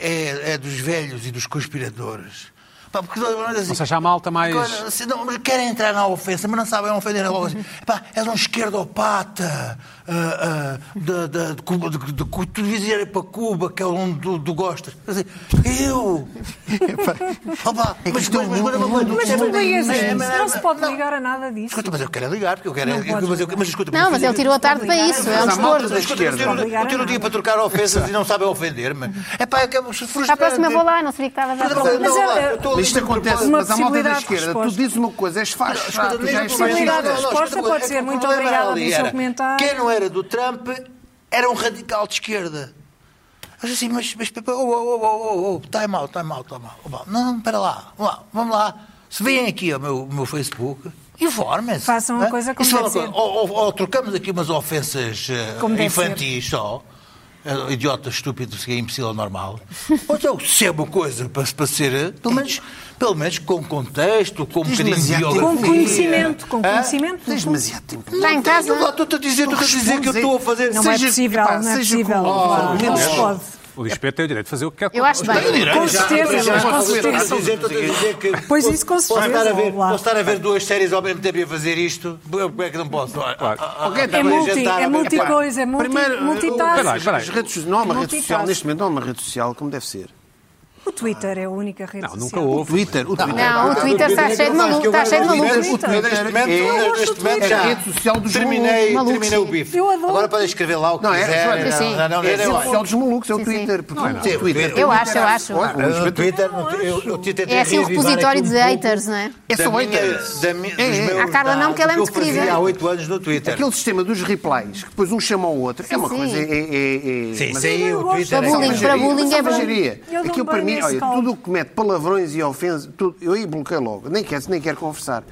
[SPEAKER 3] é, é dos velhos e dos conspiradores. Pá, porque nós- nós assim-
[SPEAKER 1] Ou seja, a malta mais-
[SPEAKER 3] Agora, assim, não, mas querem entrar na ofensa, mas não sabem ofender é logo assim. Pá, és um esquerdopata ah, ah, da- da- de Cuba, de, de, Cu- tu devias ir para Cuba, que é onde tu, tu gostas. Quer dizer, eu! Opa, mas, mas, mas, mas,
[SPEAKER 4] Mas tu ligas a
[SPEAKER 3] mas-
[SPEAKER 4] isso.
[SPEAKER 3] mas-
[SPEAKER 4] Não se pode
[SPEAKER 3] não.
[SPEAKER 4] ligar a nada disso.
[SPEAKER 3] Escuta, mas eu quero é ligar, porque eu quero. é-
[SPEAKER 4] Não podes
[SPEAKER 3] mas, eu, mas escuta,
[SPEAKER 5] Não, mas ele tirou a tarde para
[SPEAKER 4] Obrigada.
[SPEAKER 5] isso. É um
[SPEAKER 2] Mas há malta
[SPEAKER 5] desporto.
[SPEAKER 2] da
[SPEAKER 3] Escuta, eu tiro-
[SPEAKER 2] esquerda.
[SPEAKER 3] eu tiro o dia para trocar ofensas e não sabem ofender-me. É pá, eu quero frustrante.
[SPEAKER 5] À próxima eu vou lá, não sabia que estava a
[SPEAKER 3] Mas
[SPEAKER 5] dar
[SPEAKER 3] eu-
[SPEAKER 5] para
[SPEAKER 3] não,
[SPEAKER 4] Mas
[SPEAKER 3] lá,
[SPEAKER 4] é-
[SPEAKER 3] eu estou
[SPEAKER 2] Mas isto acontece,
[SPEAKER 4] Uma
[SPEAKER 2] mas a malta da
[SPEAKER 4] possibilidade de
[SPEAKER 2] esquerda, tu
[SPEAKER 4] resposta.
[SPEAKER 2] dizes uma coisa, és
[SPEAKER 3] Não,
[SPEAKER 2] facho,
[SPEAKER 3] escuta,
[SPEAKER 2] tu
[SPEAKER 3] nem
[SPEAKER 2] já é
[SPEAKER 3] a
[SPEAKER 2] és
[SPEAKER 4] possibilidade de
[SPEAKER 3] não, não,
[SPEAKER 2] fascista.
[SPEAKER 4] resposta.
[SPEAKER 3] escuta,
[SPEAKER 4] pode
[SPEAKER 3] é que
[SPEAKER 4] ser,
[SPEAKER 3] o
[SPEAKER 4] muito
[SPEAKER 3] problema
[SPEAKER 4] obrigada
[SPEAKER 3] ali
[SPEAKER 4] pelo seu
[SPEAKER 3] era,
[SPEAKER 4] comentário.
[SPEAKER 3] Quem não era do Trump era um radical de esquerda. Mas assim, mas, mas oh, oh, oh, oh, oh, oh, time out, time out, time out. Obama, Oh, Não, não, espera lá, vamos lá, vamos lá. Se vêm aqui ao meu, ao meu Facebook, informem-se.
[SPEAKER 4] Façam a
[SPEAKER 3] né?
[SPEAKER 4] coisa como
[SPEAKER 3] Isso é uma
[SPEAKER 4] deve ser.
[SPEAKER 3] Ou, ou- ou trocamos aqui umas ofensas eh,
[SPEAKER 4] Como deve
[SPEAKER 3] infantis só. eh, Idiota, estúpido, se é imbecil ou normal. Ou então, se é uma coisa para, para ser, eh, pelo menos, pelo menos com contexto, com um bocadinho de
[SPEAKER 2] Demasiado
[SPEAKER 3] biografia.
[SPEAKER 4] Com conhecimento,
[SPEAKER 2] Ah,
[SPEAKER 4] com conhecimento. é
[SPEAKER 2] Tens demasiado tempo.
[SPEAKER 5] Está em casa.
[SPEAKER 3] Eu lá estou-te a dizer, estou a dizer que eu estou a fazer.
[SPEAKER 4] Não é
[SPEAKER 3] seja-
[SPEAKER 4] possível,
[SPEAKER 2] epá,
[SPEAKER 4] não é
[SPEAKER 2] seja
[SPEAKER 4] possível.
[SPEAKER 2] com-
[SPEAKER 4] Não, não se pode.
[SPEAKER 1] O Lispeto tem o direito de fazer o que quer.
[SPEAKER 5] Eu acho
[SPEAKER 3] Tenho
[SPEAKER 5] bem.
[SPEAKER 3] direito,
[SPEAKER 4] Com
[SPEAKER 3] já-
[SPEAKER 4] certeza,
[SPEAKER 3] já-
[SPEAKER 4] mas com
[SPEAKER 3] já-
[SPEAKER 4] certeza.
[SPEAKER 3] estou a dizer, estou a dizer que
[SPEAKER 4] Pois isso com
[SPEAKER 3] Posso estar, a
[SPEAKER 4] certeza,
[SPEAKER 3] ver,
[SPEAKER 4] lá.
[SPEAKER 3] posso estar a ver duas séries ao mesmo tempo e a fazer isto? Como é que não posso? ah, tá
[SPEAKER 4] É multi, é multi coisa, é multi,
[SPEAKER 2] Primeiro,
[SPEAKER 4] multitask.
[SPEAKER 1] Peraí, peraí.
[SPEAKER 2] As redes, so- não há uma rede
[SPEAKER 4] Multitask.
[SPEAKER 2] social, neste momento não há uma rede social como deve ser.
[SPEAKER 4] O Twitter é a única rede
[SPEAKER 1] Não, nunca
[SPEAKER 4] social.
[SPEAKER 2] O
[SPEAKER 1] houve.
[SPEAKER 2] Twitter, o Twitter.
[SPEAKER 5] Não, o Twitter
[SPEAKER 4] Tá
[SPEAKER 5] está cheio de malucos. Está cheio de malucos.
[SPEAKER 3] O Twitter, neste momento,
[SPEAKER 2] É-
[SPEAKER 3] neste momento
[SPEAKER 2] é
[SPEAKER 3] já.
[SPEAKER 2] a rede social dos
[SPEAKER 3] terminei,
[SPEAKER 5] malucos.
[SPEAKER 3] terminei o bife.
[SPEAKER 4] Eu adoro.
[SPEAKER 3] Agora podem escrever lá o que
[SPEAKER 2] Não, é,
[SPEAKER 3] quiserem.
[SPEAKER 2] Joana,
[SPEAKER 3] não,
[SPEAKER 5] Sim.
[SPEAKER 3] não,
[SPEAKER 2] É
[SPEAKER 3] não,
[SPEAKER 2] a rede
[SPEAKER 3] não, não.
[SPEAKER 2] social dos malucos, é o
[SPEAKER 5] Sim, sim.
[SPEAKER 2] Twitter. é porque o
[SPEAKER 3] Sim, o Twitter-
[SPEAKER 5] Eu acho, eu acho.
[SPEAKER 3] Ah, o Twitter, eu- eu tentei
[SPEAKER 5] É assim um
[SPEAKER 3] reavivar
[SPEAKER 5] repositório
[SPEAKER 3] aqui
[SPEAKER 5] de
[SPEAKER 3] um pouco.
[SPEAKER 5] haters, não é?
[SPEAKER 2] É
[SPEAKER 3] da
[SPEAKER 2] só
[SPEAKER 3] minha,
[SPEAKER 2] haters.
[SPEAKER 3] da minha, dos
[SPEAKER 2] É, é.
[SPEAKER 3] meus
[SPEAKER 5] A Carla não, que ela é
[SPEAKER 3] dados,
[SPEAKER 5] muito
[SPEAKER 3] do que eu
[SPEAKER 5] querida.
[SPEAKER 3] fazia Há oito anos no Twitter.
[SPEAKER 2] Aquele sistema dos replies, que depois um chama ao outro, é uma
[SPEAKER 5] sim.
[SPEAKER 2] coisa. É, é, é,
[SPEAKER 3] Sim,
[SPEAKER 2] mas-
[SPEAKER 3] sim,
[SPEAKER 4] eu
[SPEAKER 3] o
[SPEAKER 4] gosto
[SPEAKER 3] Twitter
[SPEAKER 5] da
[SPEAKER 3] é
[SPEAKER 5] bullying, para bullying. é bom.
[SPEAKER 2] Selvageria.
[SPEAKER 4] Eu dou
[SPEAKER 2] Aquilo
[SPEAKER 4] um
[SPEAKER 2] para
[SPEAKER 4] banho
[SPEAKER 2] mim,
[SPEAKER 4] nesse
[SPEAKER 2] olha,
[SPEAKER 4] caldo.
[SPEAKER 2] tudo o que mete palavrões e ofensas, tudo, eu aí bloqueei logo, nem quero, nem quero conversar.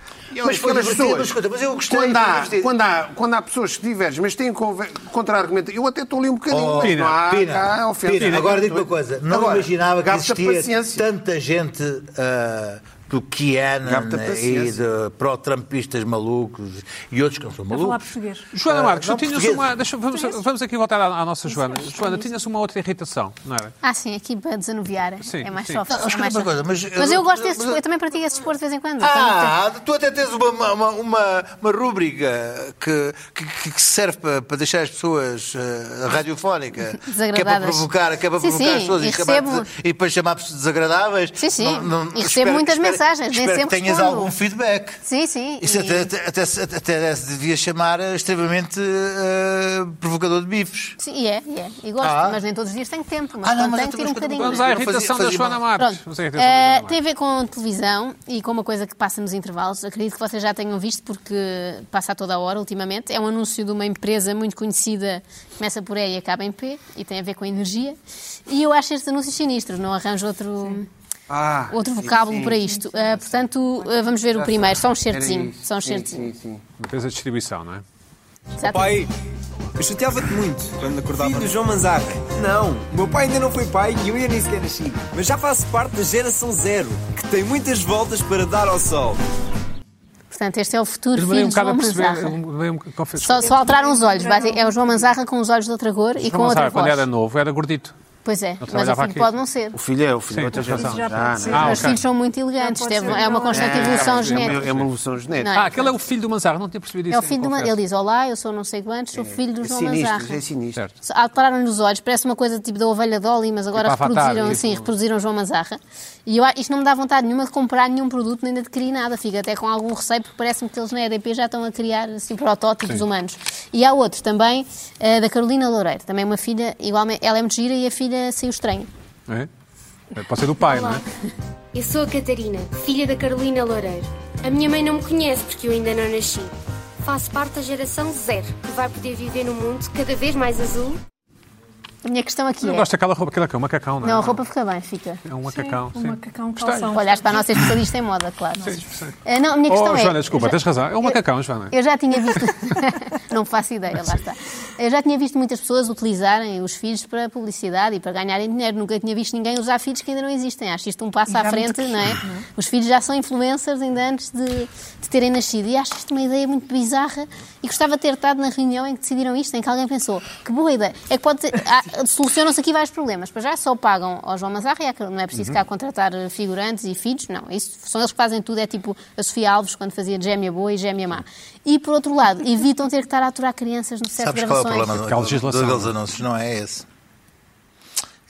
[SPEAKER 3] Mas foi divertido, mas escuta, mas eu gostei,
[SPEAKER 2] quando,
[SPEAKER 3] foi
[SPEAKER 2] há,
[SPEAKER 3] divertido.
[SPEAKER 2] quando, há, quando há pessoas que divergem, mas têm conver- contra-argumento, eu até estou ali um bocadinho,
[SPEAKER 3] Oh,
[SPEAKER 2] mas
[SPEAKER 1] Pina,
[SPEAKER 2] não há,
[SPEAKER 3] Pina,
[SPEAKER 2] há ofensa.
[SPEAKER 3] Pina, agora digo uma coisa. Não
[SPEAKER 2] Agora,
[SPEAKER 3] imaginava que
[SPEAKER 2] gasta
[SPEAKER 3] existia
[SPEAKER 2] paciência.
[SPEAKER 3] tanta gente ah, do Kianan
[SPEAKER 2] Gasta
[SPEAKER 3] e
[SPEAKER 2] paciência.
[SPEAKER 3] de pró-trampistas malucos e outros que não são
[SPEAKER 4] Vou falar
[SPEAKER 3] malucos.
[SPEAKER 4] português.
[SPEAKER 1] Joana
[SPEAKER 3] Ah,
[SPEAKER 1] Marques,
[SPEAKER 3] não,
[SPEAKER 1] tu tinhas
[SPEAKER 3] português.
[SPEAKER 1] uma. Deixa, vamos, vamos aqui voltar à, à nossa Joana. Joana, tinhas uma outra irritação, não era?
[SPEAKER 5] Ah, sim, aqui para desanuviar.
[SPEAKER 1] Sim,
[SPEAKER 5] é mais
[SPEAKER 1] sim.
[SPEAKER 5] soft.
[SPEAKER 3] Não,
[SPEAKER 5] é
[SPEAKER 3] escuta
[SPEAKER 5] mais
[SPEAKER 3] uma
[SPEAKER 5] soft.
[SPEAKER 3] coisa, mas-
[SPEAKER 5] mas eu gosto desse
[SPEAKER 3] mas-
[SPEAKER 5] desporto. Eu também pratico esse desporto de vez em quando.
[SPEAKER 3] Ah, tu até tens uma, uma, uma, uma rúbrica que, que, que serve para, para deixar as pessoas ah, radiofónica, que é para
[SPEAKER 5] Desagradáveis.
[SPEAKER 3] provocar, que é para
[SPEAKER 5] Sim,
[SPEAKER 3] provocar
[SPEAKER 5] sim,
[SPEAKER 3] as pessoas
[SPEAKER 5] e
[SPEAKER 3] e, chamar-
[SPEAKER 5] recebo-
[SPEAKER 3] e para chamar pessoas desagradáveis.
[SPEAKER 5] Sim, sim, e recebo
[SPEAKER 3] espero-
[SPEAKER 5] muitas
[SPEAKER 3] espero-
[SPEAKER 5] mensagens, nem
[SPEAKER 3] espero que
[SPEAKER 5] sempre
[SPEAKER 3] tenhas
[SPEAKER 5] respondo.
[SPEAKER 3] algum feedback.
[SPEAKER 5] Sim, sim.
[SPEAKER 3] Isso é
[SPEAKER 5] e-
[SPEAKER 3] até, até, até, se- até se devia chamar eh, extremamente eh, provocador de bifes.
[SPEAKER 5] Sim, e é, e é. E gosto,
[SPEAKER 3] Ah.
[SPEAKER 5] mas nem todos os dias tenho tempo. Mas
[SPEAKER 3] Ah, não,
[SPEAKER 5] quando
[SPEAKER 3] mas
[SPEAKER 5] tenho
[SPEAKER 3] eu
[SPEAKER 5] que ter
[SPEAKER 3] também
[SPEAKER 5] um bocadinho.
[SPEAKER 3] escuto-
[SPEAKER 1] Vamos à
[SPEAKER 3] Não fazia-
[SPEAKER 1] irritação da
[SPEAKER 3] fazia
[SPEAKER 1] Joana
[SPEAKER 3] mal.
[SPEAKER 1] Marques.
[SPEAKER 5] Pronto,
[SPEAKER 1] Vamos à
[SPEAKER 5] eh,
[SPEAKER 1] irritação da Joana Marques.
[SPEAKER 5] tem a ver com televisão e com uma coisa que passa nos intervalos. Acredito que vocês já tenham visto, porque passa a toda a hora ultimamente. É um anúncio de uma empresa muito conhecida, começa por E e acaba em P, e tem a ver com energia. E eu acho estes anúncios sinistros, não arranjo outro.
[SPEAKER 2] Ah,
[SPEAKER 5] Outro
[SPEAKER 2] sim,
[SPEAKER 5] vocábulo
[SPEAKER 2] sim,
[SPEAKER 5] para isto. Eh, portanto, eh, vamos ver o primeiro. Só um certezinho.
[SPEAKER 2] isso.
[SPEAKER 5] Só um
[SPEAKER 2] Sim,
[SPEAKER 5] certezinho.
[SPEAKER 2] sim, sim.
[SPEAKER 1] Empresa de distribuição, não é?
[SPEAKER 5] Exato.
[SPEAKER 6] Pai, eu chateava-te muito quando acordava. Filho do João Manzac. Não, o meu pai ainda não foi pai e eu ainda nem sequer nasci. Mas já faço parte da geração zero, que tem muitas voltas para dar ao sol.
[SPEAKER 5] Portanto, este é o futuro
[SPEAKER 1] Demorei
[SPEAKER 5] filho
[SPEAKER 1] um
[SPEAKER 5] de
[SPEAKER 1] bocado a
[SPEAKER 5] João
[SPEAKER 1] perceber.
[SPEAKER 5] Manzarra.
[SPEAKER 1] eu demorei um bocado- confesso.
[SPEAKER 5] Só, só alteraram os olhos. basic- É o João Manzarra com os olhos de outra cor e com
[SPEAKER 1] Vamos lá,
[SPEAKER 5] outra
[SPEAKER 1] quando
[SPEAKER 5] voz.
[SPEAKER 1] era novo, era gordito.
[SPEAKER 5] Pois é, mas
[SPEAKER 1] trabalhava
[SPEAKER 5] assim
[SPEAKER 1] aqui.
[SPEAKER 5] pode não ser.
[SPEAKER 2] O filho é o filho
[SPEAKER 1] Sim,
[SPEAKER 2] de outra
[SPEAKER 1] tens razão.
[SPEAKER 2] geração.
[SPEAKER 4] Já
[SPEAKER 2] já,
[SPEAKER 4] pode ser.
[SPEAKER 2] não é?
[SPEAKER 1] Ah,
[SPEAKER 5] Os
[SPEAKER 1] ok.
[SPEAKER 5] filhos são muito elegantes,
[SPEAKER 4] Não pode
[SPEAKER 5] é,
[SPEAKER 4] ser,
[SPEAKER 5] é uma
[SPEAKER 4] não,
[SPEAKER 5] constante
[SPEAKER 4] é.
[SPEAKER 5] evolução
[SPEAKER 2] É uma- É
[SPEAKER 5] genética.
[SPEAKER 2] uma evolução genética.
[SPEAKER 5] Não
[SPEAKER 1] Ah, aquele é o filho do Manzarra, não tinha percebido isso.
[SPEAKER 5] É o filho de uma...
[SPEAKER 1] confesso.
[SPEAKER 5] Ele diz, olá, eu sou não sei quantos, sou filho do
[SPEAKER 2] É
[SPEAKER 5] João
[SPEAKER 2] sinistro,
[SPEAKER 5] Manzarra.
[SPEAKER 2] é sinistro.
[SPEAKER 1] Certo.
[SPEAKER 5] Alteraram-lhe os olhos, parece uma coisa tipo da ovelha Dolly, mas agora
[SPEAKER 1] Tipo Avatar,
[SPEAKER 5] reproduziram,
[SPEAKER 1] isso.
[SPEAKER 5] sim, reproduziram João Manzarra. E eu, a- isto não me dá vontade nenhuma de comprar nenhum produto nem de adquirir nada, fico até com algum receio, porque parece-me que eles na EDP já estão a criar assim, protótipos humanos. E há outro também, eh, da Carolina Loureiro, também uma filha, igualmente, ela é muito gira e a filha saiu estranha.
[SPEAKER 1] É? Pode ser do pai, não
[SPEAKER 7] Olá,
[SPEAKER 1] é?
[SPEAKER 7] eu sou a Catarina, filha da Carolina Loureiro. A minha mãe não me conhece porque eu ainda não nasci. Faço parte da geração zero, que vai poder viver num mundo cada vez mais azul
[SPEAKER 5] A minha questão aqui
[SPEAKER 1] Eu
[SPEAKER 5] é...
[SPEAKER 1] gosto daquela roupa, aquela que é um macacão, não é?
[SPEAKER 5] Não, a roupa fica bem, fica.
[SPEAKER 1] É um macacão.
[SPEAKER 4] um
[SPEAKER 1] sim.
[SPEAKER 4] macacão,
[SPEAKER 1] Gostei.
[SPEAKER 4] calção.
[SPEAKER 5] Olhaste para a nossa especialista em moda, claro. Ah, não, a minha questão
[SPEAKER 1] Oh,
[SPEAKER 5] é.
[SPEAKER 1] Joana, desculpa,
[SPEAKER 5] eu já-
[SPEAKER 1] tens razão. É um macacão, Joana.
[SPEAKER 5] Eu já tinha visto. não faço ideia, lá está. Eu já tinha visto muitas pessoas utilizarem os filhos para publicidade e para ganharem dinheiro. Nunca tinha visto ninguém usar filhos que ainda não existem. Acho isto um passo
[SPEAKER 4] Já
[SPEAKER 5] à
[SPEAKER 4] há muito
[SPEAKER 5] frente,
[SPEAKER 4] que-
[SPEAKER 5] não é?
[SPEAKER 3] Uhum.
[SPEAKER 5] Os filhos já são influencers ainda antes de, de terem nascido. E acho isto uma ideia muito bizarra e gostava de ter estado na reunião em que decidiram isto, em que alguém pensou que boa ideia. É que pode ter, há- solucionam-se aqui vários problemas. Para já só pagam ao João Mazarra, e à Carol- não é
[SPEAKER 3] Uhum.
[SPEAKER 5] preciso cá contratar eh, figurantes e filhos, não. Isso são eles que fazem tudo, é tipo a Sofia Alves quando fazia de gêmea boa e gêmea má. E por outro lado, evitam ter que estar a aturar crianças no set de
[SPEAKER 3] Sabes qual é o
[SPEAKER 5] gravações.
[SPEAKER 3] problema
[SPEAKER 1] Aquela
[SPEAKER 3] do-
[SPEAKER 1] legislação.
[SPEAKER 3] daqueles anúncios? Não é esse.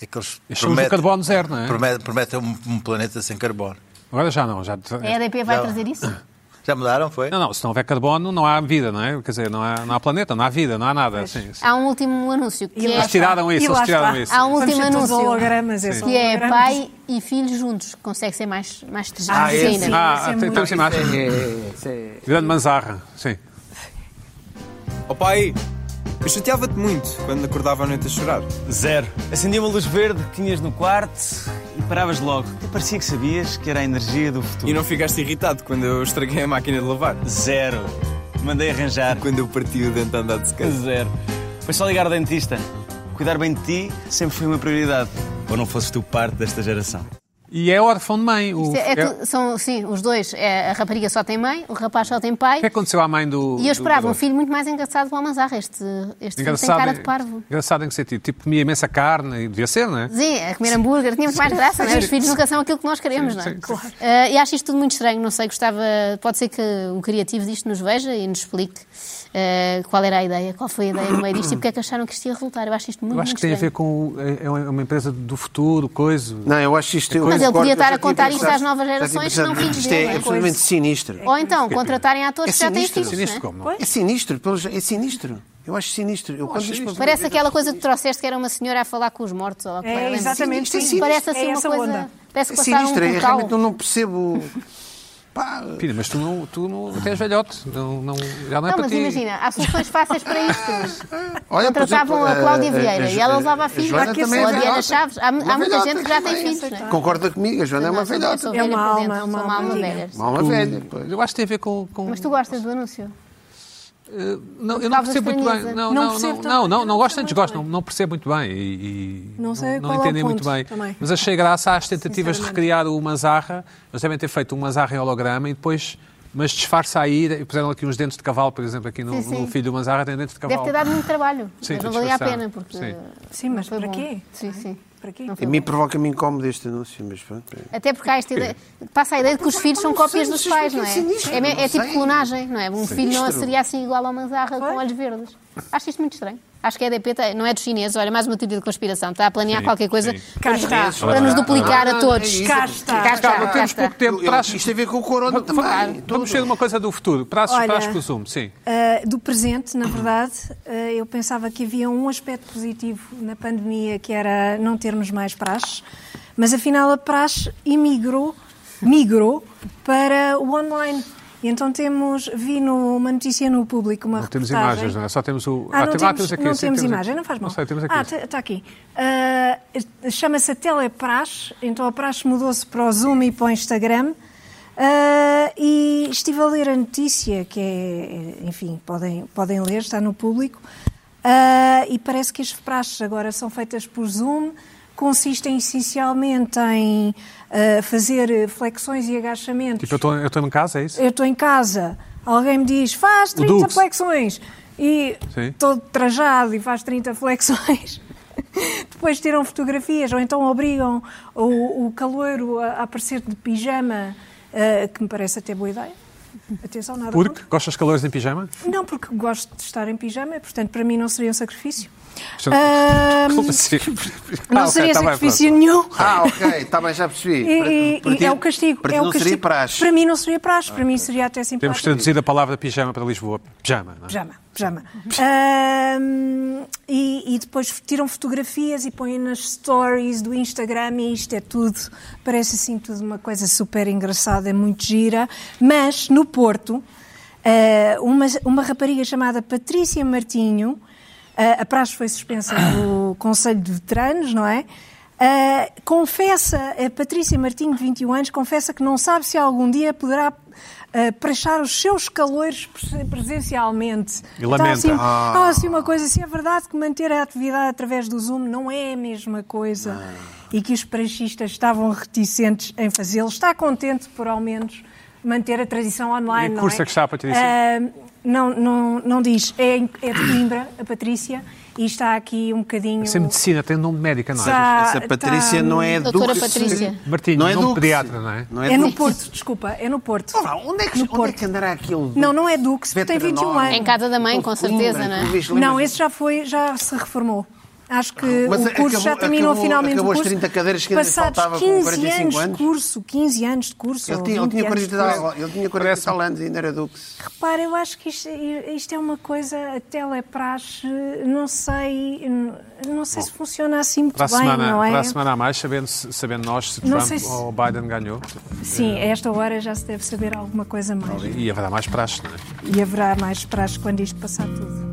[SPEAKER 3] É que eles
[SPEAKER 1] Eles são do carbono zero, não é?
[SPEAKER 3] prometem, prometem um, um planeta sem carbono.
[SPEAKER 1] Agora já não. Já...
[SPEAKER 5] A EDP vai trazer isso?
[SPEAKER 3] Já mudaram, foi?
[SPEAKER 1] Não, não, se não houver carbono, não há vida, não é? Quer dizer, não há, não há planeta, não há vida, não há nada. Sim, sim.
[SPEAKER 5] Há um último anúncio que é,
[SPEAKER 1] Eles tiraram isso,
[SPEAKER 4] E lá
[SPEAKER 1] eles tiraram
[SPEAKER 4] está.
[SPEAKER 1] isso.
[SPEAKER 5] Há um
[SPEAKER 4] Vamos
[SPEAKER 5] último
[SPEAKER 4] ser todos
[SPEAKER 5] anúncio.
[SPEAKER 4] hologramas, é só
[SPEAKER 5] que é
[SPEAKER 4] hologramas.
[SPEAKER 5] pai e filho juntos. Consegue ser mais, mais
[SPEAKER 3] Ah,
[SPEAKER 5] sim,
[SPEAKER 3] esse.
[SPEAKER 5] né?
[SPEAKER 4] isso
[SPEAKER 1] Ah,
[SPEAKER 4] é
[SPEAKER 1] tem-
[SPEAKER 4] muito-
[SPEAKER 1] temos imagens. Grande manzarra, sim.
[SPEAKER 6] Ó Oh, pai, eu chateava-te muito quando acordava à noite a chorar.
[SPEAKER 8] Zero. Acendia uma luz verde que tinhas no quarto e paravas logo. Até parecia que sabias que era a energia do futuro.
[SPEAKER 6] E não ficaste irritado quando eu estraguei a máquina de lavar.
[SPEAKER 8] Zero. Mandei arranjar.
[SPEAKER 6] Quando eu parti o dente a andar de secando.
[SPEAKER 8] Zero. Foi só ligar ao dentista. Cuidar bem de ti sempre foi uma prioridade. Ou não fosses tu parte desta geração.
[SPEAKER 1] E é órfão de mãe. O,
[SPEAKER 5] É- é
[SPEAKER 1] é-
[SPEAKER 5] tu- são, sim, os dois. É, a rapariga só tem mãe, o rapaz só tem pai.
[SPEAKER 1] o que é que aconteceu à mãe do.
[SPEAKER 5] E eu esperava
[SPEAKER 1] do-
[SPEAKER 5] um filho muito mais engraçado para o Almanzarra. Este, este filho tem
[SPEAKER 1] Engraçado, é-
[SPEAKER 5] cara
[SPEAKER 1] em-
[SPEAKER 5] de parvo.
[SPEAKER 1] Engraçado em que sentido? Tipo, comia imensa carne, e devia ser, não é?
[SPEAKER 5] Sim, a comer hambúrguer, tínhamos mais graça, não é? Os filhos nunca são aquilo que nós queremos, não é? Claro. Ah, e acho isto tudo muito estranho, não sei, gostava. Pode ser que o criativo disto nos veja e nos explique ah, qual era a ideia, qual foi a ideia no meio disto e porque é que acharam que isto ia resultar. Eu acho isto muito,
[SPEAKER 1] Eu acho
[SPEAKER 5] muito
[SPEAKER 1] que tem a
[SPEAKER 5] estranho.
[SPEAKER 1] ver com. o- É é uma é uma empresa do futuro, coisa.
[SPEAKER 2] Não, eu acho isto.
[SPEAKER 5] Mas ele
[SPEAKER 2] eu concordo,
[SPEAKER 5] podia estar
[SPEAKER 2] eu
[SPEAKER 5] a
[SPEAKER 2] já tinha
[SPEAKER 5] contar isto
[SPEAKER 2] pensado-
[SPEAKER 5] às novas
[SPEAKER 2] já tinha
[SPEAKER 5] gerações que
[SPEAKER 2] pensado
[SPEAKER 5] não filhos
[SPEAKER 2] nisto. Isto
[SPEAKER 5] dele,
[SPEAKER 2] é
[SPEAKER 5] não é?
[SPEAKER 2] absolutamente sinistro.
[SPEAKER 1] É
[SPEAKER 5] Ou então, contratarem atores que já têm
[SPEAKER 2] sinistro.
[SPEAKER 5] filhos.
[SPEAKER 1] Sinistro
[SPEAKER 5] não é?
[SPEAKER 1] como, não?
[SPEAKER 2] É sinistro, pelo je- é sinistro. Eu acho sinistro. Eu quando isto-
[SPEAKER 5] Parece aquela coisa que trouxeste que era uma senhora a falar com os mortos. Ou,
[SPEAKER 4] É, exatamente,
[SPEAKER 2] Isto é sim. sinistro.
[SPEAKER 5] Parece assim
[SPEAKER 4] É
[SPEAKER 5] uma
[SPEAKER 4] essa
[SPEAKER 5] coisa.
[SPEAKER 4] onda.
[SPEAKER 5] Parece
[SPEAKER 2] é
[SPEAKER 5] que passaram
[SPEAKER 2] sinistro,
[SPEAKER 5] um
[SPEAKER 2] é, realmente eu
[SPEAKER 5] portal.
[SPEAKER 2] não percebo. Pá,
[SPEAKER 1] Pina, mas tu não, tu não tens velhote. Não, não, já não é
[SPEAKER 5] Não,
[SPEAKER 1] para
[SPEAKER 5] mas
[SPEAKER 1] ti.
[SPEAKER 5] imagina, há soluções fáceis para isto.
[SPEAKER 2] olha, É, por
[SPEAKER 5] Contratavam
[SPEAKER 2] exemplo,
[SPEAKER 5] a Cláudia
[SPEAKER 2] eh,
[SPEAKER 5] Vieira
[SPEAKER 2] eh,
[SPEAKER 5] e ela
[SPEAKER 2] Jo-
[SPEAKER 5] usava a
[SPEAKER 2] eh,
[SPEAKER 5] filha.
[SPEAKER 2] Joana
[SPEAKER 5] Ou a
[SPEAKER 2] também é
[SPEAKER 5] Diana
[SPEAKER 2] velhota.
[SPEAKER 5] Chaves. Há- há
[SPEAKER 2] Uma
[SPEAKER 5] muita
[SPEAKER 2] velhota
[SPEAKER 5] gente que já tem
[SPEAKER 2] também.
[SPEAKER 5] filhos, não é?
[SPEAKER 2] Concorda comigo, a Joana é uma
[SPEAKER 5] Não, sou-
[SPEAKER 2] velhota.
[SPEAKER 5] sou
[SPEAKER 2] Uma
[SPEAKER 4] É
[SPEAKER 5] velha
[SPEAKER 4] uma
[SPEAKER 5] por dentro,
[SPEAKER 4] alma,
[SPEAKER 5] sou
[SPEAKER 4] uma
[SPEAKER 5] uma
[SPEAKER 4] alma
[SPEAKER 5] alma
[SPEAKER 4] antiga.
[SPEAKER 5] velha.
[SPEAKER 2] alma velha. pô.
[SPEAKER 1] Eu acho que tem a ver com. com-
[SPEAKER 5] Mas tu gostas do
[SPEAKER 1] É
[SPEAKER 5] anúncio?
[SPEAKER 1] Não, eu não
[SPEAKER 5] Talvez
[SPEAKER 1] percebo muito
[SPEAKER 5] estranheza.
[SPEAKER 1] bem. Não,
[SPEAKER 4] Não
[SPEAKER 1] não,
[SPEAKER 4] percebo
[SPEAKER 1] não,
[SPEAKER 4] também.
[SPEAKER 1] não, não, não gosto nem
[SPEAKER 4] Não
[SPEAKER 1] desgosto,
[SPEAKER 4] sei
[SPEAKER 1] não,
[SPEAKER 4] muito
[SPEAKER 1] não percebo muito bem. E, e
[SPEAKER 4] Não
[SPEAKER 1] não
[SPEAKER 4] sei qual é o
[SPEAKER 1] entendi
[SPEAKER 4] ponto
[SPEAKER 1] muito bem.
[SPEAKER 4] também.
[SPEAKER 1] Mas achei graça às tentativas de
[SPEAKER 4] Sinceramente.
[SPEAKER 1] recriar o Manzarra. Eles devem ter feito um Manzarra em holograma e depois. Mas disfarça aí e puseram aqui uns dentes de cavalo, por exemplo, aqui no,
[SPEAKER 5] Sim, sim.
[SPEAKER 1] no filho do Manzarra tem dentes de cavalo.
[SPEAKER 5] Deve ter dado muito trabalho.
[SPEAKER 1] Sim,
[SPEAKER 5] mas não
[SPEAKER 1] estou
[SPEAKER 5] valia a
[SPEAKER 1] disfarçado.
[SPEAKER 5] pena, porque.
[SPEAKER 1] Sim.
[SPEAKER 4] Sim, mas
[SPEAKER 5] foi
[SPEAKER 4] para
[SPEAKER 5] bom.
[SPEAKER 4] quê?
[SPEAKER 5] Sim, sim.
[SPEAKER 4] Para quê?
[SPEAKER 5] Não
[SPEAKER 2] A
[SPEAKER 5] foi
[SPEAKER 2] mim
[SPEAKER 5] bom.
[SPEAKER 2] provoca-me incómodo este anúncio, mas pronto.
[SPEAKER 5] Até porque há esta ideia. Passa a ideia de que os filhos são cópias dos pais, não é?
[SPEAKER 2] sinistro,
[SPEAKER 5] É, me-
[SPEAKER 2] não
[SPEAKER 5] é tipo
[SPEAKER 2] sei.
[SPEAKER 5] clonagem, não é? Um filho não
[SPEAKER 2] Sinistro.
[SPEAKER 5] seria assim igual ao Manzarra com olhos verdes. Acho isto muito estranho. Acho que a EDP tem- não é dos chineses. Olha, mais uma teoria de conspiração. Está a planear qualquer coisa para nos-
[SPEAKER 4] Cá está. é
[SPEAKER 5] para nos duplicar a todos.
[SPEAKER 4] Cá está.
[SPEAKER 5] Cá está.
[SPEAKER 1] Calma,
[SPEAKER 5] cá
[SPEAKER 1] temos
[SPEAKER 5] está.
[SPEAKER 1] pouco tempo. Traz,
[SPEAKER 2] Isto tem a ver com o corona
[SPEAKER 1] vamos,
[SPEAKER 2] também.
[SPEAKER 1] vamos ser uma coisa do futuro. Traz,
[SPEAKER 4] Olha,
[SPEAKER 1] traz com o Zoom, sim.
[SPEAKER 4] Uh, do presente, na verdade, uh, eu pensava que havia um aspecto positivo na pandemia, que era não termos mais praxe, mas afinal a praxe emigrou, migrou para o online. E então temos, vi no- uma notícia no público, uma
[SPEAKER 1] Não temos
[SPEAKER 4] reportagem-
[SPEAKER 1] imagens, não é? Só temos o-
[SPEAKER 4] Ah,
[SPEAKER 1] Ah,
[SPEAKER 4] não
[SPEAKER 1] tem-
[SPEAKER 4] temos,
[SPEAKER 1] ah, temos aqui,
[SPEAKER 4] não
[SPEAKER 1] sim,
[SPEAKER 4] temos
[SPEAKER 1] temos aqui.
[SPEAKER 4] imagem, não faz mal.
[SPEAKER 1] Não sei, temos aqui.
[SPEAKER 4] Ah, está aqui. Uh, Chama-se a Telepraxe, então a praxe mudou-se para o Zoom e para o Instagram. Uh, e estive a ler a notícia, que é, enfim, podem, podem ler, está no público. Uh, e parece que as praxes agora são feitas por Zoom, consistem essencialmente em uh, fazer flexões e agachamentos.
[SPEAKER 1] Tipo, eu estou- eu estou em casa, é isso?
[SPEAKER 4] Eu estou em casa, alguém me diz, faz
[SPEAKER 1] O
[SPEAKER 4] 30
[SPEAKER 1] Dux.
[SPEAKER 4] flexões. E
[SPEAKER 1] Sim.
[SPEAKER 4] todo trajado e faz 30 flexões. Depois tiram fotografias ou então obrigam o, o caloiro a, a aparecer de pijama, eh, que me parece até boa ideia. Atenção, nada
[SPEAKER 1] Porque gostas de calores em pijama?
[SPEAKER 4] contra. Não, porque gosto de estar em pijama, portanto para mim não seria um sacrifício.
[SPEAKER 1] Isto-
[SPEAKER 4] Ahm,
[SPEAKER 1] Como assim?
[SPEAKER 4] não
[SPEAKER 1] Ah, ok,
[SPEAKER 4] seria
[SPEAKER 1] tá bem,
[SPEAKER 4] sacrifício
[SPEAKER 1] pronto.
[SPEAKER 4] nenhum.
[SPEAKER 2] Ah, ok, está bem, já percebi.
[SPEAKER 4] E, e-
[SPEAKER 2] Para ti-
[SPEAKER 4] e é o castigo.
[SPEAKER 2] Para ti
[SPEAKER 4] é o
[SPEAKER 2] não
[SPEAKER 4] castigo.
[SPEAKER 2] seria praxe.
[SPEAKER 4] Para mim não seria praxe, para mim seria até
[SPEAKER 1] Temos
[SPEAKER 4] simpático.
[SPEAKER 1] de traduzir a palavra pijama para Lisboa. Pijama, não é?
[SPEAKER 4] Pijama, pijama. Ahm, e, e depois tiram fotografias e põem nas stories do Instagram e isto é tudo. Parece assim tudo uma coisa super engraçada, é muito gira. Mas no Porto, ah, uma, uma rapariga chamada Patrícia Martinho, ah, a praxe foi suspensa do Conselho de Veteranos, não é? Ah, confessa, a Patrícia Martinho, de 21 anos, confessa que não sabe se algum dia poderá uh, prestar os seus calores pres- presencialmente.
[SPEAKER 1] E lamenta. Ah.
[SPEAKER 4] Então, assim, há assim uma coisa, se é verdade que manter a atividade através do Zoom não é a mesma coisa
[SPEAKER 1] Ah.
[SPEAKER 4] e que os praxistas estavam reticentes em fazê-lo, está contente por ao menos manter a tradição
[SPEAKER 1] E
[SPEAKER 4] online.
[SPEAKER 1] que
[SPEAKER 4] não
[SPEAKER 1] curso é que está a Patrícia?
[SPEAKER 4] Ah, não, não, não diz, é, em- é de Coimbra, a Patrícia, e está aqui um bocadinho... Tá,
[SPEAKER 1] Isso é medicina, tem nome de médica, não é?
[SPEAKER 4] Está-
[SPEAKER 2] Essa Patrícia
[SPEAKER 4] está-
[SPEAKER 2] não é do
[SPEAKER 5] Doutora Patrícia.
[SPEAKER 1] Martinho,
[SPEAKER 2] não é
[SPEAKER 1] nome
[SPEAKER 2] Duque.
[SPEAKER 1] pediatra, não é?
[SPEAKER 2] Não
[SPEAKER 4] É
[SPEAKER 2] é
[SPEAKER 4] no
[SPEAKER 2] Duque.
[SPEAKER 4] Porto, desculpa, é no Porto.
[SPEAKER 2] Olha lá, onde é que,
[SPEAKER 4] No
[SPEAKER 2] onde é
[SPEAKER 4] Porto.
[SPEAKER 2] que andará aquele Duque?
[SPEAKER 4] Não, não é Duque, tem 21
[SPEAKER 2] Veteranor?
[SPEAKER 4] anos.
[SPEAKER 5] Em casa da mãe, com certeza,
[SPEAKER 2] Coimbra,
[SPEAKER 5] não é?
[SPEAKER 2] tu vês, lembras-
[SPEAKER 4] Não, esse já foi, já se reformou. Acho que
[SPEAKER 2] Mas
[SPEAKER 4] o curso
[SPEAKER 2] acabou-
[SPEAKER 4] já terminou
[SPEAKER 2] acabou-
[SPEAKER 4] finalmente
[SPEAKER 2] acabou
[SPEAKER 4] o
[SPEAKER 2] as
[SPEAKER 4] curso.
[SPEAKER 2] 30 cadeiras que ainda lhe
[SPEAKER 4] Passados
[SPEAKER 2] faltava com
[SPEAKER 4] 15
[SPEAKER 2] 45
[SPEAKER 4] anos
[SPEAKER 2] anos.
[SPEAKER 4] de curso, 15 anos de curso.
[SPEAKER 2] Ele
[SPEAKER 4] ou
[SPEAKER 2] tinha, ele
[SPEAKER 4] 20
[SPEAKER 2] tinha
[SPEAKER 4] um anos de
[SPEAKER 2] 40 e tal-
[SPEAKER 4] curso.
[SPEAKER 2] ele tinha 40 e tal anos e ainda era Dux.
[SPEAKER 4] Repara, eu acho que isto, isto é uma coisa, a telepraxe, não sei, não sei se funciona assim muito
[SPEAKER 1] Para a,
[SPEAKER 4] bem,
[SPEAKER 1] semana,
[SPEAKER 4] não é?
[SPEAKER 1] para a semana a mais, sabendo, se- sabendo nós se
[SPEAKER 4] Não
[SPEAKER 1] Trump
[SPEAKER 4] sei se-
[SPEAKER 1] ou Biden ganhou.
[SPEAKER 4] Sim, a esta hora já se deve saber alguma coisa mais.
[SPEAKER 1] E haverá mais praxe, não é?
[SPEAKER 4] E haverá mais praxe quando isto passar tudo.